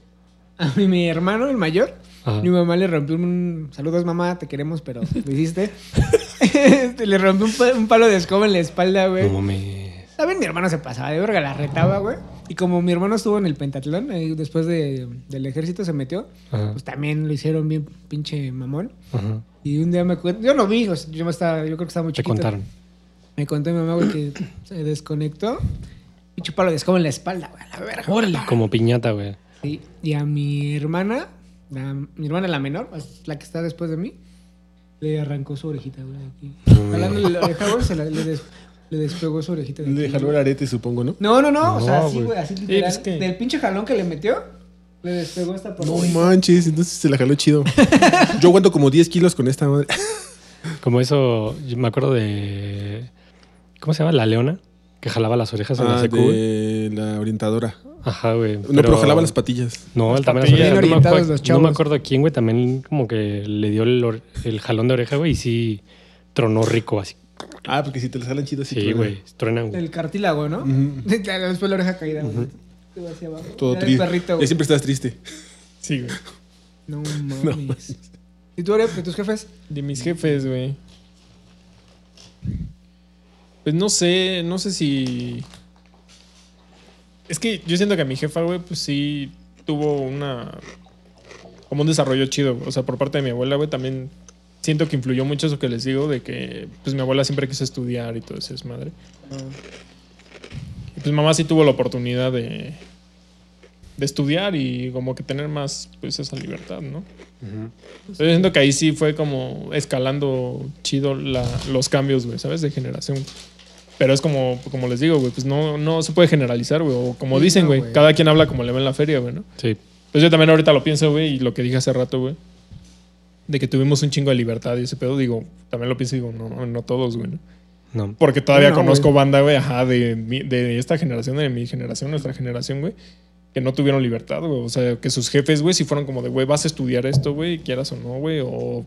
S2: A mi, mi hermano, el mayor,
S1: Ajá.
S2: mi mamá le rompió un... Saludos, mamá, te queremos, pero lo hiciste. Este, le rompió un, pa- un palo de escoba en la espalda, güey.
S1: No me...
S2: ¿Saben? Mi hermano se pasaba de verga, la retaba, güey. Y como mi hermano estuvo en el pentatlón, ahí después de- del ejército se metió,
S1: Ajá.
S2: pues también lo hicieron bien pinche mamón.
S1: Ajá.
S2: Y un día me cuento, yo no vi, o sea, yo, estaba, yo creo que estaba muy
S1: Te
S2: chiquito.
S1: contaron.
S2: Me contó mi mamá, güey, que se desconectó. Pinche palo de escoba en la espalda, güey, a la verga.
S1: Órale, como piñata, güey.
S2: Sí, y a mi hermana, a mi hermana la menor, es la que está después de mí, le arrancó su orejita, güey. aquí. Hablando de la oreja, güey, se la- le, des- le despegó su orejita. de
S4: Le
S2: aquí,
S4: jaló
S2: güey.
S4: el arete, supongo, ¿no?
S2: No, no, no, o
S1: No,
S2: sea, sí,
S1: güey.
S2: güey, así literal.
S3: pues, ¿qué?
S2: Del pinche jalón que le metió, le despegó esta por
S4: No manches, entonces se la jaló chido. Yo aguanto como 10 kilos con esta madre.
S1: Como eso, yo me acuerdo de. ¿Cómo se llama? La leona, que jalaba las orejas en la
S4: Ah,
S1: secu. güey.
S4: de la orientadora.
S1: Ajá, güey.
S4: No, pero jalaba las patillas.
S1: No,
S3: Las
S1: el también las
S3: patillas.
S1: orejas. No me,
S2: Bien orientados
S1: acuerdo,
S2: los
S1: no me
S2: chavos.
S1: acuerdo a quién, güey. También como que le dio el, or- el jalón de oreja, güey, y sí tronó rico así.
S4: Ah, porque si te las jalan chido, sí.
S1: Sí,
S4: truena.
S1: güey. Truenan, güey.
S2: El cartílago, ¿no? Claro, Después la oreja caída, güey. Se va hacia abajo.
S4: Todo
S2: Era el
S4: triste.
S2: perrito,
S4: Ya
S2: güey.
S4: siempre estás triste.
S3: Sí, güey.
S2: No mames. ¿Y tú, Oreo, de tus jefes?
S3: De mis jefes, güey. Pues no sé, no sé si. Es que yo siento que mi jefa, güey, pues sí tuvo una. Como un desarrollo chido. O sea, por parte de mi abuela, güey, también siento que influyó mucho eso que les digo, de que pues mi abuela siempre quiso estudiar y todo eso es madre.
S2: Ah.
S3: Y pues mamá sí tuvo la oportunidad de. de estudiar y como que tener más, pues esa libertad, ¿no? Pues, Yo siento que ahí sí fue como escalando chido la- los cambios, güey, ¿sabes? De generación. Pero es como, como les digo, güey, pues no, no se puede generalizar, güey. O como
S2: Sí,
S3: dicen,
S2: no,
S3: güey,
S2: güey.
S3: cada quien habla como le va en la feria, güey, ¿no?
S1: Sí.
S3: Pues yo también ahorita lo pienso, güey, y lo que dije hace rato, güey. De que tuvimos un chingo de libertad y ese pedo, digo, también lo pienso y digo, no, no, no todos, güey. ¿no?
S1: No.
S3: Porque todavía
S2: No,
S3: conozco
S2: güey.
S3: banda, güey, ajá, de, mi- de esta generación, de mi generación, nuestra generación, güey, que no tuvieron libertad, güey. O sea, que sus jefes, güey, si fueron como de, güey, vas a estudiar esto, güey, quieras o no, güey. O,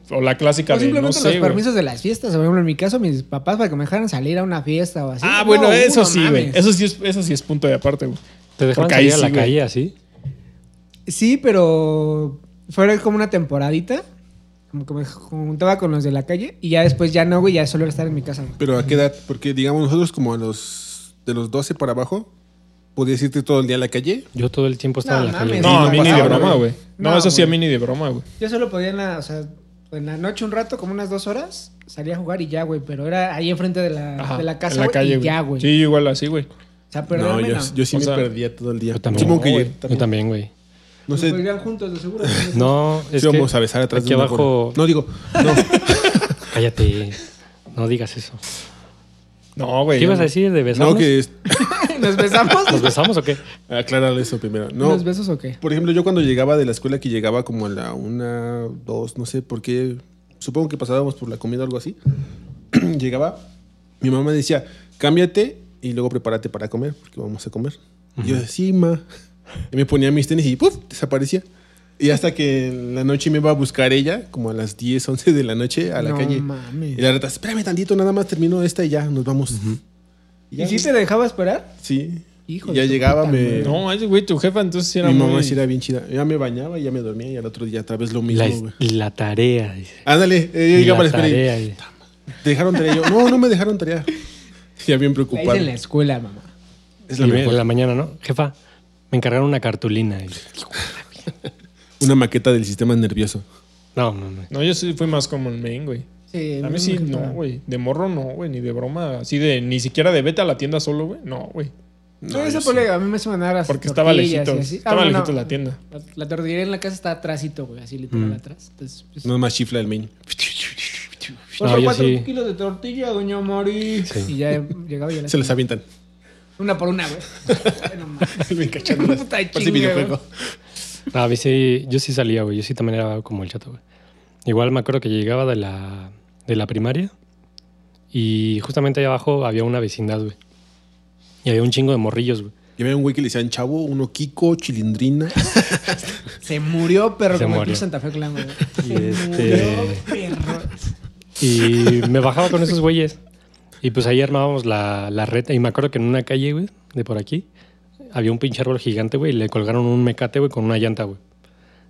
S3: o la clásica
S2: O
S3: de, no
S2: simplemente
S3: sé,
S2: los
S3: güey.
S2: permisos de las fiestas. Por ejemplo, en mi caso, mis papás para que me dejaran salir a una fiesta o así.
S3: Ah,
S2: No,
S3: bueno,
S2: uh,
S3: eso
S2: no
S3: sí, güey.
S2: mames.
S3: Eso sí, es, eso sí es punto de aparte, güey.
S1: Te dejaban
S3: Porque ahí
S1: salir a la
S3: sí, güey.
S1: calle así.
S2: Sí, pero fuera como una temporadita. Como que me juntaba con los de la calle. Y ya después ya no, güey, ya solo era estar en mi casa. güey.
S4: Pero a qué edad, porque digamos nosotros como a los de los 12 para abajo, podías irte todo el día a la calle.
S1: Yo todo el tiempo estaba
S2: No,
S1: en la calle.
S2: mames.
S1: güey.
S3: No,
S4: no
S3: a mí ni de
S4: pasaba,
S3: broma,
S4: güey.
S3: güey. No,
S2: No,
S3: eso sí a
S2: güey.
S3: mí ni de broma, güey.
S2: Yo solo podía en la, o sea, en la noche un rato, como unas dos horas, salía a jugar y ya, güey. Pero era ahí enfrente de la,
S3: Ajá,
S2: de la casa,
S3: en la
S2: güey,
S3: calle,
S2: y ya, güey.
S3: Sí, igual así, güey.
S2: O sea, perderme
S4: no, yo,
S2: no.
S4: yo sí
S3: O
S4: me
S3: sea,
S4: perdía todo el día.
S1: yo también.
S4: Supongo que
S3: No,
S4: yo
S3: güey.
S1: Yo
S4: también.
S1: también, güey.
S4: No sé,
S2: Nos veían juntos, de seguro.
S1: No, es
S4: si
S1: que...
S4: vamos a besar atrás
S1: aquí
S4: de una
S1: abajo-
S4: gorra. No digo, no.
S1: Cállate. No digas eso.
S3: No, güey.
S1: ¿Qué ibas a
S3: no.
S1: decir de besarnos?
S4: no que
S2: ¿Nos besamos?
S1: ¿Nos besamos o qué?
S4: aclarar eso primero. No.
S2: ¿Nos besos o qué?
S4: Por ejemplo, yo cuando llegaba de la escuela que llegaba como a la una, dos, no sé por qué, supongo que pasábamos por la comida o algo así. llegaba, mi mamá decía, cámbiate y luego prepárate para comer, porque vamos a comer. Y yo decía, sí, ma. Y me ponía mis tenis y ¡puf! desaparecía. Y hasta que en la noche me iba a buscar ella, como a las 10, 11 de la noche, a la
S2: No
S4: calle.
S2: mames.
S4: Y la reta, espérame tantito, nada más termino esta y ya, nos vamos.
S2: ¿Y, si te dejaba esperar?
S4: Sí.
S2: Hijo
S4: Y
S2: de
S4: ya
S2: tu
S4: llegaba,
S2: puta
S4: me,
S3: No, ese güey, tu jefa entonces sí era
S4: mi mamá
S3: muy-
S4: sí era bien chida. Ya me bañaba y ya me dormía y al otro día otra vez lo mismo,
S1: La,
S4: güey.
S1: la tarea, dice.
S4: Ándale, eh, yo
S1: Y
S4: llegaba a
S1: la
S4: la escuela y,
S1: tarea. dice.
S4: ¿Te dejaron tarea? Yo, no, no me dejaron tarea. Ya bien
S2: La hice
S4: preocupado.
S2: en la escuela, mamá.
S4: Es la
S1: Y en
S4: mejor.
S1: la mañana, ¿no? Jefa, me encargaron una cartulina. dice.
S4: Una maqueta del sistema nervioso.
S1: No, no, no.
S3: No, yo sí fui más como el main, güey.
S2: Sí,
S3: A mí
S2: me
S3: sí, no,
S2: encantaba.
S3: güey. De morro no, güey. Ni de broma. Así de, ni siquiera de vete a la tienda solo, güey. No, güey.
S2: No, esa polega, a mí me se mandaba las
S3: Porque estaba
S2: tortillas y
S3: lejito.
S2: así. Ah,
S3: Estaba
S2: bueno,
S3: lejito la tienda.
S2: La, la tortillería en la casa está atrásito, güey, así
S1: Mm.
S2: literal atrás. Entonces, pues,
S4: No más chifla el main.
S2: por
S1: No,
S2: favor,
S1: yo
S2: cuatro
S1: sí.
S2: kilos de tortilla, doña Mari. Y ya llegaba y ya
S4: Se las avientan.
S2: Una por una, güey. Ay, no mames.
S4: Me encachan las-
S2: Puta
S4: Parece
S2: chinga,
S4: videojuego.
S2: güey.
S1: No, a mí sí, yo sí salía, güey. Yo sí también era como el chato, güey. Igual me acuerdo que llegaba de la, de la primaria y justamente ahí abajo había una vecindad, güey. Y había un chingo de morrillos, güey.
S4: Y había un güey que le decían chavo, uno Kiko, chilindrina.
S2: Se murió, perro,
S1: Se
S2: como el
S1: murió.
S2: Club Santa Fe Clan, güey.
S1: Y
S2: Se
S1: este-
S2: murió, perro.
S1: Y me bajaba con esos güeyes. Y pues ahí armábamos la, la reta. Y me acuerdo que en una calle, güey, de por aquí, había un pinche árbol gigante, güey, y le colgaron un mecate, güey, con una llanta, güey.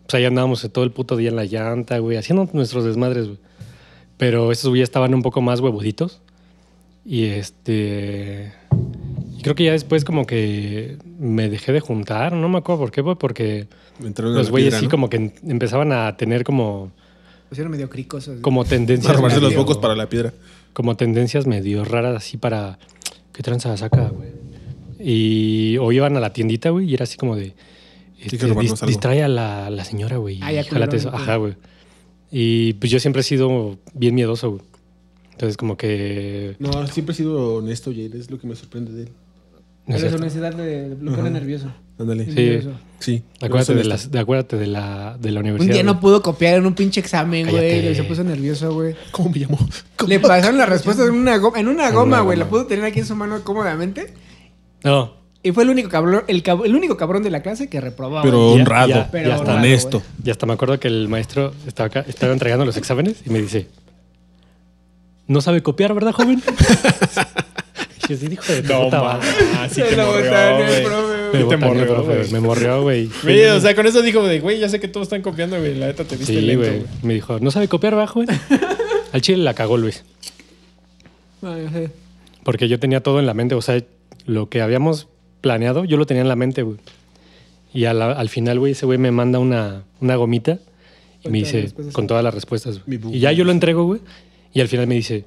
S1: Pues ahí andábamos todo el puto día en la llanta, güey, haciendo nuestros desmadres, güey. Pero esos güeyes estaban un poco más huevuditos. Y este. Y creo que ya después, como que me dejé de juntar, no me acuerdo por qué, güey, porque
S4: Entraron a
S1: los
S4: la
S1: güeyes
S4: piedra,
S1: sí,
S4: ¿no?
S1: como que em- empezaban a tener como,
S2: Pusieron medio cricosos.
S1: como tendencias.
S4: A robarse los
S1: medio-
S4: bocos para la piedra.
S1: como tendencias medio raras así para qué tranza saca, güey. Y o iban a la tiendita, güey, y era así como de.
S4: que
S1: este,
S4: robarnos
S1: dis-
S4: algo.
S1: distrae a la, la señora, güey.
S2: Ah,
S1: y
S2: ya,
S1: jálate eso.
S2: culero,
S1: Ajá, güey. Y pues yo siempre he sido bien miedoso, güey. Entonces, como que.
S4: No, siempre he sido honesto, Jade. Es lo que me sorprende de él.
S1: no es
S2: Pero su
S1: cierto.
S2: necesidad de lo pone
S4: Ajá.
S2: nervioso.
S4: Ándale.
S1: Sí.
S2: Nervioso.
S4: Sí.
S1: Acuérdate,
S4: No
S1: de,
S4: es
S1: las-
S4: honesto.
S1: de- acuérdate de la, de la
S2: Un
S1: universidad.
S2: día no
S1: Pues güey.
S2: pudo copiar en un pinche examen, güey.
S1: Cállate.
S2: Se puso nervioso, güey.
S4: ¿Cómo me llamó? ¿Cómo?
S2: Le pasaron las respuestas en una goma, en una
S1: En
S2: goma,
S1: una
S2: güey. La
S1: goma.
S2: pudo tener aquí en su mano cómodamente.
S1: No,
S2: Y fue el único cabrón, el, cab- el único cabrón de la clase que reprobaba.
S4: Pero
S1: Ya,
S4: honrado,
S1: ya,
S2: Pero
S1: ya está.
S4: honesto.
S1: Y hasta me acuerdo que el maestro estaba acá, estaba entregando los exámenes y me dice, no sabe copiar, ¿verdad, joven? Y yo sí, hijo de
S3: No,
S1: puta,
S3: ma,
S1: va.
S3: así
S2: Se
S3: te
S2: lo botaron el
S3: morrió, güey.
S2: profe,
S1: Me
S3: Te
S1: botaneó,
S3: morrió,
S1: profe,
S3: güey.
S1: Me morrió, güey.
S3: Güey, o sea, con eso dijo de, güey, ya sé que todos están copiando, güey. La neta te viste
S1: Sí,
S3: lento,
S1: güey.
S3: güey.
S1: Me dijo, no sabe copiar, ¿verdad, joven? Al chile la cagó Luis.
S2: güey. Ay, sí.
S1: Porque yo tenía todo en la mente. O sea, lo que habíamos planeado, yo lo tenía en la mente, güey. Y a la- al final, güey, ese güey me manda una, una gomita y
S2: Con
S1: me
S2: todas las
S1: dice,
S2: respuestas.
S1: con todas las respuestas, güey.
S4: Mi bu-
S1: Y ya yo lo entrego, güey. Y al final me dice,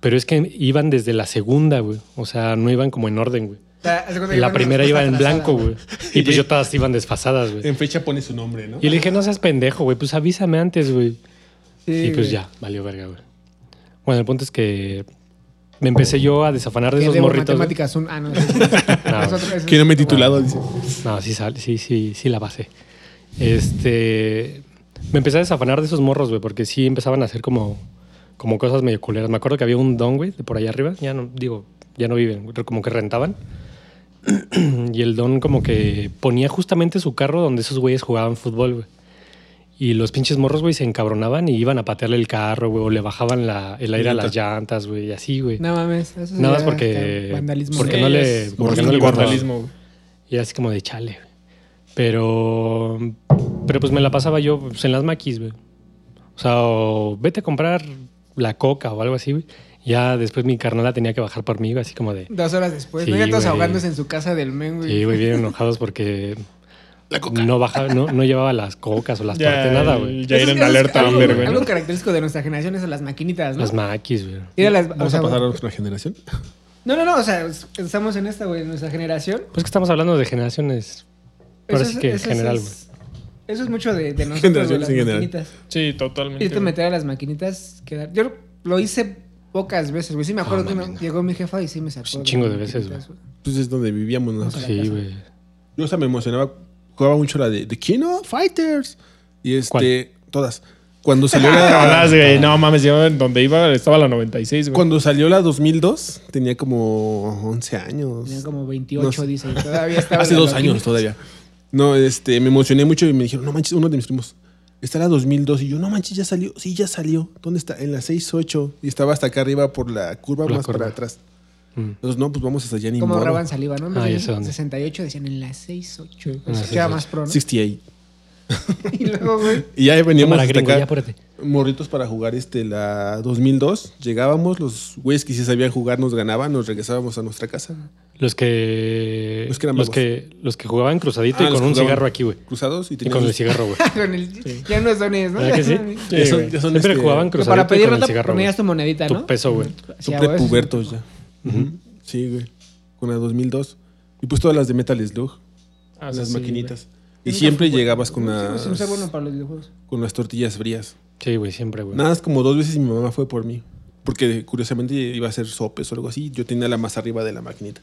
S1: pero es que iban desde la segunda, güey. O sea, no iban como en orden, güey.
S2: O sea, haz de cuenta que
S1: La
S2: era una
S1: primera iba
S2: respuesta
S1: en
S2: pues atrasada,
S1: blanco, güey. Y pues yo todas iban desfasadas, güey.
S4: En fecha pone su nombre, ¿no?
S1: Y le dije, no seas pendejo, güey. Pues avísame antes, güey.
S2: Sí,
S1: y pues
S2: güey.
S1: ya, valió verga, güey. Bueno, el punto es que me empecé yo a desafanar de
S2: Que
S1: esos
S2: debo
S1: morritos. güey.
S2: matemáticas un- Ah, no. ese es-
S1: No,
S2: es otro- ese es-
S4: Que no me he titulado, dice.
S1: No, sí, sal- sí, sí, sí la pasé. Este. Me empecé a desafanar de esos morros, güey, porque sí empezaban a hacer como, como cosas medio culeras. Me acuerdo que había un don, güey, de por allá arriba. Ya no, digo, ya no viven, güey, pero como que rentaban. y el don, como que ponía justamente su carro donde esos güeyes jugaban fútbol, güey. Y los pinches morros, güey, se encabronaban y iban a patearle el carro, güey, o le bajaban la- el aire a las llantas, güey, y así, güey.
S2: No mames. Eso
S1: Nada más
S2: sería
S1: porque-
S2: ca- Vandalismo.
S1: porque
S3: Sí,
S1: no le-
S3: es
S1: porque
S4: no le
S3: como
S4: guardaba.
S3: vandalismo, güey.
S1: Y era así como de chale, güey. Pero, pero pues me la pasaba yo pues, en las maquis, güey. O sea, o vete a comprar la coca o algo así, güey. Ya después mi carnala tenía que bajar por mí, güey, así como de...
S2: Dos horas después.
S1: Sí,
S2: no ya todos
S1: güey.
S2: ahogándose en su casa del men, güey.
S1: Sí, güey, bien enojados porque no bajaba, no, no llevaba las cocas o las
S3: Ya,
S1: tortas, nada, güey.
S3: Ya
S2: Eso
S3: era
S2: es-
S3: en
S2: eso es
S3: alerta,
S2: algo-
S3: Amber, güey.
S2: Algo
S3: ¿no?
S2: característico de nuestra generación es las maquinitas, ¿no?
S1: Las maquis, güey.
S2: Ir a las- o
S4: ¿Vamos
S2: sea,
S4: a pasar a nuestra generación?
S2: No, no, no. O sea, es- estamos en esta, güey. En nuestra generación.
S1: Pues que estamos hablando de generaciones. Ahora sí que en general, güey.
S2: es, eso es mucho de, de nosotros, güey,
S4: Generación
S2: las
S4: sin general.
S2: maquinitas.
S3: Sí, totalmente.
S2: Y te
S3: güey.
S2: meter a las maquinitas, quedar. Yo lo hice pocas veces, güey. Sí me acuerdo
S4: No,
S2: que
S4: mami,
S2: una-
S4: no.
S2: llegó mi jefa y sí me sacó.
S1: Un
S2: las
S1: chingo de veces,
S2: maquinitas,
S4: Pues es donde vivíamos nosotros.
S1: Sí, güey.
S4: Yo o sea, me emocionaba. Jugaba mucho la de, de Kino Fighters. Y este,
S1: ¿Cuál?
S4: todas. Cuando salió
S3: Ah,
S4: la.
S3: cabronazo, güey. No mames, yo en donde iba estaba la 96, güey.
S4: Cuando salió la 2002, tenía como 11 años.
S2: Tenía como 28,
S4: No sé.
S2: dice. y Todavía estaba.
S4: Hace
S2: en las
S4: dos años
S2: maquinitas.
S4: todavía. No, este, me emocioné mucho y me dijeron, no manches, uno de mis primos. Está la 2002 y yo, no manches, ya salió. Sí, ya salió. ¿Dónde está? En la 68. Y estaba hasta acá arriba por la curva
S1: Por la
S4: más
S1: curva.
S4: para atrás.
S1: Mm.
S4: Entonces, no, pues vamos hasta allá ni
S2: Como
S4: modo.
S2: ahorraban saliva, ¿no? En vez
S1: Ah,
S2: de
S1: ya sé dónde.
S2: 68 decían en las 6, 8.
S1: Ah,
S2: Eso
S1: sí,
S2: queda
S1: sí.
S2: más pro, ¿no?
S4: 68.
S2: Y luego, güey.
S4: Y ya veníamos
S1: Cámara
S4: hasta
S1: gringo, ya
S4: acá.
S1: apúrate.
S4: Morritos para jugar este, la 2002. Llegábamos, los güeyes que sí sabían jugar nos ganaban, nos regresábamos a nuestra casa.
S1: Los que...
S4: Los que eran
S1: los
S4: vagos.
S1: que, los que jugaban cruzadito
S4: Ah,
S1: y
S4: los
S1: con un
S4: jugaban
S1: cigarro aquí, güey.
S4: Cruzados y
S1: Y con
S4: teníamos...
S1: el cigarro, güey.
S2: Con el, Ya no es dones, ¿no?
S1: ¿Verdad que sí?
S4: Ya son-
S3: güey.
S4: ya son,
S1: Siempre
S4: este,
S1: jugaban
S2: Que
S1: cruzadito
S2: para pedir
S1: con el
S2: nota
S1: cigarro,
S2: ponías
S1: güey.
S2: tu monedita, ¿no?
S1: Tu peso, güey.
S2: Sí,
S4: Son
S2: a huevo,
S4: prepubertos ya. Ujú. Sí, güey. Con la 2002. Y pues todas las de Metal Slug,
S3: Ah, sí,
S4: las
S3: sí,
S4: maquinitas. Y
S2: Nunca
S4: siempre
S2: fue-
S4: llegabas con
S2: Sí,
S4: las,
S2: sí, no soy bueno para los videojuegos.
S4: con las tortillas frías.
S1: Sí, güey, siempre, güey.
S4: Nada más como dos veces mi mamá fue por mí. Porque curiosamente iba a hacer sopes o algo así. Yo tenía la más arriba de la maquinita.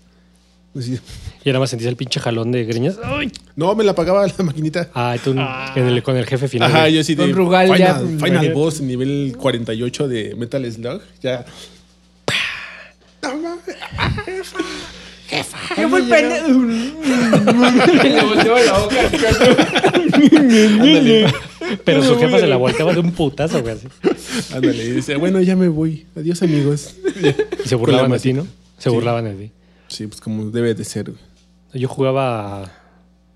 S4: Así,
S1: Y nada más sentías el pinche jalón de greñas. ¡Ay!
S4: no, me la pagaba la maquinita.
S1: Ah, tú en el- con el jefe final.
S4: Ajá,
S1: güey.
S4: yo sí de.
S2: Con Rugal
S4: final,
S2: ya,
S4: Final
S3: imagínate.
S4: Boss, nivel 48 de Metal Slug. Ya. No mames.
S2: ¿Qué fue el pendejo? Le volteó la boca.
S4: Ándale,
S1: Pero su jefa se la volteaba de un putazo, güey. así.
S4: ándale. Y dice, bueno, ya me voy. Adiós, amigos.
S1: Y se
S4: Con
S1: burlaban
S4: la
S1: de ti, ¿no? Se
S4: Sí.
S1: burlaban de ti.
S4: Sí, pues como debe de ser. güey.
S1: Yo jugaba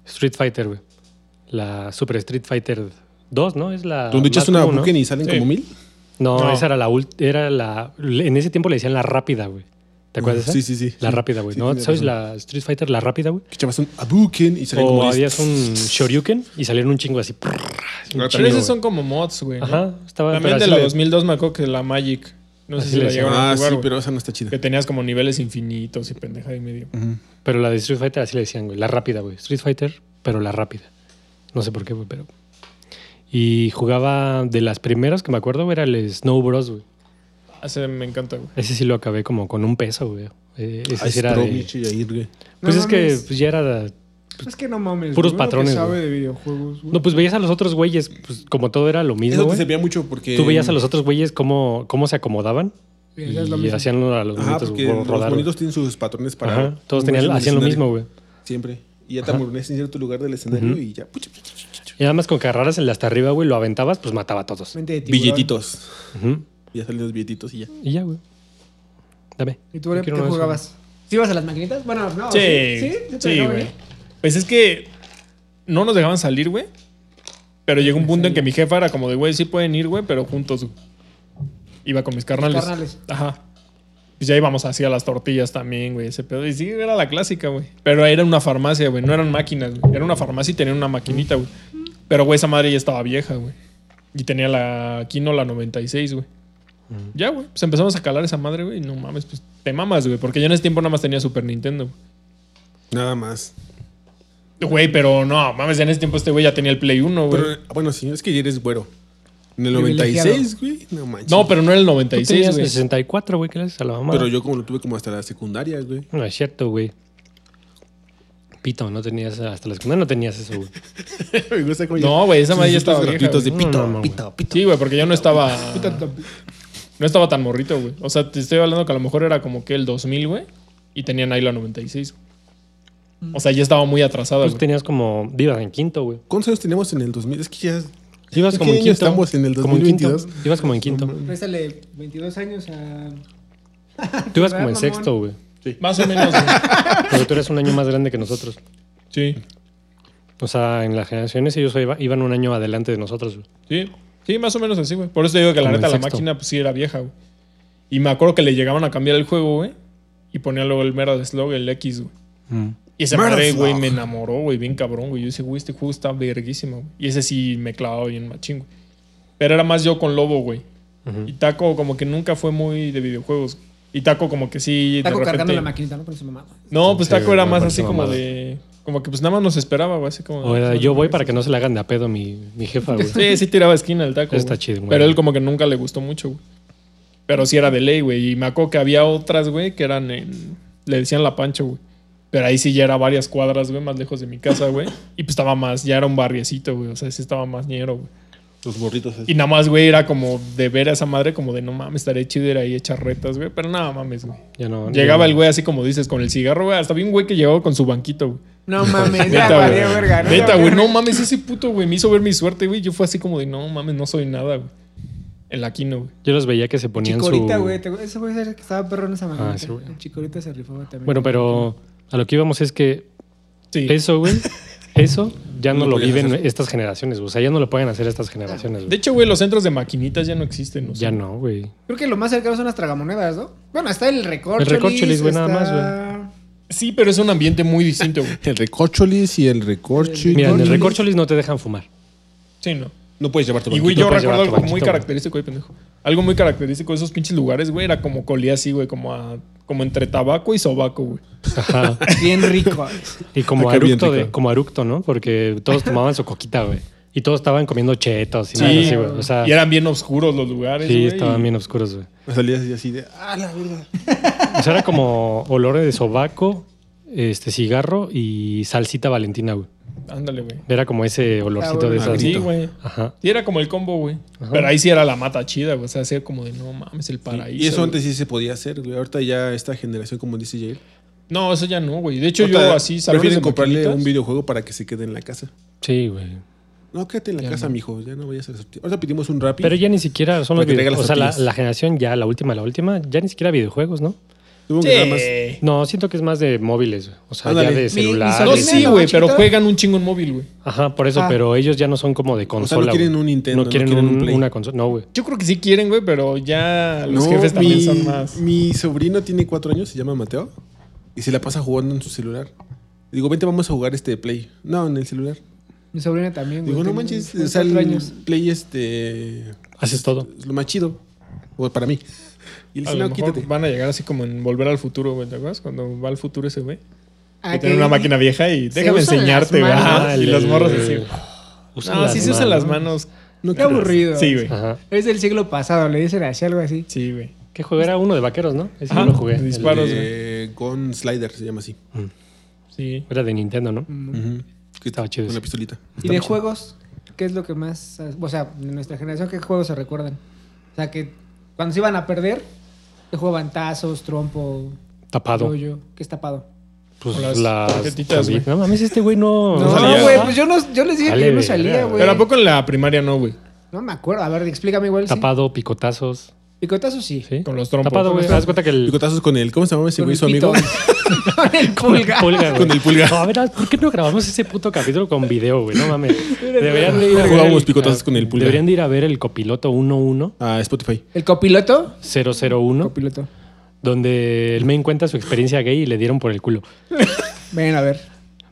S1: Street Fighter, güey. La Super Street Fighter 2, ¿no? Es la.
S4: Donde echas
S1: Ah, más
S4: una
S1: común, ¿no?
S4: buque y salen
S3: Sí.
S4: como mil.
S1: No,
S3: No.
S1: esa era la ult- era la En ese tiempo le decían la rápida, güey. ¿Te acuerdas? de
S4: Sí,
S1: esa?
S4: sí, sí.
S1: La
S4: Sí.
S1: rápida, güey.
S4: Sí,
S1: ¿No?
S4: tienes
S1: ¿Sabes
S4: razón.
S1: la Street Fighter, la rápida, güey?
S4: Que echabas un abuken y salen como Ah,
S1: O
S4: mil.
S1: habías un Shoryuken y salieron un chingo así. prrr, un
S4: Pero
S3: Pero
S1: chingo,
S3: esos
S1: güey.
S3: son como mods, güey. ¿no?
S1: Ajá, estaba
S3: También
S1: pero
S3: de
S1: así
S3: la
S1: le-
S3: 2002 me acuerdo que la Magic. No sé
S1: Así
S3: si
S1: le
S3: la
S1: decían.
S3: llegaron a
S4: Ah,
S3: jugar.
S4: sí,
S3: güey.
S4: pero esa no está chida.
S3: Que tenías como niveles infinitos y pendeja y medio.
S4: Ujú.
S1: Pero la de Street Fighter así le decían, güey. La rápida, güey. Street Fighter, pero la rápida. No sé por qué, güey, pero. Y jugaba de las primeras que me acuerdo, güey, era el Snow Bros, güey.
S3: Ese Ah, me encanta, güey.
S1: Ese sí lo acabé como con un peso, güey. Eh, ese
S4: Ay,
S1: sí era
S4: pro,
S1: de-
S4: pinche Yair, güey.
S1: Pues
S2: No
S1: es que
S2: mames.
S1: pues, ya era.
S2: Pues que no mames.
S1: Puros
S2: güey, uno
S1: patrones,
S2: Que sabe
S1: güey.
S2: de videojuegos. güey.
S1: No, pues veías a los otros güeyes, pues como todo era lo mismo.
S4: Eso te
S1: güey.
S4: servía mucho porque.
S1: Tú veías a los otros güeyes cómo, cómo se acomodaban
S2: Y
S1: pues, y,
S2: es lo mismo.
S1: hacían a los
S4: Ajá,
S1: bonitos
S4: Ah, porque
S1: ro-
S4: los
S1: rodar. güey.
S4: bonitos tienen sus patrones para.
S1: Ajá, todos
S4: moverse
S1: tenían,
S4: en el
S1: hacían lo
S4: escenario.
S1: mismo, güey.
S4: Siempre. Y ya te amurbes en cierto lugar del escenario y ya. pucha, pucha, pucha, pucha.
S1: Y nada más con que agarraras el de hasta arriba, güey, lo aventabas, pues mataba a todos.
S2: Mente de tiburón.
S4: Billetitos.
S1: Ujú.
S4: Ya salen los billetitos y ya.
S1: Y ya, güey. Dame.
S2: ¿Y tú, Lep,
S1: Yo
S2: qué
S1: quiero una de esas,
S2: jugabas? ¿Sí ibas a las maquinitas? Bueno, no. Sí,
S3: Sí, sí,
S2: ¿Yo ¿eh? te dejaba
S3: güey.
S2: ir?
S3: Pues es que no nos dejaban salir, güey. Pero llegó un punto en que mi jefa era como de, güey, sí pueden ir, güey, pero juntos. güey. Iba con mis carnales.
S2: carnales.
S3: Ajá. Pues ya íbamos hacia las tortillas también, güey, ese pedo. Y sí, era la clásica, güey. Pero era una farmacia, güey. No eran máquinas, güey. Era una farmacia y tenían una maquinita, güey. Pero, güey, esa madre ya estaba vieja, güey. Y tenía la Kino, la 96, güey. Ya, güey. Pues empezamos a calar esa madre, güey. y No mames, pues te mamas, güey. Porque yo en ese tiempo nada más tenía Super Nintendo, güey.
S4: Nada más.
S3: Güey, pero no, mames, en ese tiempo este güey ya tenía el Play 1, güey.
S4: Pero, bueno, sí, es que ya eres güero. En el
S2: Privilegiado.
S4: 96, güey. No manches.
S3: No, pero no era el
S1: Tú
S3: 96,
S1: tenías
S3: güey.
S1: 64, güey, que le haces a la mamá.
S4: Pero yo como lo tuve como hasta la secundaria, güey.
S1: No es cierto, güey. Pito, no tenías hasta la secundaria, no tenías eso, güey.
S4: Me gusta como
S3: No, güey, esa madre ya
S4: Esos
S3: estaba vieja,
S4: gratuitos de
S1: güey. No,
S4: pito,
S1: no, no,
S4: pito, pito.
S3: Sí, güey, porque ya no estaba no estaba tan morrito, güey. O sea, te estoy hablando que a lo mejor era como que el 2000, güey, y tenían ahí la 96. güey. O sea, ya estaba muy atrasada,
S1: Tú
S3: güey.
S1: tenías como. Ibas en quinto, güey.
S4: ¿Cuántos años tenemos en el 2000? Es que ya...
S1: Ibas
S4: ¿En
S1: como
S4: qué
S1: en
S4: año
S1: quinto.
S4: estamos en el
S1: Como en quinto.
S4: 2022?
S1: Ibas como en quinto.
S2: Préstale 22 años a.
S1: Tú ibas como en
S2: Mamón.
S1: sexto, güey.
S3: Más o menos. güey.
S1: Pero tú eres un año más grande que nosotros.
S3: Sí.
S1: O sea, en las generaciones ellos iba- iban un año adelante de nosotros. güey.
S3: Sí. Sí, más o menos así, güey. Por eso te digo que la
S1: Como el
S3: neta la
S1: sexto.
S3: máquina pues sí era vieja, güey. Y me acuerdo que le llegaban a cambiar el juego, güey, y ponían luego el Mera de Slug, el X, güey. Y ese
S4: Murder
S3: madre, güey,
S4: Slug.
S3: me enamoró, güey, bien cabrón, güey. Yo dije, güey, este juego está verguísimo, güey. Y ese sí me clavaba bien machín, güey. Pero era más yo con Lobo, güey.
S1: Ujú.
S3: Y Taco como que nunca fue muy de videojuegos. Y Taco como que sí,
S2: Taco
S3: de
S2: cargando
S3: repente...
S2: la maquinita, ¿no? Por eso me mama.
S3: no, pues
S1: Sí,
S3: Taco
S1: güey,
S3: era
S1: me
S3: más
S1: parece
S3: así como
S1: mamada.
S3: de... Como que pues nada más nos esperaba, güey, así como...
S1: O era, yo
S3: pues
S1: voy para que no se le hagan de a pedo mi, mi jefa, güey.
S3: Sí, sí tiraba esquina el Taco.
S1: Eso está
S3: güey.
S1: chido, güey.
S3: Pero él como que nunca le gustó mucho, güey. Pero sí era de ley, güey. Y me acuerdo que había otras, güey, que eran en... Le decían la pancha, güey. Pero ahí sí ya era varias cuadras, güey, más lejos de mi casa, güey. Y pues estaba más, ya era un barriecito, güey. O sea, sí estaba más ñero, güey.
S4: Los gorritos. esos.
S3: Y nada más, güey, era como de ver a esa madre como de no mames, estaré chido ir ahí a echar retas, güey. Pero nada mames, güey.
S1: Ya no,
S3: Llegaba
S1: ya-
S3: el güey así como dices, con el cigarro, güey. Hasta vi un güey que llegaba con su banquito, güey.
S2: No mames, ya
S3: Neta,
S2: valió
S3: güey.
S2: verga. ¿no?
S3: Neta,
S2: Ya
S3: güey.
S2: valió
S3: No mames, ese puto, güey. Me hizo ver mi suerte, güey. Yo fue así como de, no mames, no soy nada, güey. El Aquino, güey.
S1: Yo los veía que se ponían
S2: Chicorita,
S1: su.
S2: güey. te- Ese güey era el que estaba perro en esa maquinita.
S1: sí, güey.
S2: El Chicorita se rifaba también.
S1: Bueno, pero a lo que íbamos es que
S3: Sí.
S1: eso, güey, eso ya no,
S4: No lo
S1: lo
S4: podían
S1: viven
S4: hacer.
S1: estas generaciones. güey. O sea, ya no lo pueden hacer estas generaciones.
S3: De
S1: güey.
S3: hecho, güey, los centros de maquinitas ya no existen, ¿no?
S1: Ya no, güey.
S2: Creo que lo más cercano son las tragamonedas, ¿no? Bueno, está el recorcholis.
S1: El recorcholis, güey, nada más,
S2: está-
S3: Sí, pero es un ambiente muy distinto, güey.
S4: El recorcholis y el recorcholis.
S1: Mira, en el recorcholis no te dejan fumar.
S3: Sí, ¿no?
S4: No puedes llevarte
S3: Y, güey, yo
S1: No puedes
S3: recuerdo
S1: llevar tu
S3: algo muy
S1: banquito, güey.
S3: característico, güey, pendejo. Algo muy característico de esos pinches lugares, güey, era como colía así, güey, como a... Como entre tabaco y sobaco, güey.
S1: Ajá.
S2: Bien rico.
S1: Y como
S4: Acá bien
S1: aructo,
S4: rico.
S1: de, como aructo, ¿no? Porque todos tomaban su coquita, güey. Y todos estaban comiendo chetos y
S3: Sí,
S1: cosas así, güey. O sea,
S3: Y eran bien oscuros los lugares,
S1: sí,
S3: güey.
S1: estaban
S3: y-
S1: bien oscuros, güey.
S4: Salías así, así de... ¡Ah, la verga!
S1: O sea, era como olores de sobaco, este cigarro y salsita valentina, güey.
S3: Ándale, güey.
S1: Era como ese olorcito de
S2: bueno.
S1: esas.
S3: Sí,
S4: Agrito.
S3: güey.
S1: Ajá.
S3: Sí, era como el combo, güey.
S1: Ajá.
S3: Pero ahí sí era la mata chida, güey. O sea, hacía como de no mames, el paraíso.
S4: Y eso
S3: güey.
S4: antes sí se podía hacer, güey. Ahorita ya esta generación, como dice Jair.
S3: No, eso ya no, güey. De hecho, yo
S4: ahorita
S3: así salones
S4: Prefieren
S3: de
S4: comprarle
S3: maquinitas.
S4: un videojuego para que se quede en la casa.
S1: Sí, güey.
S4: No, quédate en la
S3: Ya
S4: casa,
S3: no.
S4: mijo. Ya no vayas a... hacer- Ahorita pedimos un Rappi.
S1: Pero ya ni siquiera son los
S4: Para que traiga
S1: videojuegos. O
S4: las
S1: sea, la,
S4: tortillas.
S1: la generación ya, la última, la última, ya ni siquiera videojuegos, ¿no?
S4: Tuvo que dar más-
S3: Sí.
S1: No, siento que es más de móviles, güey. O sea,
S4: Ándale.
S1: ya
S4: Mi-
S1: de
S4: mi
S1: celular.
S3: Ah, No,
S2: sobrina
S1: de-
S3: sí,
S2: la
S3: güey,
S2: machita.
S3: pero juegan un chingo en móvil, güey.
S1: Ajá, por eso,
S2: Ah.
S1: pero ellos ya no son como de consola. güey.
S4: quieren un Nintendo,
S1: No quieren, un-
S4: un Play.
S1: una consola. No, güey.
S3: Yo creo que sí quieren, güey, pero ya los
S4: No,
S3: jefes también
S4: mi-
S3: son más.
S4: Mi sobrino tiene cuatro años, se llama Mateo, y se la pasa jugando en su celular. Digo, vente, vamos a jugar este Play. No, en el celular.
S2: Mi sobrina también, güey.
S4: Digo, no
S2: tiene
S4: manches,
S2: unos
S4: o sea, el
S2: cuatro años.
S4: Play este...
S1: Haces todo.
S4: Es lo más chido. O para mí. Y le
S3: A
S4: dice,
S3: lo
S4: no,
S3: mejor
S4: quítate.
S3: van a llegar así como en volver al futuro, güey. ¿Te acuerdas? Cuando va al futuro ese güey.
S2: Ah,
S3: que tiene una máquina vieja y
S2: se
S3: déjame
S2: usan
S3: enseñarte,
S2: las
S3: güey.
S2: manos.
S3: Ajá, y los morros así.
S1: así.
S3: güey. No, sí se usan las manos.
S4: No
S2: Qué
S4: quiero.
S2: aburrido.
S3: Sí, güey.
S1: Ajá.
S2: Es del siglo pasado, le dicen así, algo así.
S3: Sí, güey.
S1: ¿Qué juego era uno de vaqueros, no? Ese
S3: Ajá,
S1: no lo jugué.
S3: de
S1: El-
S3: disparo. manos,
S4: Eh, Gun Slider se llama así.
S3: Sí.
S1: era de Nintendo, ¿no?
S4: Ujú. Que
S1: Estaba chido
S4: Con
S1: ese.
S4: la pistolita.
S2: ¿Y de juegos? ¿Qué es lo que más... O sea, de nuestra generación, ¿qué juegos se recuerdan? O sea, que cuando se iban a perder, que jugaban tazos, trompo,
S1: Tapado.
S2: yoyo, ¿qué es tapado?
S1: Pues
S3: Con
S1: las.
S3: las tarjetitas, güey.
S1: no mames, este güey no.
S2: No,
S3: salía.
S2: güey, pues yo, no, yo les dije
S1: Dale,
S2: que yo no
S1: verga,
S2: salía,
S1: güey.
S2: güey.
S3: Pero ¿a poco en la primaria no, güey?
S2: No me acuerdo. A ver, explícame igual. sí.
S1: Tapado, picotazos.
S2: Picotazos sí.
S1: ¿sí?
S3: Con los trompos.
S1: Tapado, güey. Haz cuenta que el.
S4: Picotazos con el. ¿Cómo se llamaba ese
S2: Con
S4: güey,
S2: el
S4: su amigo?
S2: pitón. Con el pulgar.
S1: Pulga, güey.
S4: Con el pulgar.
S1: No, a ver, ah, ¿por qué no grabamos ese puto capítulo con video, güey? No mames. Deberían de ir a ver.
S4: Jugábamos
S1: el-
S4: picotazos con el pulgar.
S1: Deberían de ir a ver el copiloto 11001,
S4: Ah, Spotify.
S2: ¿El copiloto? Copiloto.
S1: donde el main cuenta su experiencia gay y le dieron por el culo.
S2: Ven a ver.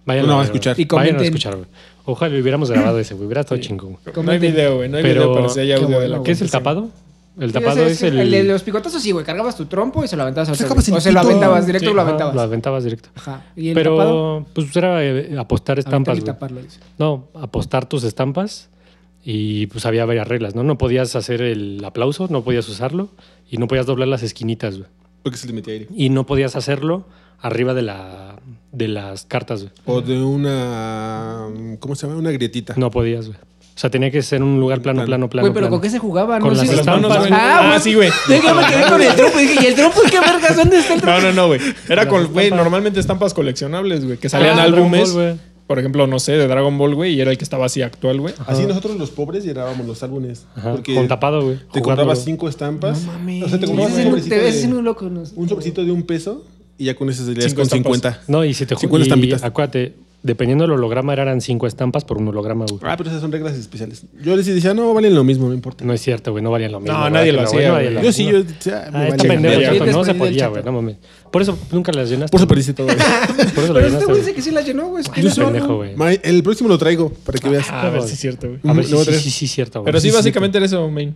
S1: Vayan
S4: No,
S1: a,
S4: a escuchar.
S2: Y
S1: Vayan a
S2: comenten.
S1: escuchar, güey. Ojalá hubiéramos grabado ese, güey. Hubiera estado chingón. güey.
S3: No hay
S2: Comenten.
S3: video, güey. No hay
S1: Pero-
S3: video, pero sí hay
S2: Qué
S3: audio de
S2: bueno,
S4: Ah,
S3: la
S1: ¿Qué es el tapado?
S3: conversación.
S1: El
S2: Sí,
S1: tapado
S2: ese
S1: es el.
S2: de los picotazos sí, güey. Cargabas tu trompo y se lo aventabas a otro,
S4: Sacabas
S2: güey.
S4: el
S2: O se lo
S4: pito.
S2: aventabas, directo
S3: Sí,
S2: lo
S1: Ajá,
S2: aventabas.
S1: Lo aventabas directo.
S2: Ajá. ¿Y el
S1: Pero,
S2: tapado?
S1: pues era eh, apostar
S2: Aventar
S1: estampas.
S2: y
S1: güey.
S2: taparlo, dice.
S1: No, apostar tus estampas y pues había varias reglas, ¿no? No podías hacer el aplauso, no podías usarlo y no podías doblar las esquinitas, güey.
S4: Porque se le metía aire.
S1: Y no podías hacerlo arriba de la de las cartas, güey.
S4: O de una. mm, ¿Cómo se llama? Una grietita.
S1: No podías, güey. O sea, tenía que ser un lugar plano, plano,
S4: Plano.
S1: plano.
S2: Güey, pero ¿con
S1: plano.
S2: qué se jugaba?
S1: Con
S2: no
S1: las
S2: sé.
S3: Con las manos,
S1: estampas.
S3: güey.
S2: Ah,
S3: Ah,
S2: güey.
S3: sí, güey.
S2: Yo ya me quedé con el trompo. Dije, ¿y el trompo qué vergas? ¿Dónde está el trompo?
S3: No, no, no, güey. Era con, güey, normalmente estampas coleccionables, güey, que salían
S1: Ah,
S3: álbumes.
S1: Dragon Ball, güey.
S3: por ejemplo, no sé, de Dragon Ball, güey, y era el que estaba así actual, güey.
S4: Así nosotros los pobres llenábamos los álbumes.
S1: Ajá,
S4: Porque
S1: con tapado, güey.
S4: Te
S1: Jugarlo,
S4: comprabas
S1: güey.
S4: cinco estampas.
S2: No mames.
S4: O sea, te comprabas
S2: Ese es
S4: un
S2: un-
S4: sobrecito,
S2: Te ves
S4: de,
S2: un loco. no sé.
S4: un sobrecito de un peso y ya con eso salías
S3: Cinco
S4: con
S3: estampas.
S4: 50.
S1: No, y si te
S4: Cincuenta
S1: juegas.
S4: estampitas.
S1: Acuérdate, dependiendo del holograma, eran cinco estampas por un holograma, güey.
S4: Ah, pero esas son reglas especiales. Yo les decía, no, valen lo mismo, no importa.
S1: No es cierto, güey, no valían lo mismo.
S3: No,
S1: ¿verdad
S3: nadie
S1: que
S3: lo
S1: güey?
S3: hacía,
S1: nadie
S3: güey.
S1: lo
S4: Yo
S1: hacía.
S4: sí, yo decía, ah, me
S1: Ah,
S4: vale
S1: está pendejo,
S4: madre.
S2: Yo
S1: chato, no se
S2: desprendí del
S1: podía, pues güey,
S2: chato.
S1: no mames. Por eso nunca las llenaste.
S4: Por eso
S1: güey.
S4: perdiste todo. eso.
S1: Por eso las
S2: Pero este
S1: llenaste,
S2: güey
S1: güey.
S2: dice que sí la llenó, güey.
S1: Yo soy pendejo, güey.
S4: Ma- El próximo lo traigo para que veas.
S3: Ah, A ver si es cierto, güey.
S1: A ver, sí,
S4: Luego
S1: sí,
S4: tres.
S1: sí, sí, cierto, Mm. güey.
S3: Pero sí, básicamente era eso, main.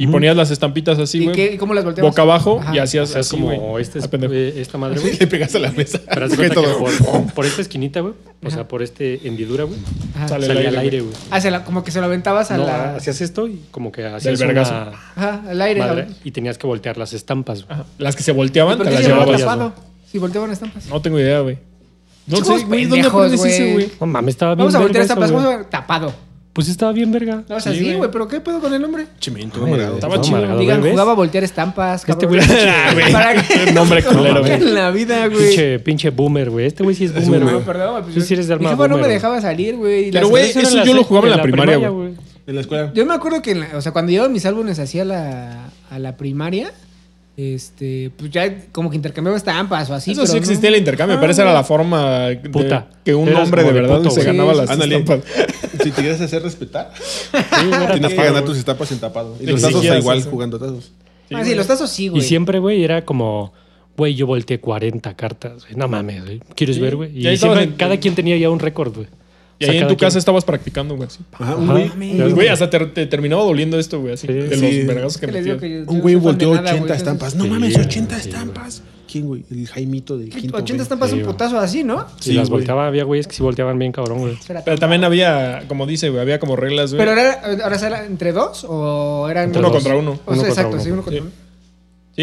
S3: Y ponías las estampitas así,
S2: ¿Y, qué,
S3: güey.
S2: ¿Y cómo las volteamos?
S3: Boca abajo
S2: Ajá.
S3: y hacías
S1: O sea, es
S3: así,
S1: como
S3: güey.
S1: este es-
S3: Ah, pendejo.
S1: eh, esta madre, güey.
S4: Le pegas a la mesa.
S1: Pero haz de
S4: Cae
S1: cuenta que
S4: todo.
S1: por, por esta esquinita, güey. O sea, por este hendidura, güey.
S2: Ajá.
S3: Sale el
S1: Salía
S3: aire,
S1: al aire,
S3: güey.
S1: güey.
S2: Ah, se la- como que se lo aventabas a
S1: No,
S2: la...
S1: hacías esto y como que hacías
S3: Del vergazo.
S1: una
S2: Ajá, al aire.
S1: madre
S2: la-
S1: y tenías que voltear las estampas, güey.
S3: Ajá. Las que se volteaban,
S2: ¿Por
S3: te
S2: qué
S3: las
S2: se llevaba
S3: llevabas.
S2: tapado? Si volteaban estampas.
S3: No tengo idea, güey. No
S2: Chicos
S3: sé, güey, ¿dónde
S2: pendejos,
S3: aprendes
S2: güey.
S3: eso, güey?
S1: No mames, estaba bien
S2: Vamos a voltear
S1: verga
S2: estampas.
S1: eso,
S2: Vamos
S1: güey.
S2: a tapado.
S1: Pues estaba bien verga.
S2: No, o sea,
S3: Sí,
S2: sí, güey,
S3: güey.
S2: pero ¿qué pedo con el nombre?
S4: Chimento,
S1: Ay,
S4: amargado.
S1: estaba
S3: Estaba chido.
S1: Pues amargado,
S2: Digan,
S1: ¿ves?
S2: jugaba a voltear estampas,
S1: Este
S2: cabrón.
S1: güey-
S3: Ah, güey.
S2: ¿Para qué?
S3: Nombre culero, güey.
S2: En la vida, güey.
S1: Pinche, pinche boomer, güey. Este güey sí es boomer,
S4: boomer.
S1: güey.
S2: Perdón, güey, pues
S1: Tú sí eres de
S2: mi
S1: alma
S2: jefa no me
S1: boomer,
S2: dejaba salir, güey. y
S3: Pero,
S2: las-
S3: güey,
S1: Eso era
S3: eso
S1: la
S3: yo lo
S1: sec-
S3: jugaba en la primaria, güey.
S4: En la escuela.
S2: Yo me acuerdo que, en la- o sea, cuando llevaba mis álbumes así a la, a la primaria, este, pues ya como que intercambiaba estampas o así.
S3: Eso
S2: pero
S3: sí
S2: no-
S3: existía el intercambio,
S2: Ah,
S3: pero esa era
S2: güey.
S3: la forma de-
S1: Puta.
S3: que un
S1: Eras
S3: hombre de
S1: como de
S3: verdad
S1: puto,
S3: se
S1: güey.
S3: ganaba las
S4: Ándale.
S3: estampas.
S4: Si te quieres hacer respetar,
S1: Sí, era
S4: tienes que
S1: tapado,
S4: ganar
S1: güey.
S4: tus estapas en tapado. Y
S3: Te
S4: los tazos
S3: exigías
S4: igual
S3: eso.
S4: jugando tazos.
S2: Ah, sí, los tazos sí, güey.
S1: Y siempre, güey, era como, güey, yo volteé 40 cartas. güey. No mames, güey. ¿Quieres
S3: Sí.
S1: ver, güey?
S3: Y ahí
S1: Y siempre
S3: estabas en-
S1: cada quien tenía ya un récord, güey.
S3: Y
S1: O sea,
S3: ahí en
S1: cada
S3: tu
S1: quien-
S3: casa estabas practicando, güey. así.
S4: Ajá, un
S1: Ajá.
S4: güey.
S1: Claro.
S3: Güey, hasta te, te terminaba doliendo esto, güey, así.
S1: Sí.
S3: de
S4: Sí.
S3: los vergazos que
S2: Que les digo
S3: metías.
S2: que yo- yo
S4: Un
S2: no
S4: güey
S2: soy fan de
S4: volteó
S2: nada, güey,
S4: 80
S2: entonces-
S4: estampas. No
S1: Sí,
S4: mames,
S1: güey.
S4: 80
S1: Sí,
S4: estampas. ¿Quién, güey? El Jaimito de quinto.
S2: 80
S4: güey.
S2: estampas
S1: Sí,
S2: un
S1: güey.
S2: putazo así, ¿no?
S1: Si
S4: Sí,
S1: las
S4: güey.
S1: volteaba, había güeyes que sí volteaban bien, cabrón, güey.
S2: Espera,
S3: Pero también había, como dice, güey, había como reglas, güey.
S2: Pero era, ahora era entre dos o eran
S1: Entre
S3: uno
S1: dos.
S3: contra uno.
S2: O sea,
S1: Uno contra
S2: exacto,
S1: uno.
S2: sí, uno contra
S3: Sí.
S2: uno.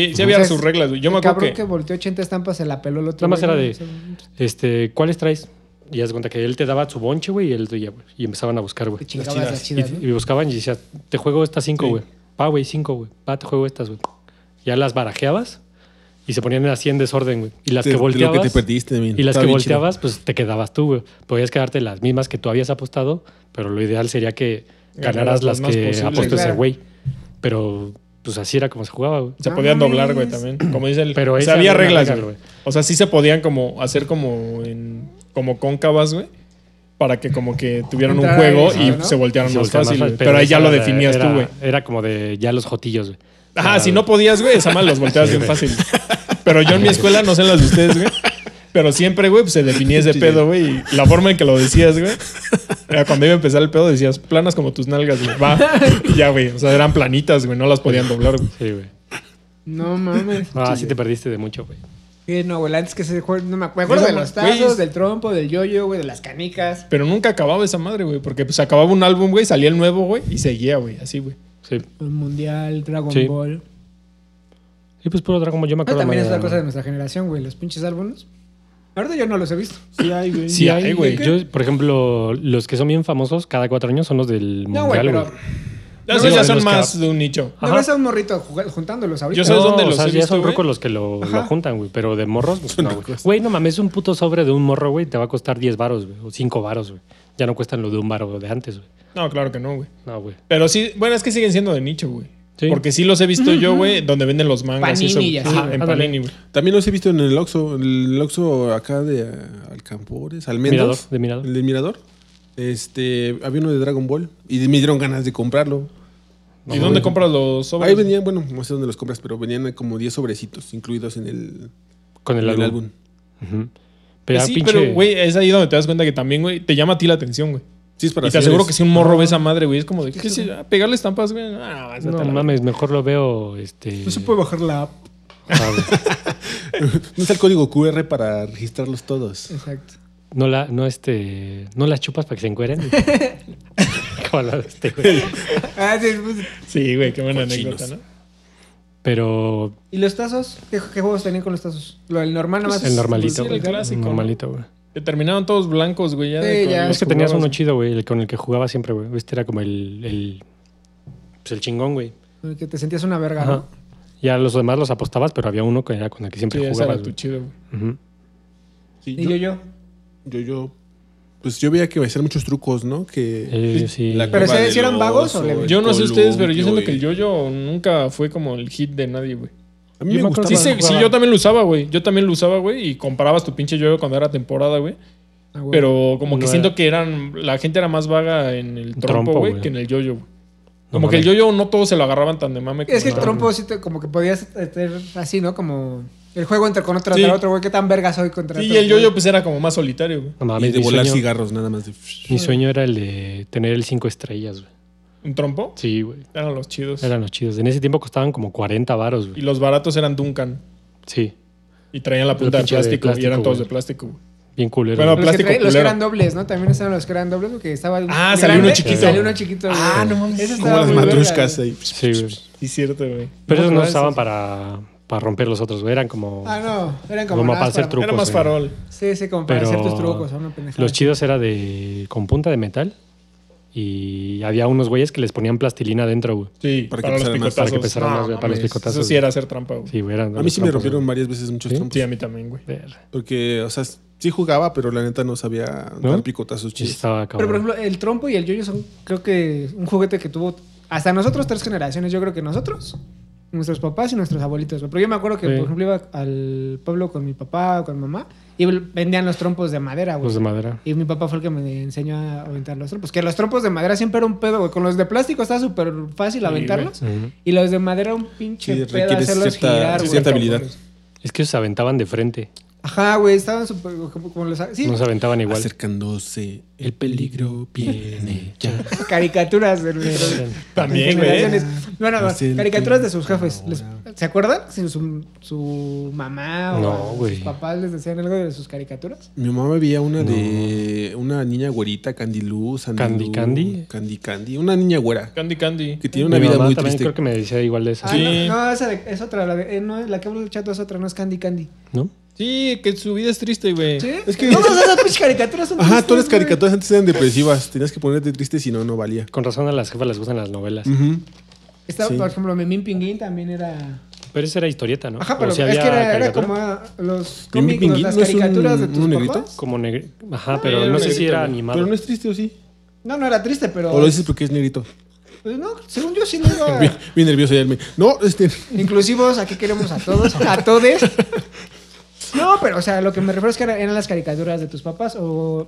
S3: Sí, sí había
S2: O sea,
S3: sus reglas, güey. Yo me
S2: El
S3: acuerdo
S2: cabrón
S3: que,
S2: que volteó 80 estampas se la peló el
S1: Nada
S2: otro.
S1: más
S2: güey,
S1: era
S2: ¿no?
S1: de-
S2: O sea,
S1: Este, ¿cuáles traes? Y haz de cuenta que él te daba su bonche, güey, y él te güey. Y empezaban a buscar, güey.
S2: Te chingabas las
S1: Y,
S2: chidas, ¿no?
S1: y buscaban y decías, te juego estas cinco,
S3: Sí.
S1: güey. Pa, güey, cinco, güey. Pa, te juego estas, güey. Ya las barajeabas y se ponían así en desorden, güey. Y las
S4: Te-
S1: que
S4: de lo que te
S1: volteabas.
S4: perdiste, men.
S1: y las
S4: Estaba
S1: que
S4: bien chido.
S1: volteabas, pues te quedabas tú, güey. Podías quedarte las mismas que tú habías apostado, pero lo ideal sería que
S3: Ganaras
S1: ganaras las
S3: las más
S1: que
S3: posibles,
S1: apostó ese
S2: claro.
S1: güey. Pero, pues así era como se jugaba, güey.
S3: se
S2: No
S3: podían
S2: mames.
S3: doblar, güey, también. Como dice el.
S1: Pero
S3: o
S1: esa
S3: sea, había
S1: había una
S3: reglas,
S1: regla,
S3: güey.
S1: güey.
S3: O sea, sí se podían como hacer como en, como cóncavas, güey. Para que como que tuvieran un
S2: Entrara
S3: juego
S2: eso,
S3: y
S2: ¿no?
S3: se voltearan
S1: Se
S3: más
S1: volteaba
S3: fácil.
S1: más
S3: güey. Pero, ahí ya
S1: esa
S3: lo
S1: era-
S3: definías
S1: era-
S3: tú, güey.
S1: Era como de ya los jotillos, güey.
S3: Ajá, si no podías, güey, esa mal los volteabas bien fácil. Pero yo en mi escuela, no sé en las de ustedes, güey. Pero siempre, güey, pues se definía ese
S4: Sí.
S3: pedo, güey. Y la forma en que lo decías, güey. Era cuando iba a empezar el pedo, decías planas como tus nalgas, güey. Va. Y ya, güey. O sea, eran planitas, güey. No las podían doblar, güey.
S1: Sí, güey.
S2: No mames.
S1: Ah, sí te perdiste de mucho, güey.
S2: Sí, no, güey, antes que se juegue, no me acuerdo. Me acuerdo de los tazos,
S3: Güey.
S2: del trompo, del yoyo, güey, de las canicas.
S3: Pero nunca acababa esa madre, güey. Porque pues acababa un álbum, güey, salía el nuevo, güey, y seguía, güey, así, güey.
S1: Sí.
S2: El mundial, Dragon
S1: Sí.
S2: Ball.
S1: Sí, pues puro Dragon Ball. Yo me
S2: Pero
S1: acuerdo.
S2: también
S1: más
S2: es
S1: de-
S2: otra cosa de nuestra generación, güey, los pinches álbumes. Ahorita yo no los he visto.
S4: Sí hay, güey.
S3: Sí hay, güey.
S1: Yo, por ejemplo, los que son bien famosos cada cuatro años son los del
S2: No, güey,
S1: Mundial,
S2: pero.
S1: güey.
S3: Las
S1: Sí,
S3: ya
S1: güey,
S3: son
S1: los
S3: más
S1: cap-
S3: de un nicho.
S2: No
S1: Ajá.
S2: ves a un morrito jug- juntándolos ahorita.
S3: Yo ¿Sabes dónde
S1: o
S3: los
S1: sea,
S3: he
S1: ya
S3: visto,
S1: son
S3: güey?
S1: rucos los que lo,
S2: Ajá.
S1: lo juntan, güey. Pero de morros, pues, no, güey. Güey, no mames, un puto sobre de un morro, güey, te va a costar 10 varos, güey. O 5 varos, güey. Ya no cuestan lo de un varo de antes, güey.
S3: No, claro que no, güey.
S1: No, güey.
S3: Pero sí, bueno, es que siguen siendo de nicho, güey.
S1: Sí.
S3: Porque sí los he visto yo, güey, donde venden los mangas y eso.
S2: Panini y
S3: güey.
S2: así,
S3: Ajá,
S1: güey.
S3: en
S1: Ándale.
S3: Panini, güey.
S4: También los he visto en el Oxxo, en el Oxxo acá de ah, Alcampores,
S1: Mirador,
S4: Almendros.
S1: de Mirador.
S4: El de Mirador. Este, había uno de Dragon Ball y me dieron ganas de comprarlo.
S3: ¿Y dónde compras los sobres?
S4: Ahí venían, bueno, no sé dónde los compras, pero venían como 10 sobrecitos incluidos en el,
S1: Con el
S4: en el
S1: álbum.
S4: álbum.
S1: Ujú. Pero ya
S3: Pues sí,
S1: pinche-
S3: pero, güey, es ahí donde te das cuenta que también, güey, te llama a ti la atención, güey.
S4: Sí, es para
S3: Y te
S4: señores.
S3: aseguro que si un morro ve esa madre, güey, es como de, ¿qué es eso? Ah, ¿Pegarle estampas, güey? Ah, vete a
S1: No
S3: la-
S1: mames, mejor lo veo, este...
S2: No se puede bajar la app.
S1: ah, güey.
S4: No está el código QR para registrarlos todos.
S2: Exacto.
S1: No la, no este, no las chupas para que se encueren. Como la de este, güey.
S2: Ah, sí, pues.
S3: Sí, güey, qué buena
S4: Cochinos.
S3: anécdota, ¿no?
S1: Pero
S2: ¿Y los tazos? ¿Qué, qué juegos tenían con los tazos? Lo del normal nomás.
S1: el normalito,
S3: pues, sí,
S1: güey.
S3: el clásico, ¿no?
S1: normalito, güey.
S3: Te terminaban todos blancos, güey. Ya
S2: Sí,
S3: de- con
S2: ya.
S3: los
S1: Es que tenías
S3: jugabas.
S1: uno chido, güey, el con el que jugaba siempre, güey. Este era como el, el, pues el chingón, güey.
S2: Con el Que te sentías una verga,
S1: Ajá.
S2: ¿no?
S1: Ya los demás los apostabas, pero había uno que era con el que
S3: Sí,
S1: siempre
S3: ese
S1: jugabas.
S3: era tu
S1: güey.
S3: chido, güey.
S1: Ujú.
S4: Sí,
S2: Y yo, yo.
S4: yo, yo, pues yo veía que hacían muchos trucos, ¿no? Que
S1: Eh, sí.
S4: la
S2: Pero
S4: curva
S2: se-
S4: del
S2: si eran vagos
S4: oso,
S2: o le-
S4: el
S3: Yo no sé ustedes, pero yo siento
S4: columpio
S3: que el
S4: y-
S3: yo-yo nunca fue como el hit de nadie, güey.
S4: A mí
S1: Yo me
S4: me
S1: acuerdo-
S4: gustaba.
S3: Sí,
S1: Estaba-
S3: sí, sí,
S1: jugaba.
S3: yo también lo usaba, güey. Yo también lo usaba, güey, y comparabas tu pinche yo-yo cuando era temporada, güey.
S2: Ah, güey.
S3: Pero como que
S1: No
S3: siento
S1: era.
S3: que eran la gente era más vaga en el
S1: Trompo,
S3: trompo, güey,
S1: güey.
S3: que en el yo-yo, güey.
S1: No
S3: Como que el
S1: mames.
S3: yo-yo no todos se lo agarraban tan de mame.
S2: Es que el
S3: como-
S2: trompo sí te- como que podías tener así, ¿no? Como el juego entre con otro,
S3: Sí.
S2: contra otro, güey. ¿Qué tan verga soy contra
S3: Sí,
S2: otro?
S3: y el yo-yo
S2: güey?
S3: pues era como más solitario, güey.
S1: No mames,
S4: Y de
S1: mi
S4: volar
S1: sueño-
S4: cigarros, nada más. De...
S1: Mi sueño era el de tener el cinco estrellas, güey.
S3: ¿Un trompo?
S1: Sí, güey.
S3: Eran los chidos.
S1: Eran los chidos. En ese tiempo costaban como 40 varos,
S3: Y
S1: güey.
S3: los baratos eran Duncan.
S1: Sí,
S3: Y traían la punta de
S1: pinche de
S3: plástico, y
S1: plástico,
S3: eran todos
S1: güey.
S3: de plástico, güey.
S1: bien culero.
S3: Bueno,
S1: güey.
S2: Los que,
S3: plástico
S2: trae- los que
S3: culero.
S2: eran dobles, ¿no? También estaban los que eran dobles porque estaba.
S3: Ah, salió uno chiquito.
S2: Y salió uno chiquito. Ah, no mames.
S4: Como las matruscas eh. ahí.
S1: Sí, güey.
S3: Sí, cierto, güey.
S1: Pero esos no
S3: Otra vez,
S1: usaban
S3: sí.
S1: para, para romper los otros, güey. Eran como.
S2: Ah, no. Eran como.
S1: Como
S2: nada
S1: para
S2: más
S1: hacer trucos.
S3: Era más
S1: güey.
S3: farol.
S2: Sí, sí, como para
S1: Pero
S2: hacer tus trucos. ¿no? Pendejada.
S1: Los chidos era de. con punta de metal. Y había unos güeyes que les ponían plastilina adentro, güey.
S3: Sí,
S4: Para
S3: para,
S4: que
S3: los
S4: pesaran
S3: picotazos.
S4: más,
S1: para que pesaran más, güey, para los
S3: mames,
S1: picotazos,
S3: Eso sí
S1: güey.
S3: era hacer trampa, güey.
S1: Sí, güey, eran.
S4: A mí sí me rompieron varias veces muchos trompos.
S3: Sí, a mí también, güey.
S1: Ver,
S4: Porque, o sea, sí jugaba, pero la neta no sabía
S1: ¿No?
S4: dar picotazos
S1: sí,
S4: chidos.
S1: estaba
S2: Pero
S1: cabrón.
S2: por ejemplo, el trompo y el yoyo son, creo que, un juguete que tuvo hasta nosotros tres generaciones. Yo creo que nosotros, nuestros papás y nuestros abuelitos. güey. Pero yo me acuerdo que,
S1: Sí.
S2: por ejemplo, iba al pueblo con mi papá o con mamá y vendían los trompos de madera, güey.
S1: los de madera.
S2: Y mi papá fue el que me enseñó a aventar los trompos. Que los trompos de madera siempre era un pedo, güey. Con los de plástico está súper fácil aventarlos.
S1: Ujú.
S2: Y los de madera un pinche
S4: Sí,
S2: pedo
S4: requiere
S2: hacerlos
S4: cierta-
S2: girar, güey.
S4: cierta habilidad.
S1: Es que se aventaban de frente.
S2: Ajá, güey. Estaban súper... Como, como los... Sí,
S1: No se aventaban igual.
S4: Acercándose, el peligro viene ya.
S2: caricaturas de nuestros-
S3: También, güey.
S2: generaciones. Bueno,
S4: No sé,
S2: caricaturas de
S4: no,
S2: sus jefes. Les- ¿Se acuerdan? Si su, su mamá o
S1: No, güey.
S2: sus papás les decían algo de sus caricaturas.
S4: Mi mamá me veía una de una niña güerita, Candiluz,
S1: Candy Candy.
S4: Candy Candy, una niña güera
S3: Candy Candy.
S4: que tiene una vida muy triste.
S1: creo que me decía igual de eso.
S2: Ah,
S3: Sí.
S2: no, no, esa de- es otra. La, de, eh, no, la que hablo del chato es otra, no es Candy Candy.
S1: ¿No?
S3: Sí, que su vida es triste, güey. Pues
S2: ¿Sí?
S4: Es que-
S2: Todas esas pinches caricaturas son
S4: Ajá,
S2: tristes,
S4: todas las
S2: güey.
S4: caricaturas antes eran depresivas, tenías que ponerte triste si no no valía.
S1: Con razón a las jefas les gustan las novelas.
S4: Ujú.
S2: Está,
S4: Sí.
S2: Por ejemplo, Memín Pinguín también era.
S1: Pero esa era historieta, ¿no?
S2: Ajá, pero
S1: ¿O sí
S2: es
S1: había
S2: que era, era
S1: caricatura?
S2: como ah, los cómics,
S4: Memín
S2: los-
S4: Pinguín,
S2: las
S4: ¿no es un-
S2: caricaturas de tus
S4: un negrito?
S2: papás.
S1: Como negri- Ajá,
S3: Sí,
S1: pero
S3: era
S1: no sé si
S3: negrito,
S1: era
S3: güey.
S1: animado.
S4: Pero no es triste o sí?
S2: No, no era triste, pero.
S4: O lo dices porque es negrito.
S2: Pues no, según yo sí no era.
S4: Bien, bien nervioso ya el me- No, este
S2: Inclusivos, aquí queremos a todos, a todes. No, pero, o sea, lo que me refiero es que era- eran las caricaturas de tus papás o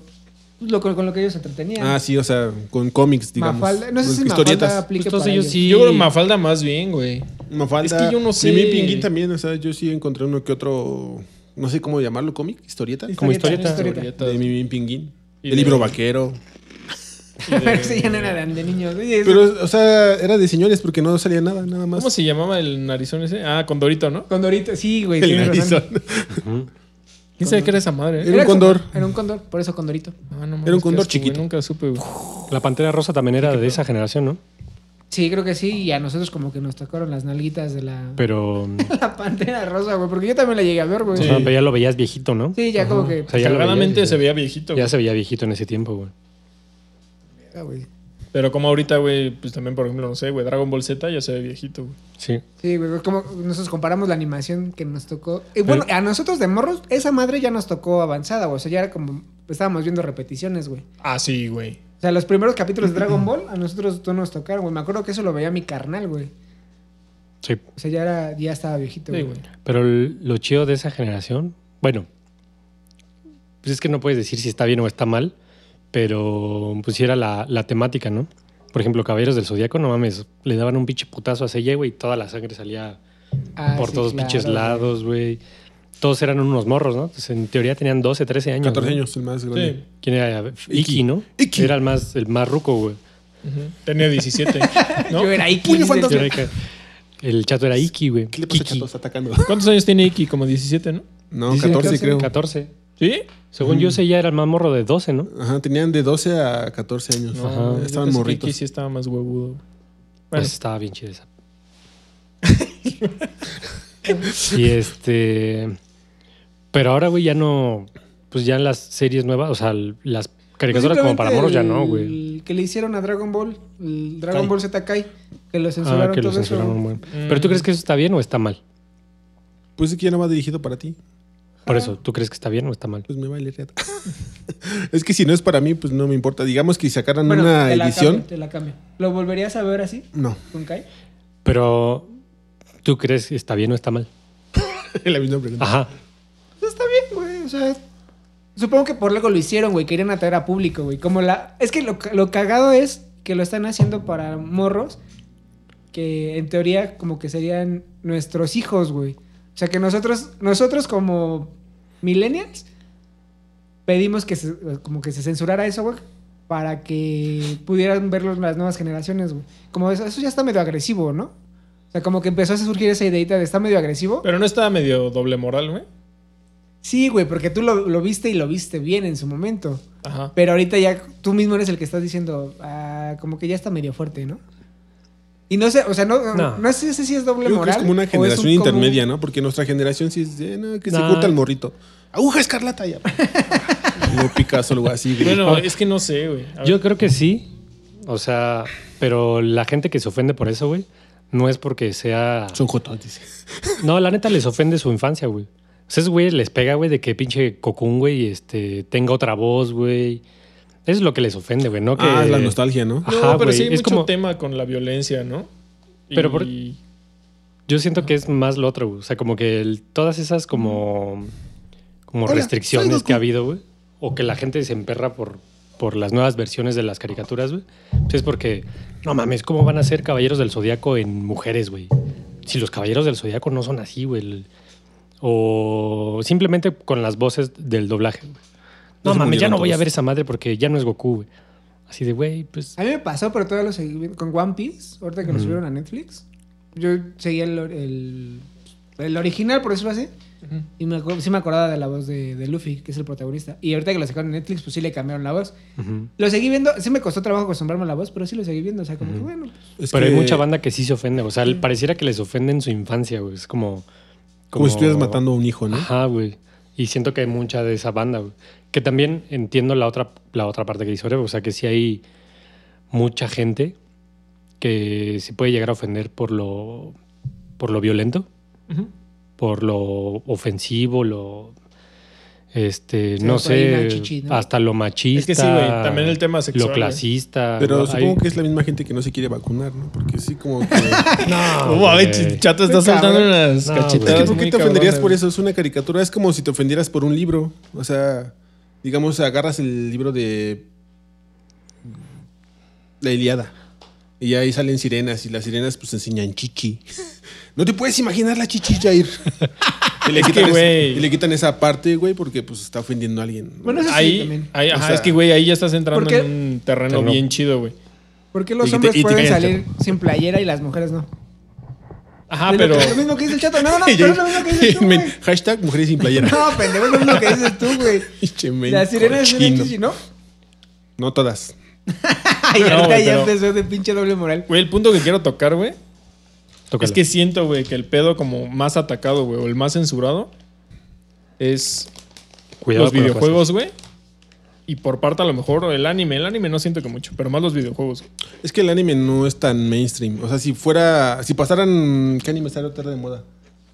S2: lo, con, con lo que ellos se entretenían.
S4: Ah, sí, o sea, con cómics, digamos.
S2: Mafalda, no sé
S4: Con
S2: si Mafalda
S4: historietas.
S1: Pues
S2: aplique
S1: todos
S2: para
S1: ellos
S2: ellos.
S1: sí.
S3: Yo creo que Mafalda más bien, güey.
S4: Mafalda.
S3: Es que yo no sé.
S4: Y mi Pinguín también, o sea, yo sí encontré uno que otro, no sé cómo llamarlo, cómic, historieta.
S1: Como historieta.
S2: historieta.
S4: De Mimín Pinguín.
S3: Y
S4: el
S3: de-
S4: libro vaquero.
S2: Pero ese ya no era de niños. Oye, eso-
S4: Pero, o sea, era de señores porque no salía nada, nada más.
S3: ¿Cómo se llamaba el narizón ese? Ah, Condorito, ¿no?
S2: Con Dorito, sí, güey.
S4: El
S2: tienes razón.
S4: narizón.
S1: Ujú.
S3: ¿Quién sabe qué era esa madre? eh?
S4: Era un
S2: como-
S4: cóndor.
S2: Era un condor, por eso condorito.
S3: Ah, no mames,
S4: era un
S3: qué
S4: cóndor
S3: asco, güey,
S4: chiquito.
S3: Nunca supe, güey.
S1: La pantera rosa también era de esa generación, ¿no?
S2: Sí, creo que sí. Y a nosotros como que nos tocaron las nalguitas de la,
S1: Pero mm,
S2: la pantera rosa, güey. Porque yo también la llegué a ver, güey.
S1: o
S2: Sí,
S1: sea, ya lo veías viejito, ¿no?
S2: ya como que...
S1: O sea, ya lo
S3: Claramente
S1: veías,
S3: se
S1: ya-
S3: veía viejito.
S1: Ya
S3: güey.
S1: se veía viejito en ese tiempo, güey.
S2: Ah, güey.
S3: Pero como ahorita, güey, pues también, por ejemplo, no sé, güey, Dragon Ball Z ya se ve viejito, güey.
S1: Sí.
S2: Sí, güey, pues como nosotros comparamos la animación que nos tocó. Y bueno, a nosotros de morros, esa madre ya nos tocó avanzada, güey. O sea, ya era como. Estábamos viendo repeticiones, güey.
S3: Ah, sí, güey.
S2: O sea, los primeros capítulos de Dragon Ball, a nosotros no nos tocaron, güey. Me acuerdo que eso lo veía mi carnal, güey.
S1: Sí.
S2: O sea, ya, era, ya estaba viejito,
S3: Sí,
S2: güey.
S3: güey.
S1: Pero el- lo chido de esa generación, bueno, pues es que no puedes decir si está bien o está mal, pero pues sí era la, la temática, ¿no? Por ejemplo, Caballeros del Zodíaco, no mames, le daban un pinche putazo a Seiya, güey, y toda la sangre salía
S2: Ah,
S1: por
S2: sí,
S1: todos
S2: claro,
S1: pinches
S2: güey.
S1: lados, güey. Todos eran unos morros, ¿no? Entonces, en teoría tenían 12, 13 años.
S4: 14
S1: ¿no?
S4: años, el más
S3: Sí.
S4: grande.
S1: ¿Quién era?
S4: Iki.
S1: Iki, ¿no?
S4: Iki.
S1: Era el más, el más ruco, güey.
S3: Ujú. Tenía 17, ¿no?
S2: Yo era Iki.
S4: Puño
S2: dice-
S4: fantasma.
S1: Yo era que- El chato era Iki, güey.
S4: ¿Qué le pasa,
S1: Kiki.
S4: Chato? Está atacando.
S3: ¿Cuántos años tiene Iki? Como 17, ¿no?
S4: No,
S1: Dice
S4: 14 creo.
S1: 14.
S3: ¿Sí?
S1: Según yo, Seiya era el más morro de 12, ¿no?
S4: Ajá, tenían de 12 a 14 años.
S3: No,
S1: Pues, Ajá.
S4: Ajá.
S3: yo
S4: Estaban
S3: pensé que
S4: morritos.
S3: Iki sí estaba más huevudo. güey. Bueno,
S1: Pues estaba bien chida esa. y este. Pero ahora, güey, ya no. Pues ya en las series nuevas, o sea, l- las caricaturas como para moros ya no, güey.
S2: El que le hicieron a Dragon Ball, el Dragon
S4: Kai.
S2: Ball Z Kai, que lo
S1: Ah,
S2: censuraron
S1: que
S2: todo
S1: lo censuraron,
S2: eso.
S1: güey.
S3: Mm.
S1: Pero tú crees que eso está bien o está mal?
S4: Pues es que ya no va dirigido para ti.
S1: Por eso, ¿tú crees que está bien o está mal?
S4: Pues me vale reata. es que si no es para mí, pues no me importa. Digamos que sacaran
S2: Bueno,
S4: una
S2: te la
S4: edición.
S2: cambio, te la cambio. ¿Lo volverías a ver así?
S4: No,
S2: ¿Con Kai?
S1: Pero, ¿tú crees que está bien o está mal?
S4: la misma pregunta.
S1: Ajá.
S2: Pues está bien, güey. O sea, supongo que por algo lo hicieron, güey. Querían atraer a público, güey. Como la. Es que lo, lo cagado es que lo están haciendo para morros. Que en teoría, como que serían nuestros hijos, güey. O sea, que nosotros, nosotros como millennials, pedimos que se, como que se censurara eso, güey. Para que pudieran verlo las nuevas generaciones, güey. Como eso, eso ya está medio agresivo, ¿no? O sea, como que empezó a surgir esa ideita de está medio agresivo.
S3: Pero no estaba medio doble moral, güey.
S2: Sí, güey, porque tú lo, lo viste y lo viste bien en su momento.
S3: Ajá.
S2: Pero ahorita ya tú mismo eres el que estás diciendo, ah, como que ya está medio fuerte, ¿no? Y no sé, o sea, no, no.
S1: No.
S2: sé si es doble
S4: Yo creo que
S2: moral.
S4: es como una
S2: o es
S4: generación
S2: un común-
S4: intermedia, ¿no? Porque nuestra generación sí es de, no, que se
S1: Nah.
S4: corta el morrito. Aguja escarlata ya. no Picasso, algo así. güey.
S3: Bueno,
S1: Ah.
S3: es que no sé, güey. A ver.
S1: Yo creo que sí. O sea, pero la gente que se ofende por eso, güey, no es porque sea.
S4: Son jotas, dice.
S1: No, la neta les ofende su infancia, güey. O sea, esos güey les pega, güey, de que pinche cocún, güey, este, tenga otra voz, güey. Eso es lo que les ofende, güey, ¿no? Que...
S4: Ah, es la nostalgia, ¿no?
S1: Ah.
S3: No,
S1: Ajá,
S3: pero
S1: güey,
S3: sí hay
S1: es
S3: mucho
S1: como-
S3: tema con la violencia, ¿no?
S1: Pero por-
S3: Y-
S1: Yo siento que es más lo otro, güey. O sea, como que el- todas esas como, como
S4: Hola, soy
S1: restricciones
S4: Goku.
S1: que ha habido, güey. O que la gente se emperra por, por las nuevas versiones de las caricaturas, güey. Pues es porque, no mames, ¿cómo van a ser caballeros del zodiaco en mujeres, güey? Si los caballeros del zodiaco no son así, güey. El- O simplemente con las voces del doblaje, güey.
S4: Ya
S1: No mames,
S4: se
S1: ya
S4: murieron
S1: no voy a
S4: todos.
S1: ver esa madre porque ya no es Goku, güey. Así de, güey, pues.
S2: A mí me pasó, pero todavía lo seguí viendo. con One Piece, ahorita que lo subieron a Netflix. Yo seguía el, or- el, el original, por decirlo así.
S3: Ujú.
S2: Y me, acu- sí me acordaba de la voz de, de Luffy, que es el protagonista. Y ahorita que lo sacaron en Netflix, pues sí le cambiaron la voz.
S1: ujú.
S2: Lo seguí viendo, sí me costó trabajo acostumbrarme a la voz, pero sí lo seguí viendo. O sea, como que bueno, pues,
S4: Es
S1: Pero
S4: que
S1: hay mucha banda que sí se ofende. O sea, pareciera que les ofende en su infancia, güey. Es como.
S4: Como si estuvieras matando a un hijo, ¿no?
S1: Ajá, güey. Y siento que hay mucha de esa banda, güey. Que también entiendo la otra, la otra parte que dice Oreo. O sea, que sí hay mucha gente que se puede llegar a ofender por lo, por lo violento,
S3: Ujú.
S1: por lo ofensivo, lo. Este,
S2: Sí,
S1: no
S2: por ahí la
S1: sé,
S2: chichi, ¿no?
S1: hasta lo machista.
S3: Es que sí, güey, también el tema sexual,
S1: Lo
S3: güey.
S1: clasista.
S4: ¿eh? Pero
S1: güey, hay-
S4: supongo que es la misma gente que no se quiere vacunar, ¿no? Porque sí, como que.
S1: No,
S3: Uh, a ver,
S1: güey.
S3: ch- chato, estás
S2: Muy
S3: soltando
S2: cabrón.
S3: unas
S1: No,
S4: Es que
S3: cachetadas.
S1: güey.
S4: ¿Por qué
S3: muy
S4: te ofenderías
S3: cabronas,
S4: por
S3: güey.
S4: eso? Es una caricatura. Es como si te ofendieras por un libro. O sea, digamos, agarras el libro de. La Iliada. Y ahí salen sirenas. Y las sirenas, pues enseñan chichi. No te puedes imaginar la chichi, Jair. Y le,
S3: Es
S4: quitan
S3: que,
S4: es-
S3: güey.
S4: y le quitan esa parte, güey, porque pues está ofendiendo a alguien. ¿no?
S2: Bueno, eso sí
S3: Ahí,
S2: también.
S3: ahí-
S4: O
S3: ajá,
S4: sea,
S3: es que, güey, ahí ya estás entrando
S2: porque-
S3: en un terreno
S1: Terreno.
S3: bien chido, güey.
S2: ¿Por qué los
S4: Y te-
S2: hombres
S4: y te-
S2: pueden
S4: y te-
S2: salir sin playera y las mujeres no?
S3: Ajá,
S2: Es lo
S3: Ah, pero.
S2: que- Lo mismo que dice el chato. No, no, no,
S4: Y
S2: pero
S4: yo-
S2: es lo mismo que dices tú,
S4: men,
S2: güey.
S4: hashtag mujeres sin playera.
S2: No, pendejo, es lo mismo que dices tú, güey.
S4: Pinche men
S2: Las sirenas son
S4: cochino.
S2: chichi, ¿no?
S4: No todas.
S2: Ay,
S3: No,
S2: ahorita
S3: güey,
S2: ya
S3: pero-
S2: empezó de pinche doble moral.
S3: Güey, el punto que quiero tocar, güey,
S1: Tócalo.
S3: es que siento, güey, que el pedo como más atacado, güey, o el más censurado es
S1: Cuidado
S3: los
S1: con que
S3: videojuegos, güey. Y por parte, a lo mejor, el anime. El anime no siento que mucho, pero más los videojuegos. güey.
S4: Es que el anime no es tan mainstream. O sea, si fuera. Si pasaran. ¿Qué anime estaría ahorita de moda?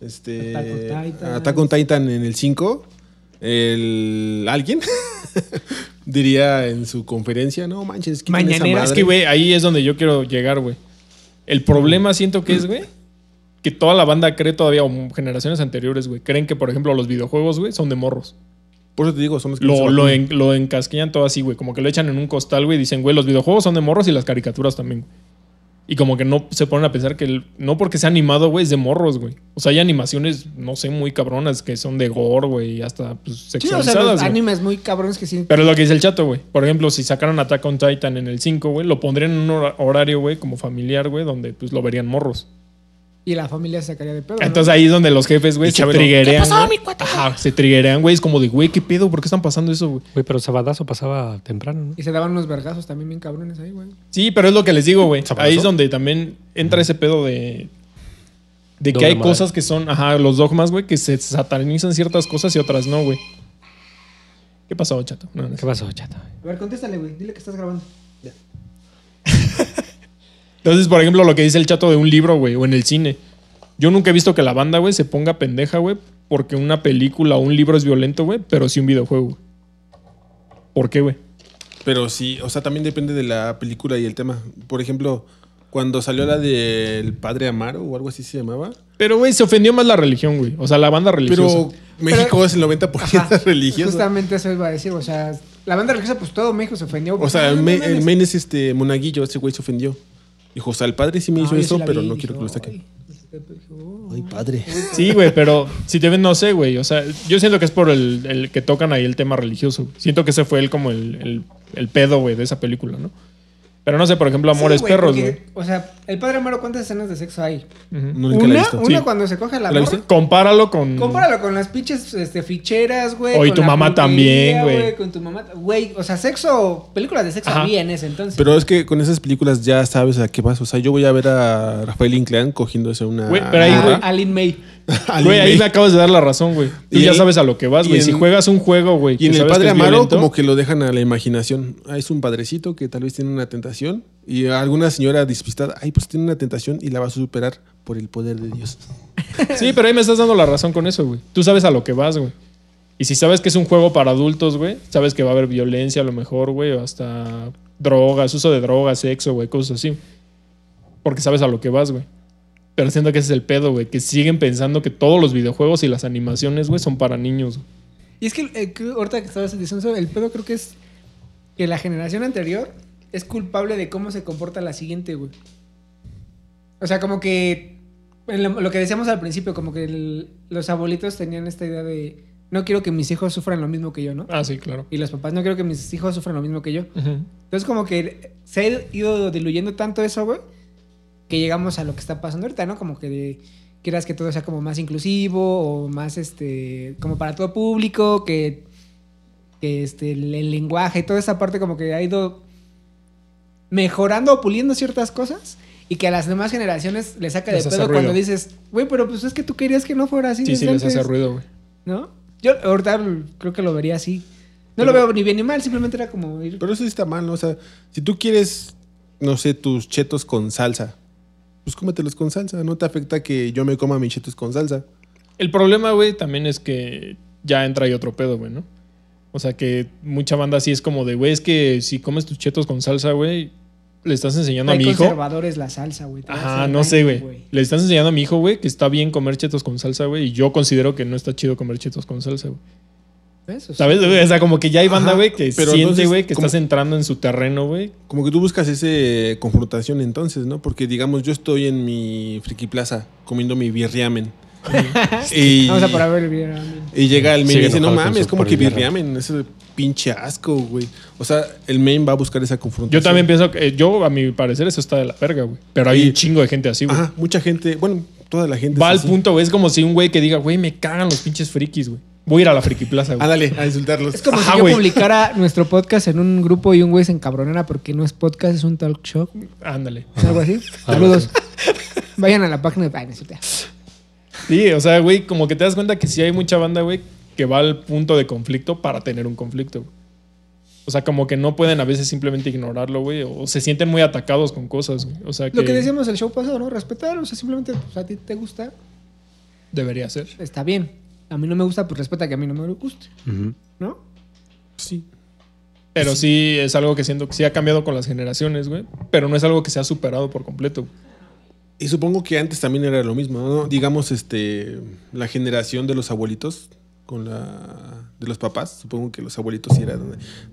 S4: Este.
S2: Attack on Titan.
S4: Attack on Titan en el 5. El. Alguien. diría en su conferencia. No manches, quiten esa
S2: Mañanera,
S4: madre".
S3: Es que, güey, ahí es donde yo quiero llegar, güey. El problema siento que es, güey, que toda la banda cree todavía, o generaciones anteriores, güey, creen que, por ejemplo, los videojuegos, güey, son de morros.
S4: Por eso te digo, son los que no se
S3: Lo, lo,
S4: vacunan.
S3: en- lo encasquillan todo así, güey. Como que lo echan en un costal, güey. y Dicen, güey, los videojuegos son de morros y las caricaturas también. Y como que no se ponen a pensar que el- no porque sea animado, güey, es de morros, güey. O sea, hay animaciones, no sé, muy cabronas que son de gore, güey, y hasta pues,
S2: Sí, o sea,
S3: sexualizadas.
S2: los
S3: güey.
S2: animes muy cabrones que sí.
S3: Pero es lo que dice el chato, güey. Por ejemplo, si sacaran Attack on Titan en el 5, güey, lo pondrían en un hora- horario, güey, como familiar, güey, donde pues lo verían morros.
S2: Y la familia se sacaría de pedo. ¿no?
S3: Entonces ahí es donde los jefes, güey,
S4: Y
S3: se
S4: Chabelo,
S3: triguerean. Ajá, se triguerean, güey. Es como de, güey, ¿qué pedo? ¿Por qué están pasando eso, güey?
S1: Güey, pero Sabadazo pasaba temprano, ¿no?
S2: Y se daban unos vergazos también bien cabrones ahí, güey.
S3: Sí, pero es lo que les digo, güey.
S1: ¿Sabroso?
S3: Ahí es donde también entra ese pedo de. De que
S1: Doble
S3: hay
S1: moral.
S3: cosas que son, ajá, los dogmas, güey, que se satanizan ciertas cosas y otras no, güey. ¿Qué pasó, chato? No, no sé.
S1: ¿Qué pasó, chata?
S2: A ver, contéstale, güey. Dile que estás grabando.
S3: Entonces, por ejemplo, lo que dice el chato de un libro, güey, o en el cine. Yo nunca he visto que la banda, güey, se ponga pendeja, güey, porque una película o un libro es violento, güey, pero sí un videojuego. güey. ¿Por qué, güey?
S4: Pero sí, o sea, también depende de la película y el tema. Por ejemplo, cuando salió la del Padre Amaro o algo así se llamaba.
S3: Pero, güey, se ofendió más la religión, güey. O sea, la banda religiosa.
S4: Pero México es el 90%
S2: Ajá,
S4: religioso.
S2: Justamente eso iba a decir, o sea, la banda religiosa, pues todo México se ofendió.
S4: O sea,
S2: No,
S4: el,
S2: no
S4: me-
S2: mames.
S4: el men es este monaguillo, ese güey se ofendió. Dijo, o sea, el padre sí me
S2: No,
S4: hizo
S2: yo sí
S4: eso,
S2: la
S4: pero
S2: vi,
S4: no
S2: dije,
S4: quiero que lo saquen.
S2: "Ay".
S4: Ay, padre.
S3: Sí, güey, pero si te ven, no sé, güey. O sea, yo siento que es por el, el que tocan ahí el tema religioso. güey. Siento que ese fue el, como el, el- el pedo, güey, de esa película, ¿no? Pero no sé, por ejemplo, Amores
S2: Sí,
S3: Perros,
S2: porque,
S3: güey.
S2: O sea, el padre Amaro, ¿cuántas escenas de sexo hay?
S3: Ujú.
S4: No, nunca la
S2: Una,
S4: he visto.
S2: una
S3: Sí. Mm.
S2: cuando se coge a la
S4: ¿La
S2: morra.
S4: viste?
S3: Compáralo con.
S2: Compáralo con las pinches este, ficheras, güey.
S3: Oh, y
S2: con
S3: tu
S2: la
S3: mamá también, güey.
S2: Con tu mamá, güey. O sea, sexo, películas de sexo
S3: Ajá.
S2: había en ese entonces.
S4: Pero es que con esas películas ya sabes a qué vas. O sea, yo voy a ver a Rafael Inclán cogiéndose una.
S3: Güey, pero ahí,
S2: Ah,
S3: güey.
S2: Aline May.
S4: al
S3: Güey, ahí
S4: Inmei.
S3: me acabas de dar la razón, güey. Tú
S4: Y
S3: ya
S4: el-
S3: sabes a lo que vas,
S4: y
S3: güey. Si
S4: en-
S3: juegas un juego, güey.
S4: Y en
S3: que
S4: el
S3: sabes
S4: padre
S3: que es
S4: Amaro,
S3: violento,
S4: como que lo dejan a la imaginación. Ah, es un padrecito que tal vez tiene una tentación. Y alguna señora despistada, ay, pues tiene una tentación y la va a superar por el poder de Dios.
S3: Sí, pero ahí me estás dando la razón con eso, güey. Tú sabes a lo que vas, güey. Y si sabes que es un juego para adultos, güey, sabes que va a haber violencia a lo mejor, güey, o hasta drogas, uso de drogas, sexo, güey, cosas así. Porque sabes a lo que vas, güey. Pero siento que ese es el pedo, güey, que siguen pensando que todos los videojuegos y las animaciones, güey, son para niños. güey.
S2: Y es que, eh, que ahorita que estabas diciendo eso, el pedo creo que es que la generación anterior es culpable de cómo se comporta la siguiente, güey. O sea, como que en lo, lo que decíamos al principio, como que el- los abuelitos tenían esta idea de no quiero que mis hijos sufran lo mismo que yo, ¿no?
S3: Ah, sí, claro.
S2: Y los papás no quiero que mis hijos sufran lo mismo que yo.
S3: Ujú.
S2: Entonces como que se ha ido diluyendo tanto eso, güey, que llegamos a lo que está pasando ahorita, ¿no? Como que de- quieras que todo sea como más inclusivo o más, este, como para todo público, que, que este, el, el lenguaje, toda esa parte como que ha ido mejorando o puliendo ciertas cosas y que a las demás generaciones les saca
S3: Les
S2: de
S3: hace
S2: pedo
S3: ruido.
S2: cuando dices, güey, pero pues es que tú querías que no fuera así.
S3: Sí, sí,
S2: desde
S3: les hace
S2: antes",
S3: ruido, güey.
S2: ¿No? Yo ahorita creo que lo vería así. No lo veo ni bien ni mal, simplemente era como ir...
S4: Pero eso sí está mal, ¿no? O sea, si tú quieres, no sé, tus chetos con salsa, pues cómetelos con salsa. No te afecta que yo me coma mis chetos con salsa.
S3: El problema, güey, también es que ya entra ahí otro pedo, güey, ¿no? O sea que mucha banda así es como de, güey, es que si comes tus chetos con salsa, güey, le estás enseñando a
S2: Hay
S3: mi hijo.
S2: conservadores la salsa, güey. te va a
S3: Ajá,
S2: hacer
S3: Ah, no sé,
S2: daño,
S3: güey. Le estás enseñando a mi hijo, güey, que está bien comer chetos con salsa, güey. Y yo considero que no está chido comer chetos con salsa, güey.
S2: ¿Ves? O sea,
S3: ¿Sabes? güey? O sea, como que ya hay banda,
S4: Ajá,
S3: güey, que
S4: pero
S3: siente,
S4: entonces,
S3: güey, que
S4: ¿cómo?
S3: estás entrando en su terreno, güey.
S4: Como que tú buscas ese eh, confrontación entonces, ¿no? Porque digamos, yo estoy en mi friki plaza comiendo mi birriamen y,
S2: Vamos a parar a ver el video.
S4: y llega el main
S1: Sigue
S4: y dice, no
S1: enojado con
S4: mames,
S1: su-
S4: como
S1: por
S4: que
S1: el Villarreal".
S4: Birriamen, ese pinche asco, güey. O sea, el main va a buscar esa confrontación.
S3: Yo también pienso que, eh, yo a mi parecer eso está de la verga, güey. Pero hay
S4: Sí.
S3: un chingo de gente así, güey.
S4: Ajá, mucha gente, bueno, toda la gente.
S3: Va al
S4: es así.
S3: punto, güey. Es como si un güey que diga, güey, me cagan los pinches frikis, güey. Voy a ir a la friki plaza, güey.
S4: Ándale, a insultarlos. Ah,
S2: Es como
S3: Ajá,
S2: si yo
S3: güey.
S2: publicara nuestro podcast en un grupo y un güey se encabronara porque no es podcast, es un talk show.
S3: Ándale.
S2: ¿Es algo así? Saludos. Vayan a la página de... Ay, no es cierto.
S3: Sí, o sea, güey, como que te das cuenta que sí hay mucha banda, güey, que va al punto de conflicto para tener un conflicto, güey. O sea, como que no pueden a veces simplemente ignorarlo, güey. O se sienten muy atacados con cosas, güey. O sea, que,
S2: Lo que decíamos el show pasado, ¿no? Respetar, o sea, simplemente pues, a ti te gusta,
S3: debería ser.
S2: está bien. A mí no me gusta, pues respeta que a mí no me guste,
S1: Ujú.
S2: ¿no?
S4: Sí.
S3: Pero sí. es algo que siento que sí ha cambiado con las generaciones, güey. Pero no es algo que se ha superado por completo. güey.
S4: Y supongo que antes también era lo mismo, ¿no? Digamos, este, la generación de los abuelitos con la de los papás, supongo que los abuelitos sí eran,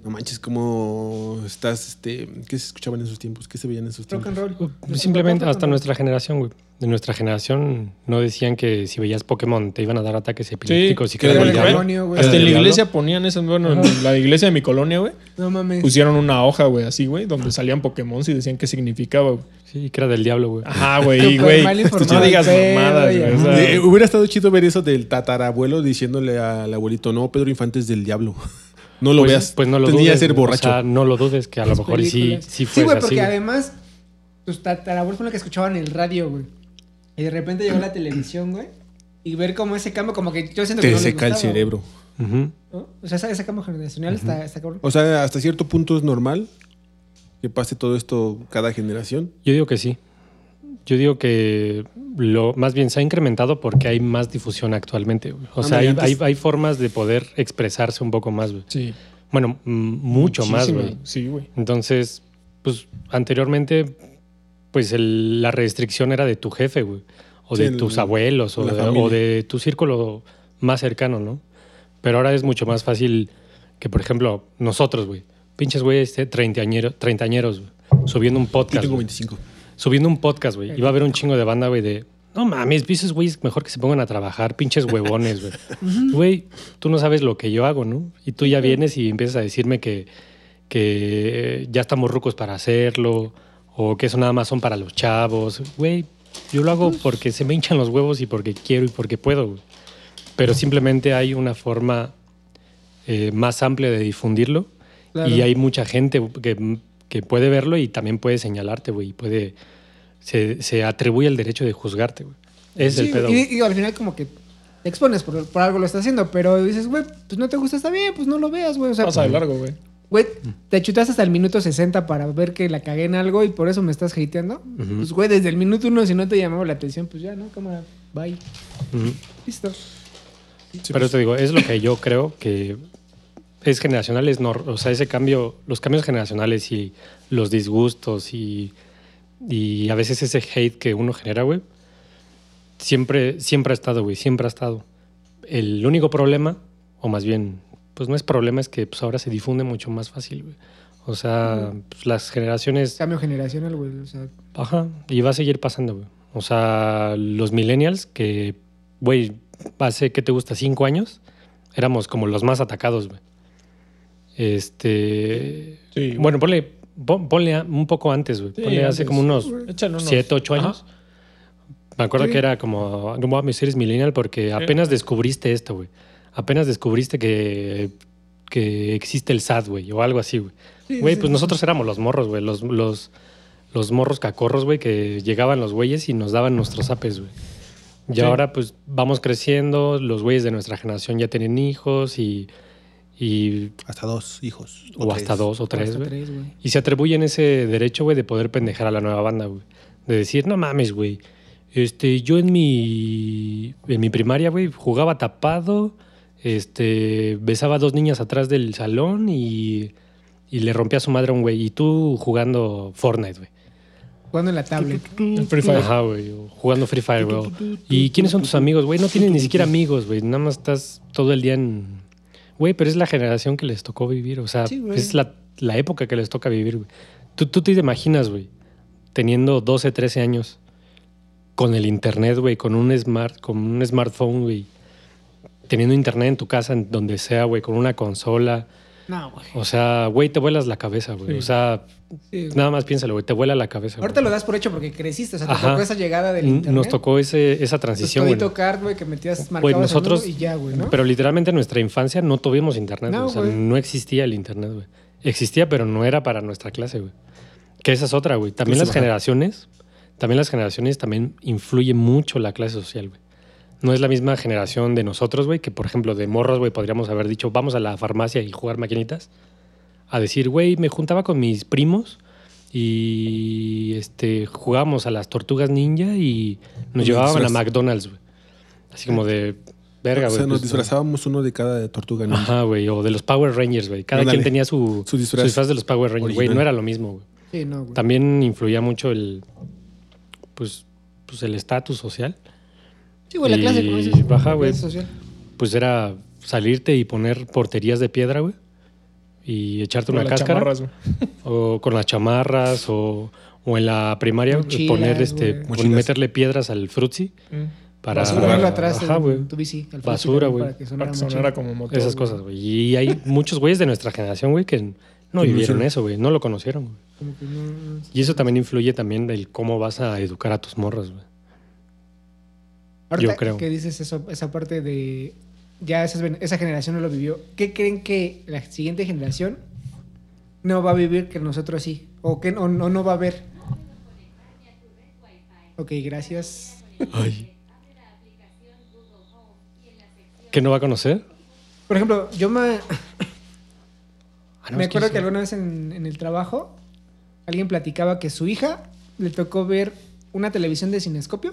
S4: no manches, cómo estás, este, ¿qué se escuchaban en esos tiempos? ¿Qué se veían en esos
S2: Rock
S4: tiempos?
S2: and roll.
S1: Simplemente hasta nuestra generación, güey. De nuestra generación no decían que si veías Pokémon te iban a dar ataques epilépticos y que
S4: que
S1: era
S4: era
S1: del
S4: el
S1: diablo.
S2: demonio, güey.
S1: ¿Era
S3: Hasta en
S1: del
S3: la
S1: diablo?
S3: iglesia ponían eso. Bueno, en la iglesia de mi colonia, güey,
S2: No mames.
S3: pusieron una hoja, güey, así, güey,
S2: Ah.
S3: donde salían Pokémon y decían qué significaba, güey.
S1: Sí, que era del diablo, güey.
S3: Ajá, güey, y,
S2: Súper
S3: güey. Pues
S2: mal informado
S3: No digas
S2: el pedo,
S3: mamadas,
S2: y
S3: güey.
S2: ajá.
S3: o sea,
S4: Eh, hubiera estado chido ver eso del tatarabuelo diciéndole al abuelito, no, Pedro Infante es del diablo. No lo
S1: pues,
S4: veas.
S1: Pues no lo
S4: Tendría
S1: dudes.
S4: que ser
S1: güey.
S4: borracho.
S1: O sea, no lo dudes que a lo
S2: Las
S1: mejor y sí,
S2: películas.
S1: sí fue
S2: güey,
S1: así.
S2: porque
S1: güey.
S2: además pues, tus tatarabuelos fueron los que escuchaban el radio, güey. Y de repente llegó la televisión, güey. Y ver como ese cambio, como que yo siento que
S4: te
S2: no les
S4: seca el
S2: gustaba,
S4: cerebro.
S1: Ujú.
S2: ¿no? O sea, ese, ese cambio generacional está, está cabrón.
S4: O sea, hasta cierto punto es normal que pase todo esto cada generación.
S1: Yo digo que sí. Yo digo que lo más bien se ha incrementado porque hay más difusión actualmente. güey. O
S4: Ah,
S1: sea,
S4: mira,
S1: hay,
S4: antes-
S1: hay- hay formas de poder expresarse un poco más, güey.
S3: sí.
S1: Bueno, mm, mucho más,
S3: Muchísimo,
S1: güey.
S3: Sí, güey.
S1: Entonces, pues anteriormente, pues el- la restricción era de tu jefe, güey. O
S4: Sí,
S1: de
S4: el-
S1: tus abuelos, o
S4: la
S1: de,
S4: familia.
S1: o de tu círculo más cercano, ¿no? Pero ahora es mucho más fácil que, por ejemplo, nosotros, güey. Pinches güeyes este, treintañero- treintañeros, güey, subiendo un
S4: Yo
S1: podcast.
S4: tengo
S1: güey.
S4: 25.
S1: Subiendo un podcast, güey. Y va a haber un chingo de banda, güey, de... No mames, pinches güeyes, mejor que se pongan a trabajar, pinches huevones, güey. Güey, tú no sabes lo que yo hago, ¿no? Y tú ya vienes y empiezas a decirme que, que ya estamos rucos para hacerlo o que eso nada más son para los chavos. Güey, yo lo hago porque se me hinchan los huevos y porque quiero y porque puedo, güey. Pero simplemente hay una forma eh, más amplia de difundirlo
S2: Claro.
S1: y hay mucha gente que, que puede verlo y también puede señalarte, güey. y Puede, se, se atribuye el derecho de juzgarte, güey. Es
S2: Sí,
S1: el pedo.
S2: Y,
S1: güey.
S2: y al final como que te expones por, por algo lo estás haciendo, pero dices, güey, pues no te gusta, está bien, pues no lo veas, güey. O sea,
S3: Pasa de largo, güey.
S2: güey, te chutaste hasta el minuto 60 para ver que la cagué en algo y por eso me estás hateando.
S1: Ujú.
S2: Pues, güey, desde el minuto uno, si no te llamaba la atención, pues ya, ¿no? Cámara, bye.
S1: Ujú.
S2: Listo. pues.
S1: Pero te digo, es lo que yo creo que es generacional, es nor- o sea, ese cambio, los cambios generacionales y los disgustos y, y a veces ese hate que uno genera, güey, siempre, siempre ha estado, güey, siempre ha estado. El único problema, o más bien, pues no es problema, es que pues, ahora se difunde mucho más fácil, güey. O sea, pues, las generaciones
S2: Cambio generacional, güey. O sea,
S1: Ajá, y va a seguir pasando, güey. O sea, los millennials que, güey, hace, ¿qué te gusta? Cinco años, éramos como los más atacados, güey. Este...
S3: Sí, güey.
S1: bueno, ponle, pon- ponle a- un poco antes, güey.
S3: Sí,
S1: ponle hace
S3: antes.
S1: como unos
S3: Échale unos-
S1: siete, ocho
S3: Ajá.
S1: años. Me acuerdo
S2: Sí.
S1: que era como, no mames, eres millennial porque apenas descubriste esto, güey. Apenas descubriste que, que existe el SAT, güey, o algo así, güey.
S2: sí,
S1: Güey,
S2: sí,
S1: pues
S2: sí.
S1: nosotros éramos los morros, güey. Los, los, los morros cacorros, güey, que llegaban los güeyes y nos daban nuestros apes, güey. Y
S3: Sí.
S1: ahora, pues, vamos creciendo. Los güeyes de nuestra generación ya tienen hijos y. y-
S4: Hasta dos hijos.
S1: o, hasta
S4: tres.
S1: dos o tres,
S2: Hasta
S1: güey.
S2: tres, güey.
S1: Y se atribuyen ese derecho, güey, de poder pendejar a la nueva banda, güey. De decir, no mames, güey. Este, yo en mi. En mi primaria, güey, jugaba tapado. Este. Besaba a dos niñas atrás del salón y. Y le rompía su madre a un güey. Y tú jugando Fortnite, güey.
S2: Jugando en la tablet.
S3: El Free Fire.
S1: Ajá, güey. o Jugando Free Fire, güey. ¿Y quiénes son tus amigos, güey? No tienes ni siquiera amigos, güey. Nada más estás todo el día en. Güey, pero es la generación que les tocó vivir. O sea,
S2: Sí, güey.
S1: es la, la época que les toca vivir, güey. Tú, tú te imaginas, güey, teniendo 12, 13 años, con el internet, güey, con un smart, con un smartphone, güey. Teniendo internet en tu casa, en donde sea, güey, con una consola.
S2: No, güey.
S1: O sea, güey, te vuelas la cabeza, güey.
S3: Sí.
S1: O sea,
S2: Sí, güey.
S1: nada más piénsalo, güey, te vuela la cabeza. güey.
S2: Ahorita lo das por hecho porque creciste, o sea, te
S1: Ajá.
S2: tocó esa llegada del
S1: N-
S2: internet.
S1: Nos tocó ese, esa
S2: Tu
S1: transición, güey.
S2: todito card, güey, que
S1: Güey,
S2: metías marcabas el
S1: Pues nosotros-
S2: número y ya, güey, ¿no?
S1: Pero literalmente en nuestra infancia no tuvimos internet,
S2: No,
S1: güey. o sea,
S2: güey.
S1: no existía el internet, güey. Existía, pero no era para nuestra clase, güey. Que esa es otra, güey. También
S4: Clase
S1: las
S4: baja.
S1: generaciones, también las generaciones también influye mucho la clase social, güey. No es la misma generación de nosotros, güey, que por ejemplo de morros, güey, podríamos haber dicho, vamos a la farmacia y jugar maquinitas. A decir, güey, me juntaba con mis primos y este jugábamos a las tortugas ninja y nos
S4: Nos
S1: llevaban a
S4: disfraz-
S1: McDonald's, güey. Así como de verga,
S4: o
S1: güey.
S4: sea, nos
S1: pues,
S4: disfrazábamos uno de cada tortuga ninja.
S1: Ajá, güey, o de los Power Rangers, güey. Cada
S4: Ándale.
S1: quien tenía su,
S4: Su disfraz.
S1: de los Power Rangers, güey.
S4: Original.
S1: No era lo mismo, güey.
S2: Sí, no, güey.
S1: También influía mucho el. Pues, pues el estatus social.
S2: Sí, güey, la
S1: y
S2: clase, como dices,
S1: baja,
S2: la
S1: güey.
S2: clase social.
S1: Pues era salirte y poner porterías de piedra, güey. Y echarte una
S3: Con las
S1: cáscara.
S3: chamarras, güey.
S1: O con las chamarras, o, o en la primaria,
S2: Mochilas,
S1: poner este.
S2: güey.
S1: pon-
S4: Mochilas.
S1: meterle piedras al frutzi
S2: Mm,
S1: para.
S2: Basura, verlo atrás
S1: Ajá,
S2: en
S1: güey.
S2: tu bici. al
S1: Basura,
S2: frente,
S1: güey.
S2: Para que
S3: Para
S2: sonara
S3: que
S2: mucho.
S3: sonara como motor.
S1: Esas
S3: güey.
S1: cosas, güey. Y hay muchos güeyes de nuestra generación, güey, que no
S4: Sí,
S1: vivieron
S4: sí.
S1: eso, güey. No lo conocieron, güey.
S2: Como que no- no-
S1: Y eso también influye también del cómo vas a educar a tus morros, güey.
S2: Ahorita
S1: Yo creo.
S2: que dices eso, esa parte de ya esas ven- esa generación no lo vivió, ¿qué creen que la siguiente generación no va a vivir que nosotros sí? ¿O que o no, no va a ver? Ok, gracias.
S1: ¿Qué no va a conocer?
S2: Por ejemplo, yo me,
S1: Ah, no,
S2: me
S1: es
S2: acuerdo
S1: eso-
S2: que alguna vez en, en el trabajo alguien platicaba que su hija le tocó ver una televisión de cinescopio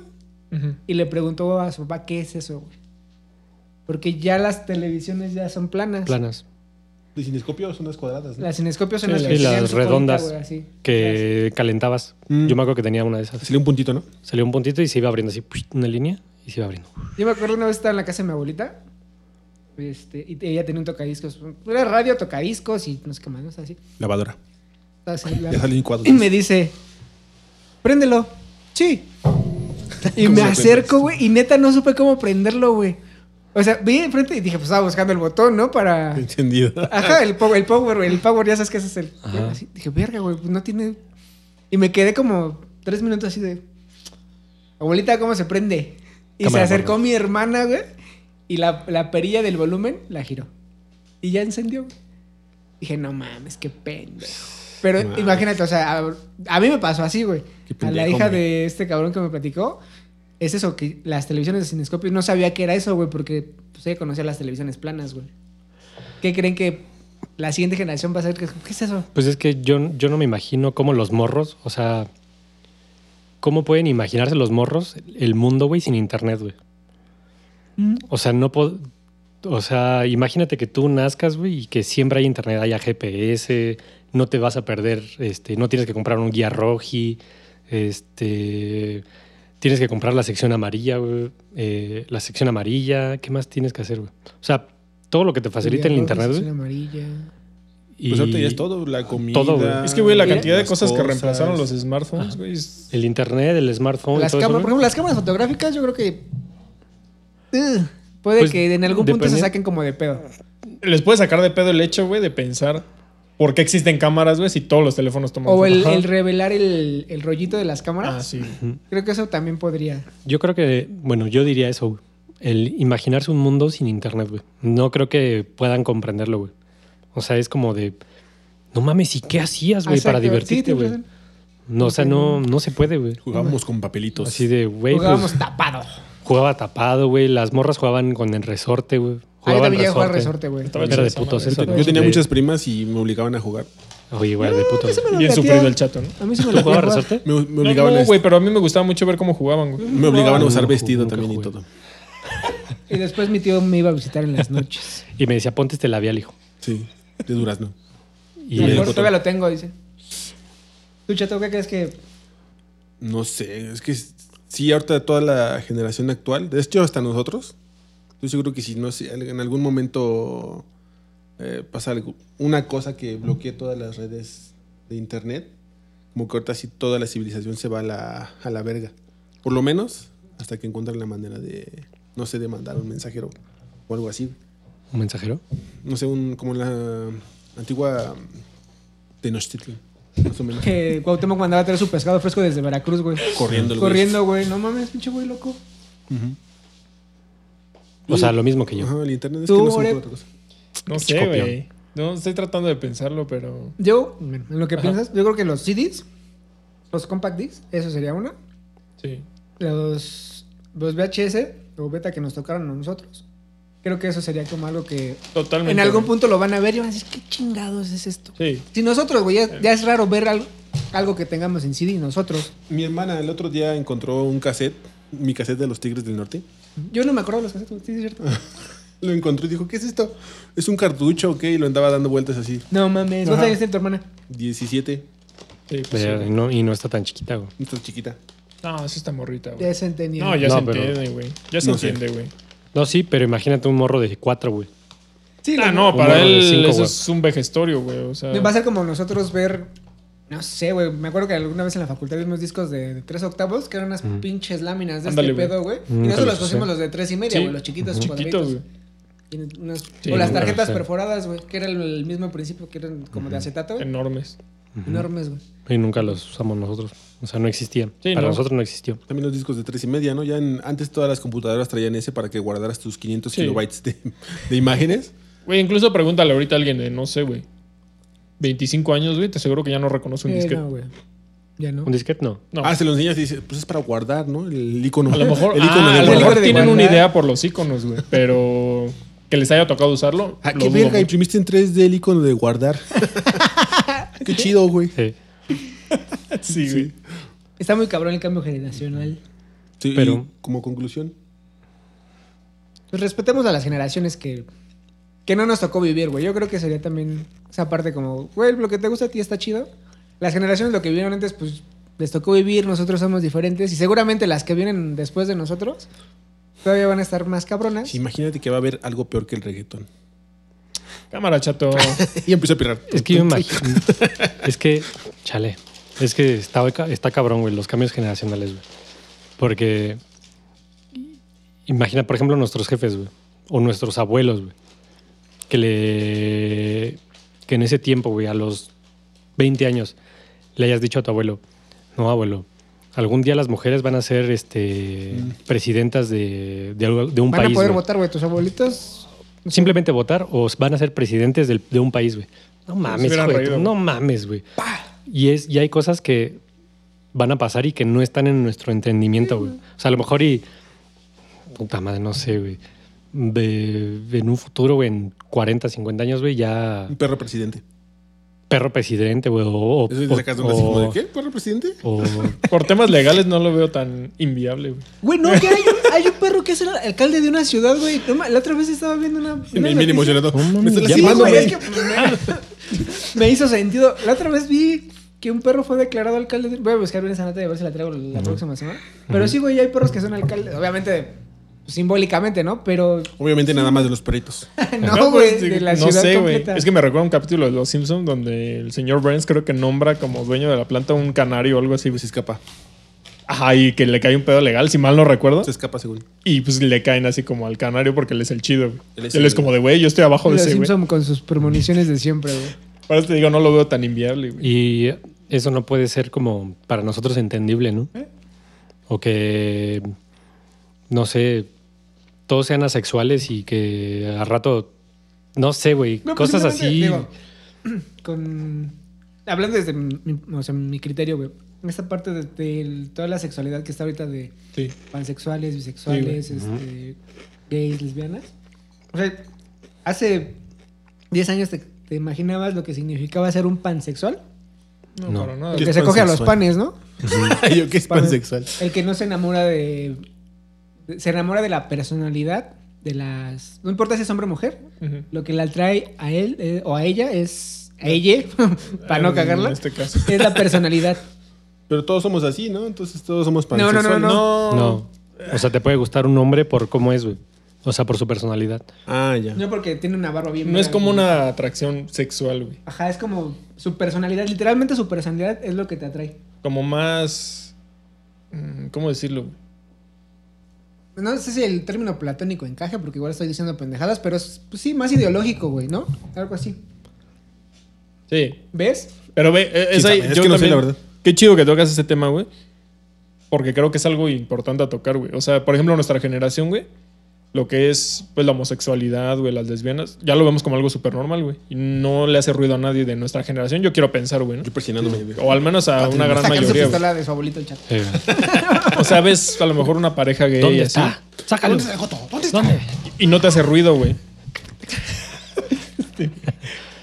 S3: Ujú.
S2: y le preguntó a su papá qué es eso, güey?". Porque ya las televisiones ya son planas.
S1: Planas.
S4: De cinescopio son unas cuadradas,
S2: Las cinescopios son
S3: Sí,
S2: las,
S3: las-
S2: que
S3: sí,
S2: tenían
S1: las
S2: su colita,
S1: redondas
S2: güey, así.
S1: Que calentabas.
S4: Mm.
S1: Yo me acuerdo que tenía una de esas.
S4: Sería un puntito, ¿no?
S1: Salió un puntito y se iba abriendo así, ¡push! una línea y se iba abriendo.
S2: Yo me acuerdo una vez estaba en la casa de mi abuelita. Este, y ella tenía un tocadiscos. Era radio, tocadiscos y no sé qué más, no sé así.
S4: Lavadora.
S2: Estaba así, la-
S4: Ya salen cuadros.
S2: Y me dice, préndelo. Sí. Y
S4: ¿Cómo
S2: me
S4: lo
S2: acerco, güey, y neta no supe cómo prenderlo, güey. O sea, vi enfrente y dije, pues estaba buscando el botón, ¿no? Para...
S4: Encendido.
S2: Ajá, el power, el power, el power, ya sabes que ese es el.
S1: Ajá.
S2: así. dije, verga, güey, pues no tiene. Y me quedé como tres minutos así de. Abuelita, ¿cómo se prende? Y
S1: Cámara,
S2: se acercó
S1: gordo.
S2: mi hermana, güey, y la, la perilla del volumen la giró. Y ya encendió, güey. Dije, no mames, qué pendejo. Pero
S4: Mames.
S2: imagínate, o sea, a, a mí me pasó así, güey.
S4: Qué
S2: A la
S4: pendejo,
S2: hija
S4: güey.
S2: de este cabrón que me platicó, es eso, que las televisiones de cinescopio no sabía que era eso, güey, porque pues, ella conocía las televisiones planas, güey. ¿Qué creen que la siguiente generación va a ser? ¿Qué es eso?
S1: Pues es que yo, yo no me imagino cómo los morros, o sea, cómo pueden imaginarse los morros el mundo, güey, sin internet, güey.
S4: Mm.
S1: O sea, no puedo. O sea, imagínate que tú nazcas, güey, y que siempre hay internet, haya GPS, no te vas a perder, este, no tienes que comprar un guía roji, este, tienes que comprar la sección amarilla, güey, eh, la sección amarilla, ¿qué más tienes que hacer, güey? O sea, todo lo que te facilita el internet, güey. y-
S4: Pues ahorita ya es todo, la comida.
S1: Todo, güey.
S3: Es que, güey, la
S2: Mira.
S3: cantidad de
S4: las
S3: cosas, que reemplazaron los
S1: Ajá.
S3: smartphones, güey. es-
S1: El internet, el smartphone,
S2: Las
S1: Oh, todo
S2: cámaras,
S1: eso,
S2: por
S1: güey.
S2: ejemplo, las cámaras fotográficas, yo creo que. Ugh, puede
S1: Pues,
S2: que en algún punto se
S1: depende-
S2: saquen como de pedo.
S3: Les puede sacar de pedo el hecho, güey, de pensar por qué existen cámaras, güey, si todos los teléfonos toman
S2: O el,
S3: foto.
S2: el revelar el, el rollito de las cámaras.
S3: Ah, sí.
S2: Creo que eso también podría.
S1: Yo creo que, bueno, yo diría eso, güey. El imaginarse un mundo sin internet, güey. No creo que puedan comprenderlo, güey. O sea, es como de, no mames, ¿y qué hacías, güey, para
S2: Exacto, sí,
S1: divertirte,
S2: tienes
S1: güey?
S2: razón.
S1: no, o sea, no, no se puede, güey.
S4: Jugábamos con papelitos.
S1: Así de, güey, pues,
S2: Jugábamos tapado.
S1: jugaba tapado, güey. Las morras jugaban con el resorte, güey.
S2: Ah, yo
S1: Jugaban
S2: también llegué a jugar resorte, güey.
S3: Estaba
S1: Era de
S3: chido esa
S1: putos
S3: madre.
S1: eso.
S4: Yo tenía muchas primas y me obligaban a jugar.
S1: Oye, güey, de puto. güey.
S3: Bien
S2: Latea.
S3: sufrido el chato, ¿no?
S2: A mí se me
S1: ¿Tú
S2: lo
S1: jugabas resorte?
S4: Me, me
S3: No,
S4: obligaban,
S3: no,
S4: a,
S3: güey, pero a mí me gustaba mucho ver cómo jugaban, güey.
S4: me obligaban a usar
S1: No,
S4: vestido
S1: nunca
S4: también y
S1: jugué.
S4: todo.
S2: Y después mi tío me iba a visitar en las noches.
S1: Y me decía, ponte este labial, hijo.
S4: Sí, de durazno.
S1: Y
S2: Y el
S4: me dijo
S2: mejor
S4: todo.
S2: todavía lo tengo, dice. ¿Tú, Chato, qué crees que...?
S4: No sé, es que sí, ahorita toda la generación actual, de hecho hasta nosotros, estoy seguro que si no sé, en algún momento eh, pasa algo, una cosa que bloquee todas las redes de internet, como que ahorita sí toda la civilización se va a la, a la verga. Por lo menos hasta que encuentren la manera de, no sé, de mandar un mensajero o algo así.
S1: ¿Un mensajero?
S4: No sé, un, como en la antigua mm, Tenochtitlan, más o menos.
S2: Que Cuauhtémoc mandaba a traer su pescado fresco desde Veracruz, güey.
S4: Corriendo el güey.
S2: Corriendo, güey. No mames, pinche güey loco.
S1: O sea, lo mismo que yo.
S4: Ajá, el internet es
S2: Tú,
S4: que no se
S2: Oreb.
S4: encuentra otra cosa.
S3: No
S1: Pinche
S3: sé,
S1: copión.
S3: güey. No, estoy tratando de pensarlo, pero.
S2: Yo, bueno, en lo que
S3: Ajá.
S2: piensas, yo creo que los CDs, los compact discs, eso sería una.
S3: Sí.
S2: Los, los VHS o beta que nos tocaron a nosotros. Creo que eso sería como algo que
S3: Totalmente.
S2: en algún
S3: güey.
S2: punto lo van a ver y van a decir, ¿qué chingados es esto?
S3: Sí.
S2: Si nosotros, güey, ya, ya es raro ver algo, algo que tengamos en CD nosotros.
S4: Mi hermana el otro día encontró un cassette, mi cassette de los Tigres del Norte.
S2: Yo no me acuerdo de los casetos, sí, es cierto.
S4: Lo encontró y dijo, ¿qué es esto? ¿Es un cartucho o qué? Y lo andaba dando vueltas así.
S2: No mames, ¿cuántos
S4: Ajá.
S2: años tiene tu hermana?
S4: 17,
S3: Sí, pues, sí,
S1: Pero
S3: güey.
S1: no, y no está tan chiquita, güey.
S4: esta chiquita.
S3: No, eso está morrita, güey.
S2: Ya se entendía.
S3: No, ya
S1: No,
S3: se
S1: pero-
S3: entiende, güey. Ya se
S4: No sé.
S3: entiende, güey.
S1: No, sí, pero imagínate un morro de cuatro, güey.
S2: Sí,
S3: Ah,
S2: la-
S3: no, pues,
S1: Un
S3: para
S1: morro de
S3: él
S1: cinco,
S3: eso
S1: güey.
S3: es un vejestorio, güey. O sea,
S2: Va a ser como nosotros ver. No sé, güey. Me acuerdo que alguna vez en la facultad vimos discos de, de tres octavos que eran unas pinches láminas de
S3: Ándale,
S2: este
S3: güey.
S2: pedo, güey.
S1: Mm,
S2: y
S1: te
S2: nosotros
S1: los
S2: los pusimos
S1: usé.
S2: los de tres y media,
S3: Sí.
S2: güey. Los chiquitos,
S3: chiquitos,
S2: cuadraditos.
S3: güey.
S2: Y unos-
S3: Sí,
S1: nunca
S2: o las
S1: los
S2: tarjetas
S1: usé.
S2: perforadas, güey. Que era el, el mismo principio que eran como de acetato.
S3: Enormes.
S2: Enormes, güey.
S1: Y nunca los usamos nosotros. O sea, no existían.
S3: Sí,
S1: Para
S3: no.
S1: nosotros no existió.
S4: También los discos de tres y media, ¿no? Ya en- antes todas las computadoras traían ese para que guardaras tus 500
S3: Sí.
S4: kilobytes de, de imágenes.
S3: Güey, incluso pregúntale ahorita a alguien de, no sé, güey. 25 años, güey, te aseguro que ya no reconoce un
S2: Eh,
S3: disquete.
S2: no, güey. Ya no.
S1: ¿Un disquete? No.
S3: No.
S4: Ah, se lo enseñas y dices, pues es para guardar, ¿no? El icono.
S3: A lo mejor,
S4: el icono
S3: ah,
S4: de
S3: a
S2: guardar.
S3: lo
S4: guardar.
S3: mejor tienen
S2: Guardar.
S3: una idea por los iconos, güey. Pero que les haya tocado usarlo.
S4: Ah,
S3: lo
S4: qué
S3: dudo
S4: verga,
S3: mucho.
S4: imprimiste en 3D el icono de guardar. qué chido, güey.
S1: Sí.
S3: Sí, güey.
S2: Está muy cabrón el cambio generacional.
S4: Sí,
S1: Pero-
S4: y como conclusión,
S2: Pues respetemos a las generaciones que, que no nos tocó vivir, güey. Yo creo que sería también esa parte como, güey, lo que te gusta a ti está chido. Las generaciones lo que vivieron antes, pues les tocó vivir, nosotros somos diferentes y seguramente las que vienen después de nosotros todavía van a estar más cabronas.
S4: sí, imagínate que va a haber algo peor que el reggaetón.
S3: Cámara, chato.
S4: Y empieza a pirrar.
S1: Es que yo me imagino. es que, chale. Es que está, está cabrón, güey, los cambios generacionales, güey. Porque. Imagina, por ejemplo, nuestros jefes, güey. O nuestros abuelos, güey. Que le. Que en ese tiempo, güey, a los 20 años, le hayas dicho a tu abuelo: No, abuelo, algún día las mujeres van a ser este, presidentas de, de algo- de un
S2: Mm. van
S1: país.
S2: a poder
S1: güey".
S2: votar, güey, tus abuelitos.
S1: simplemente votar o van a ser presidentes del- de un país, güey. No mames,
S3: hubieran
S1: güey.
S3: reído.
S1: No mames, güey. Y, es, y hay cosas que van a pasar y que no están en nuestro entendimiento, güey. O sea, a lo mejor y... Puta madre, no sé, güey. De- en un futuro, güey, en 40, 50 años, güey, ya
S4: Un perro presidente.
S1: perro presidente, güey. O, o-
S4: Eso te
S1: o-
S4: sacas una así como de,
S1: o-
S4: ¿qué? ¿Perro presidente?
S1: o-
S3: Por temas legales no lo veo tan inviable, güey.
S2: Güey, no, que hay un, hay un perro que es el alcalde de una ciudad, güey. No ma- La otra vez estaba viendo una...
S4: Y
S2: una
S4: me- bien
S2: noticia.
S4: emocionado.
S1: No mames,
S4: Me está
S1: ya
S2: Sí,
S4: lastimando,
S2: güey,
S4: güey.
S2: es que me, me hizo sentido. La otra vez vi que un perro fue declarado alcalde. de- Voy a buscar bien esa nota y a ver si la traigo la próxima semana. Pero sí, güey, hay perros que son alcaldes. Obviamente, simbólicamente, ¿no? Pero
S4: Obviamente nada más de los perritos.
S2: no, güey,
S3: pues,
S2: de la
S3: no
S2: ciudad
S3: sé, güey.
S2: completa.
S3: Es que me recuerda un capítulo de Los Simpsons donde el señor Burns creo que nombra como dueño de la planta un canario o algo así.
S4: Y se escapa.
S3: Ajá, y que le cae un pedo legal, si mal no recuerdo.
S4: Se escapa según.
S3: Y pues le caen así como al canario porque él es el chido, güey.
S4: Él
S3: Él
S4: es
S3: es,
S4: el-
S3: como de, güey, yo estoy abajo de
S2: Los
S3: ese, güey.
S2: Simpson con sus premoniciones de siempre, güey.
S3: Por eso te digo, no lo veo tan inviable, güey.
S1: y eso no puede ser como para nosotros entendible, ¿no?
S2: ¿Eh?
S1: O que, no sé, todos sean asexuales y que a rato, no sé, güey,
S2: No, pues,
S1: cosas así.
S2: simplemente, digo, con... Hablando desde mi, o sea, mi criterio, güey. Esta parte de, de toda la sexualidad que está ahorita de...
S3: Sí.
S2: pansexuales, bisexuales, este, gays, lesbianas. O sea, hace 10 años te, te imaginabas lo que significaba ser un pansexual.
S3: No,
S1: No.
S3: para nada.
S2: El
S4: ¿Qué
S2: que
S4: es
S2: se coge a los
S4: pansexual?
S2: panes, ¿no?
S4: Yo que es
S2: Panes.
S4: pansexual.
S2: El que no se enamora de. de- Se enamora de la personalidad, de las. No importa si es hombre o mujer,
S3: Ujú.
S2: lo que la atrae a él eh, o a ella es. A ella, para no
S3: En
S2: cagarla,
S3: este caso.
S2: es la personalidad.
S4: Pero todos somos así, ¿no? Entonces todos somos
S2: No, no, no,
S4: pansexuales.
S2: no.
S1: No. O sea, te puede gustar un hombre por cómo es, güey. O sea, por su personalidad.
S4: Ah, ya.
S2: No porque tiene una barba bien
S3: No es
S2: grande.
S3: como una atracción sexual, güey.
S2: Ajá, es como su personalidad. Literalmente su personalidad es lo que te atrae.
S3: Como más. mm, mm, ¿Cómo decirlo? güey?
S2: No sé si el término platónico encaje, porque igual estoy diciendo pendejadas, pero es, pues sí, más ideológico, güey, ¿no? Algo así.
S3: Sí.
S2: ¿Ves?
S3: Pero ve, eh, es,
S4: Sí,
S3: ahí-
S4: también. Es
S3: yo
S4: que no sé,
S3: también-
S4: la verdad.
S3: Qué chido que tocas ese tema, güey. Porque creo que es algo importante a tocar, güey. O sea, por ejemplo, nuestra generación, güey, lo que es pues, la homosexualidad, güey, las lesbianas, ya lo vemos como algo súper normal, güey. Y no le hace ruido a nadie de nuestra generación, yo quiero pensar, güey, ¿no?
S4: Yo Ah, presionándome. güey.
S3: O al menos a una gran
S2: Sacar su
S3: mayoría, güey.
S2: pistola de su abuelito el chat.
S1: Sí, güey.
S3: O sea, ves a lo mejor una pareja gay
S1: ¿Dónde
S3: y así.
S1: está? Sácalo. ¿Dónde
S3: Y no te hace ruido, güey.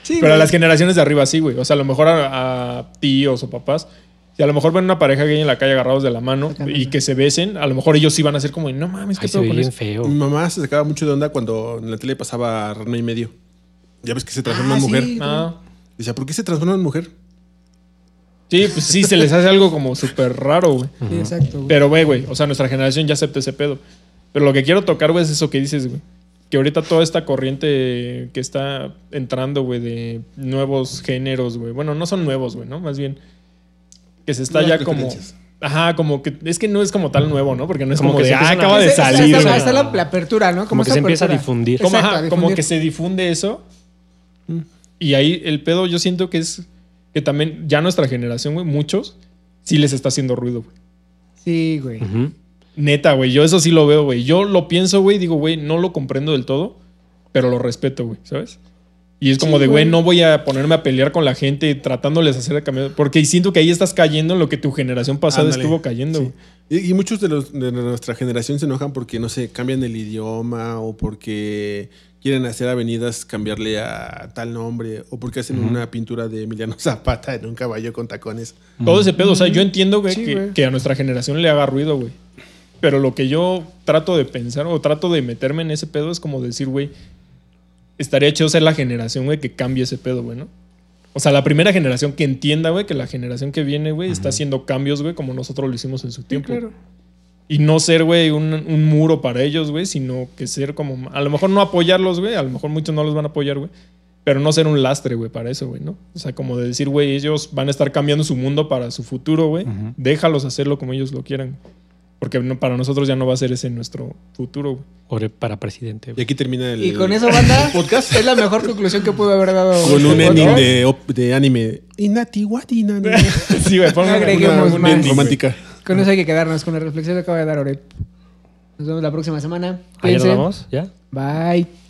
S2: Sí,
S3: Pero a
S2: güey.
S3: las generaciones de arriba sí, güey. O sea, a lo mejor a, a tíos o papás. Si a lo mejor ven una pareja gay en la calle agarrados de la mano
S2: Sacando,
S3: y
S2: ¿no?
S3: que se besen, a lo mejor ellos sí van a ser como, no mames, ¿qué
S1: Ay, se
S3: pedo
S1: ve
S3: con
S1: bien
S3: eso?
S1: feo.
S4: Mi mamá se sacaba mucho de onda cuando en la tele pasaba Rana y medio. Ya ves que se transforma
S2: Ah,
S4: en mujer.
S2: sí.
S3: Ah.
S4: Decía, ¿por qué se transforma en mujer?
S3: Sí, pues sí, se les hace algo como súper raro, güey.
S2: Sí, exacto, güey.
S3: Pero, güey, güey, o sea, nuestra generación ya acepta ese pedo. Pero lo que quiero tocar, güey, es eso que dices, güey. Que ahorita toda esta corriente que está entrando, güey, de nuevos géneros, güey. Bueno, no son nuevos, güey, ¿no? Más bien que se está
S4: Nuevas
S3: ya como...
S4: preferencias.
S3: Ajá, como que... Es que no es como tal nuevo, ¿no? Porque no es
S1: Como
S3: como,
S1: que
S3: de...
S1: se
S3: Ah,
S1: empiezan a-
S3: acaba de
S1: Sí, sí, sí,
S2: Está- está-
S3: salir.
S2: Está,
S3: güey.
S2: está la, la apertura, ¿no?
S1: Como que
S2: esa
S1: se empieza a
S2: apertura.
S1: difundir. Mm.
S3: Como,
S2: Exacto,
S3: ajá,
S2: a
S3: como
S2: difundir.
S3: que se difunde eso. Y ahí el pedo yo siento que es que también ya nuestra generación, güey, muchos, sí les está haciendo ruido, güey.
S2: Sí, güey.
S1: Ujú.
S3: Neta, güey, yo eso sí lo veo, güey. Yo lo pienso, güey, y digo, güey, no lo comprendo del todo, pero lo respeto, güey, ¿sabes? Y es como
S2: Sí,
S3: de, güey,
S2: güey.
S3: no voy a ponerme a pelear con la gente tratándoles de hacer el cambio. Porque siento que ahí estás cayendo en lo que tu generación pasada
S4: Ándale.
S3: estuvo cayendo,
S4: Sí.
S3: güey.
S4: Y, y muchos de, los, de nuestra generación se enojan porque, no sé, cambian el idioma o porque quieren hacer avenidas cambiarle a tal nombre o porque hacen una pintura de Emiliano Zapata en un caballo con tacones.
S3: Todo ese pedo. O sea, yo entiendo, güey,
S2: Sí,
S3: que,
S2: güey.
S3: que a nuestra generación le haga ruido, güey. Pero lo que yo trato de pensar o trato de meterme en ese pedo es como decir, güey, estaría chido ser la generación, güey, que cambie ese pedo, güey, ¿no? O sea, la primera generación que entienda, güey, que la generación que viene, güey, está haciendo cambios, güey, como nosotros lo hicimos en su tiempo.
S2: claro.
S3: Y no ser, güey, un, un muro para ellos, güey, sino que ser como... A lo mejor no apoyarlos, güey, a lo mejor muchos no los van a apoyar, güey. Pero no ser un lastre, güey, para eso, güey, ¿no? O sea, como de decir, güey, ellos van a estar cambiando su mundo para su futuro, güey. Déjalos hacerlo como ellos lo quieran. Porque no- para nosotros ya no va a ser ese nuestro futuro, güey.
S1: Ore para presidente.
S4: Y
S1: güey.
S4: aquí termina el.
S2: Y con eso, banda,
S4: podcast.
S2: es la mejor conclusión que pudo haber dado.
S4: Con
S2: este
S4: un ending
S2: podcast.
S4: de, op- de anime. Inati, what inani?
S3: sí, güey, pon
S2: No
S3: una-
S2: agregué Agreguemos
S4: un
S2: más.
S4: ending romántica.
S2: Con eso hay que quedarnos, con la reflexión que acaba de dar Oreb. Nos vemos la próxima semana.
S1: ¿Ah, ya nos
S2: Cuídense.
S1: vamos? ¿Ya?
S2: Bye.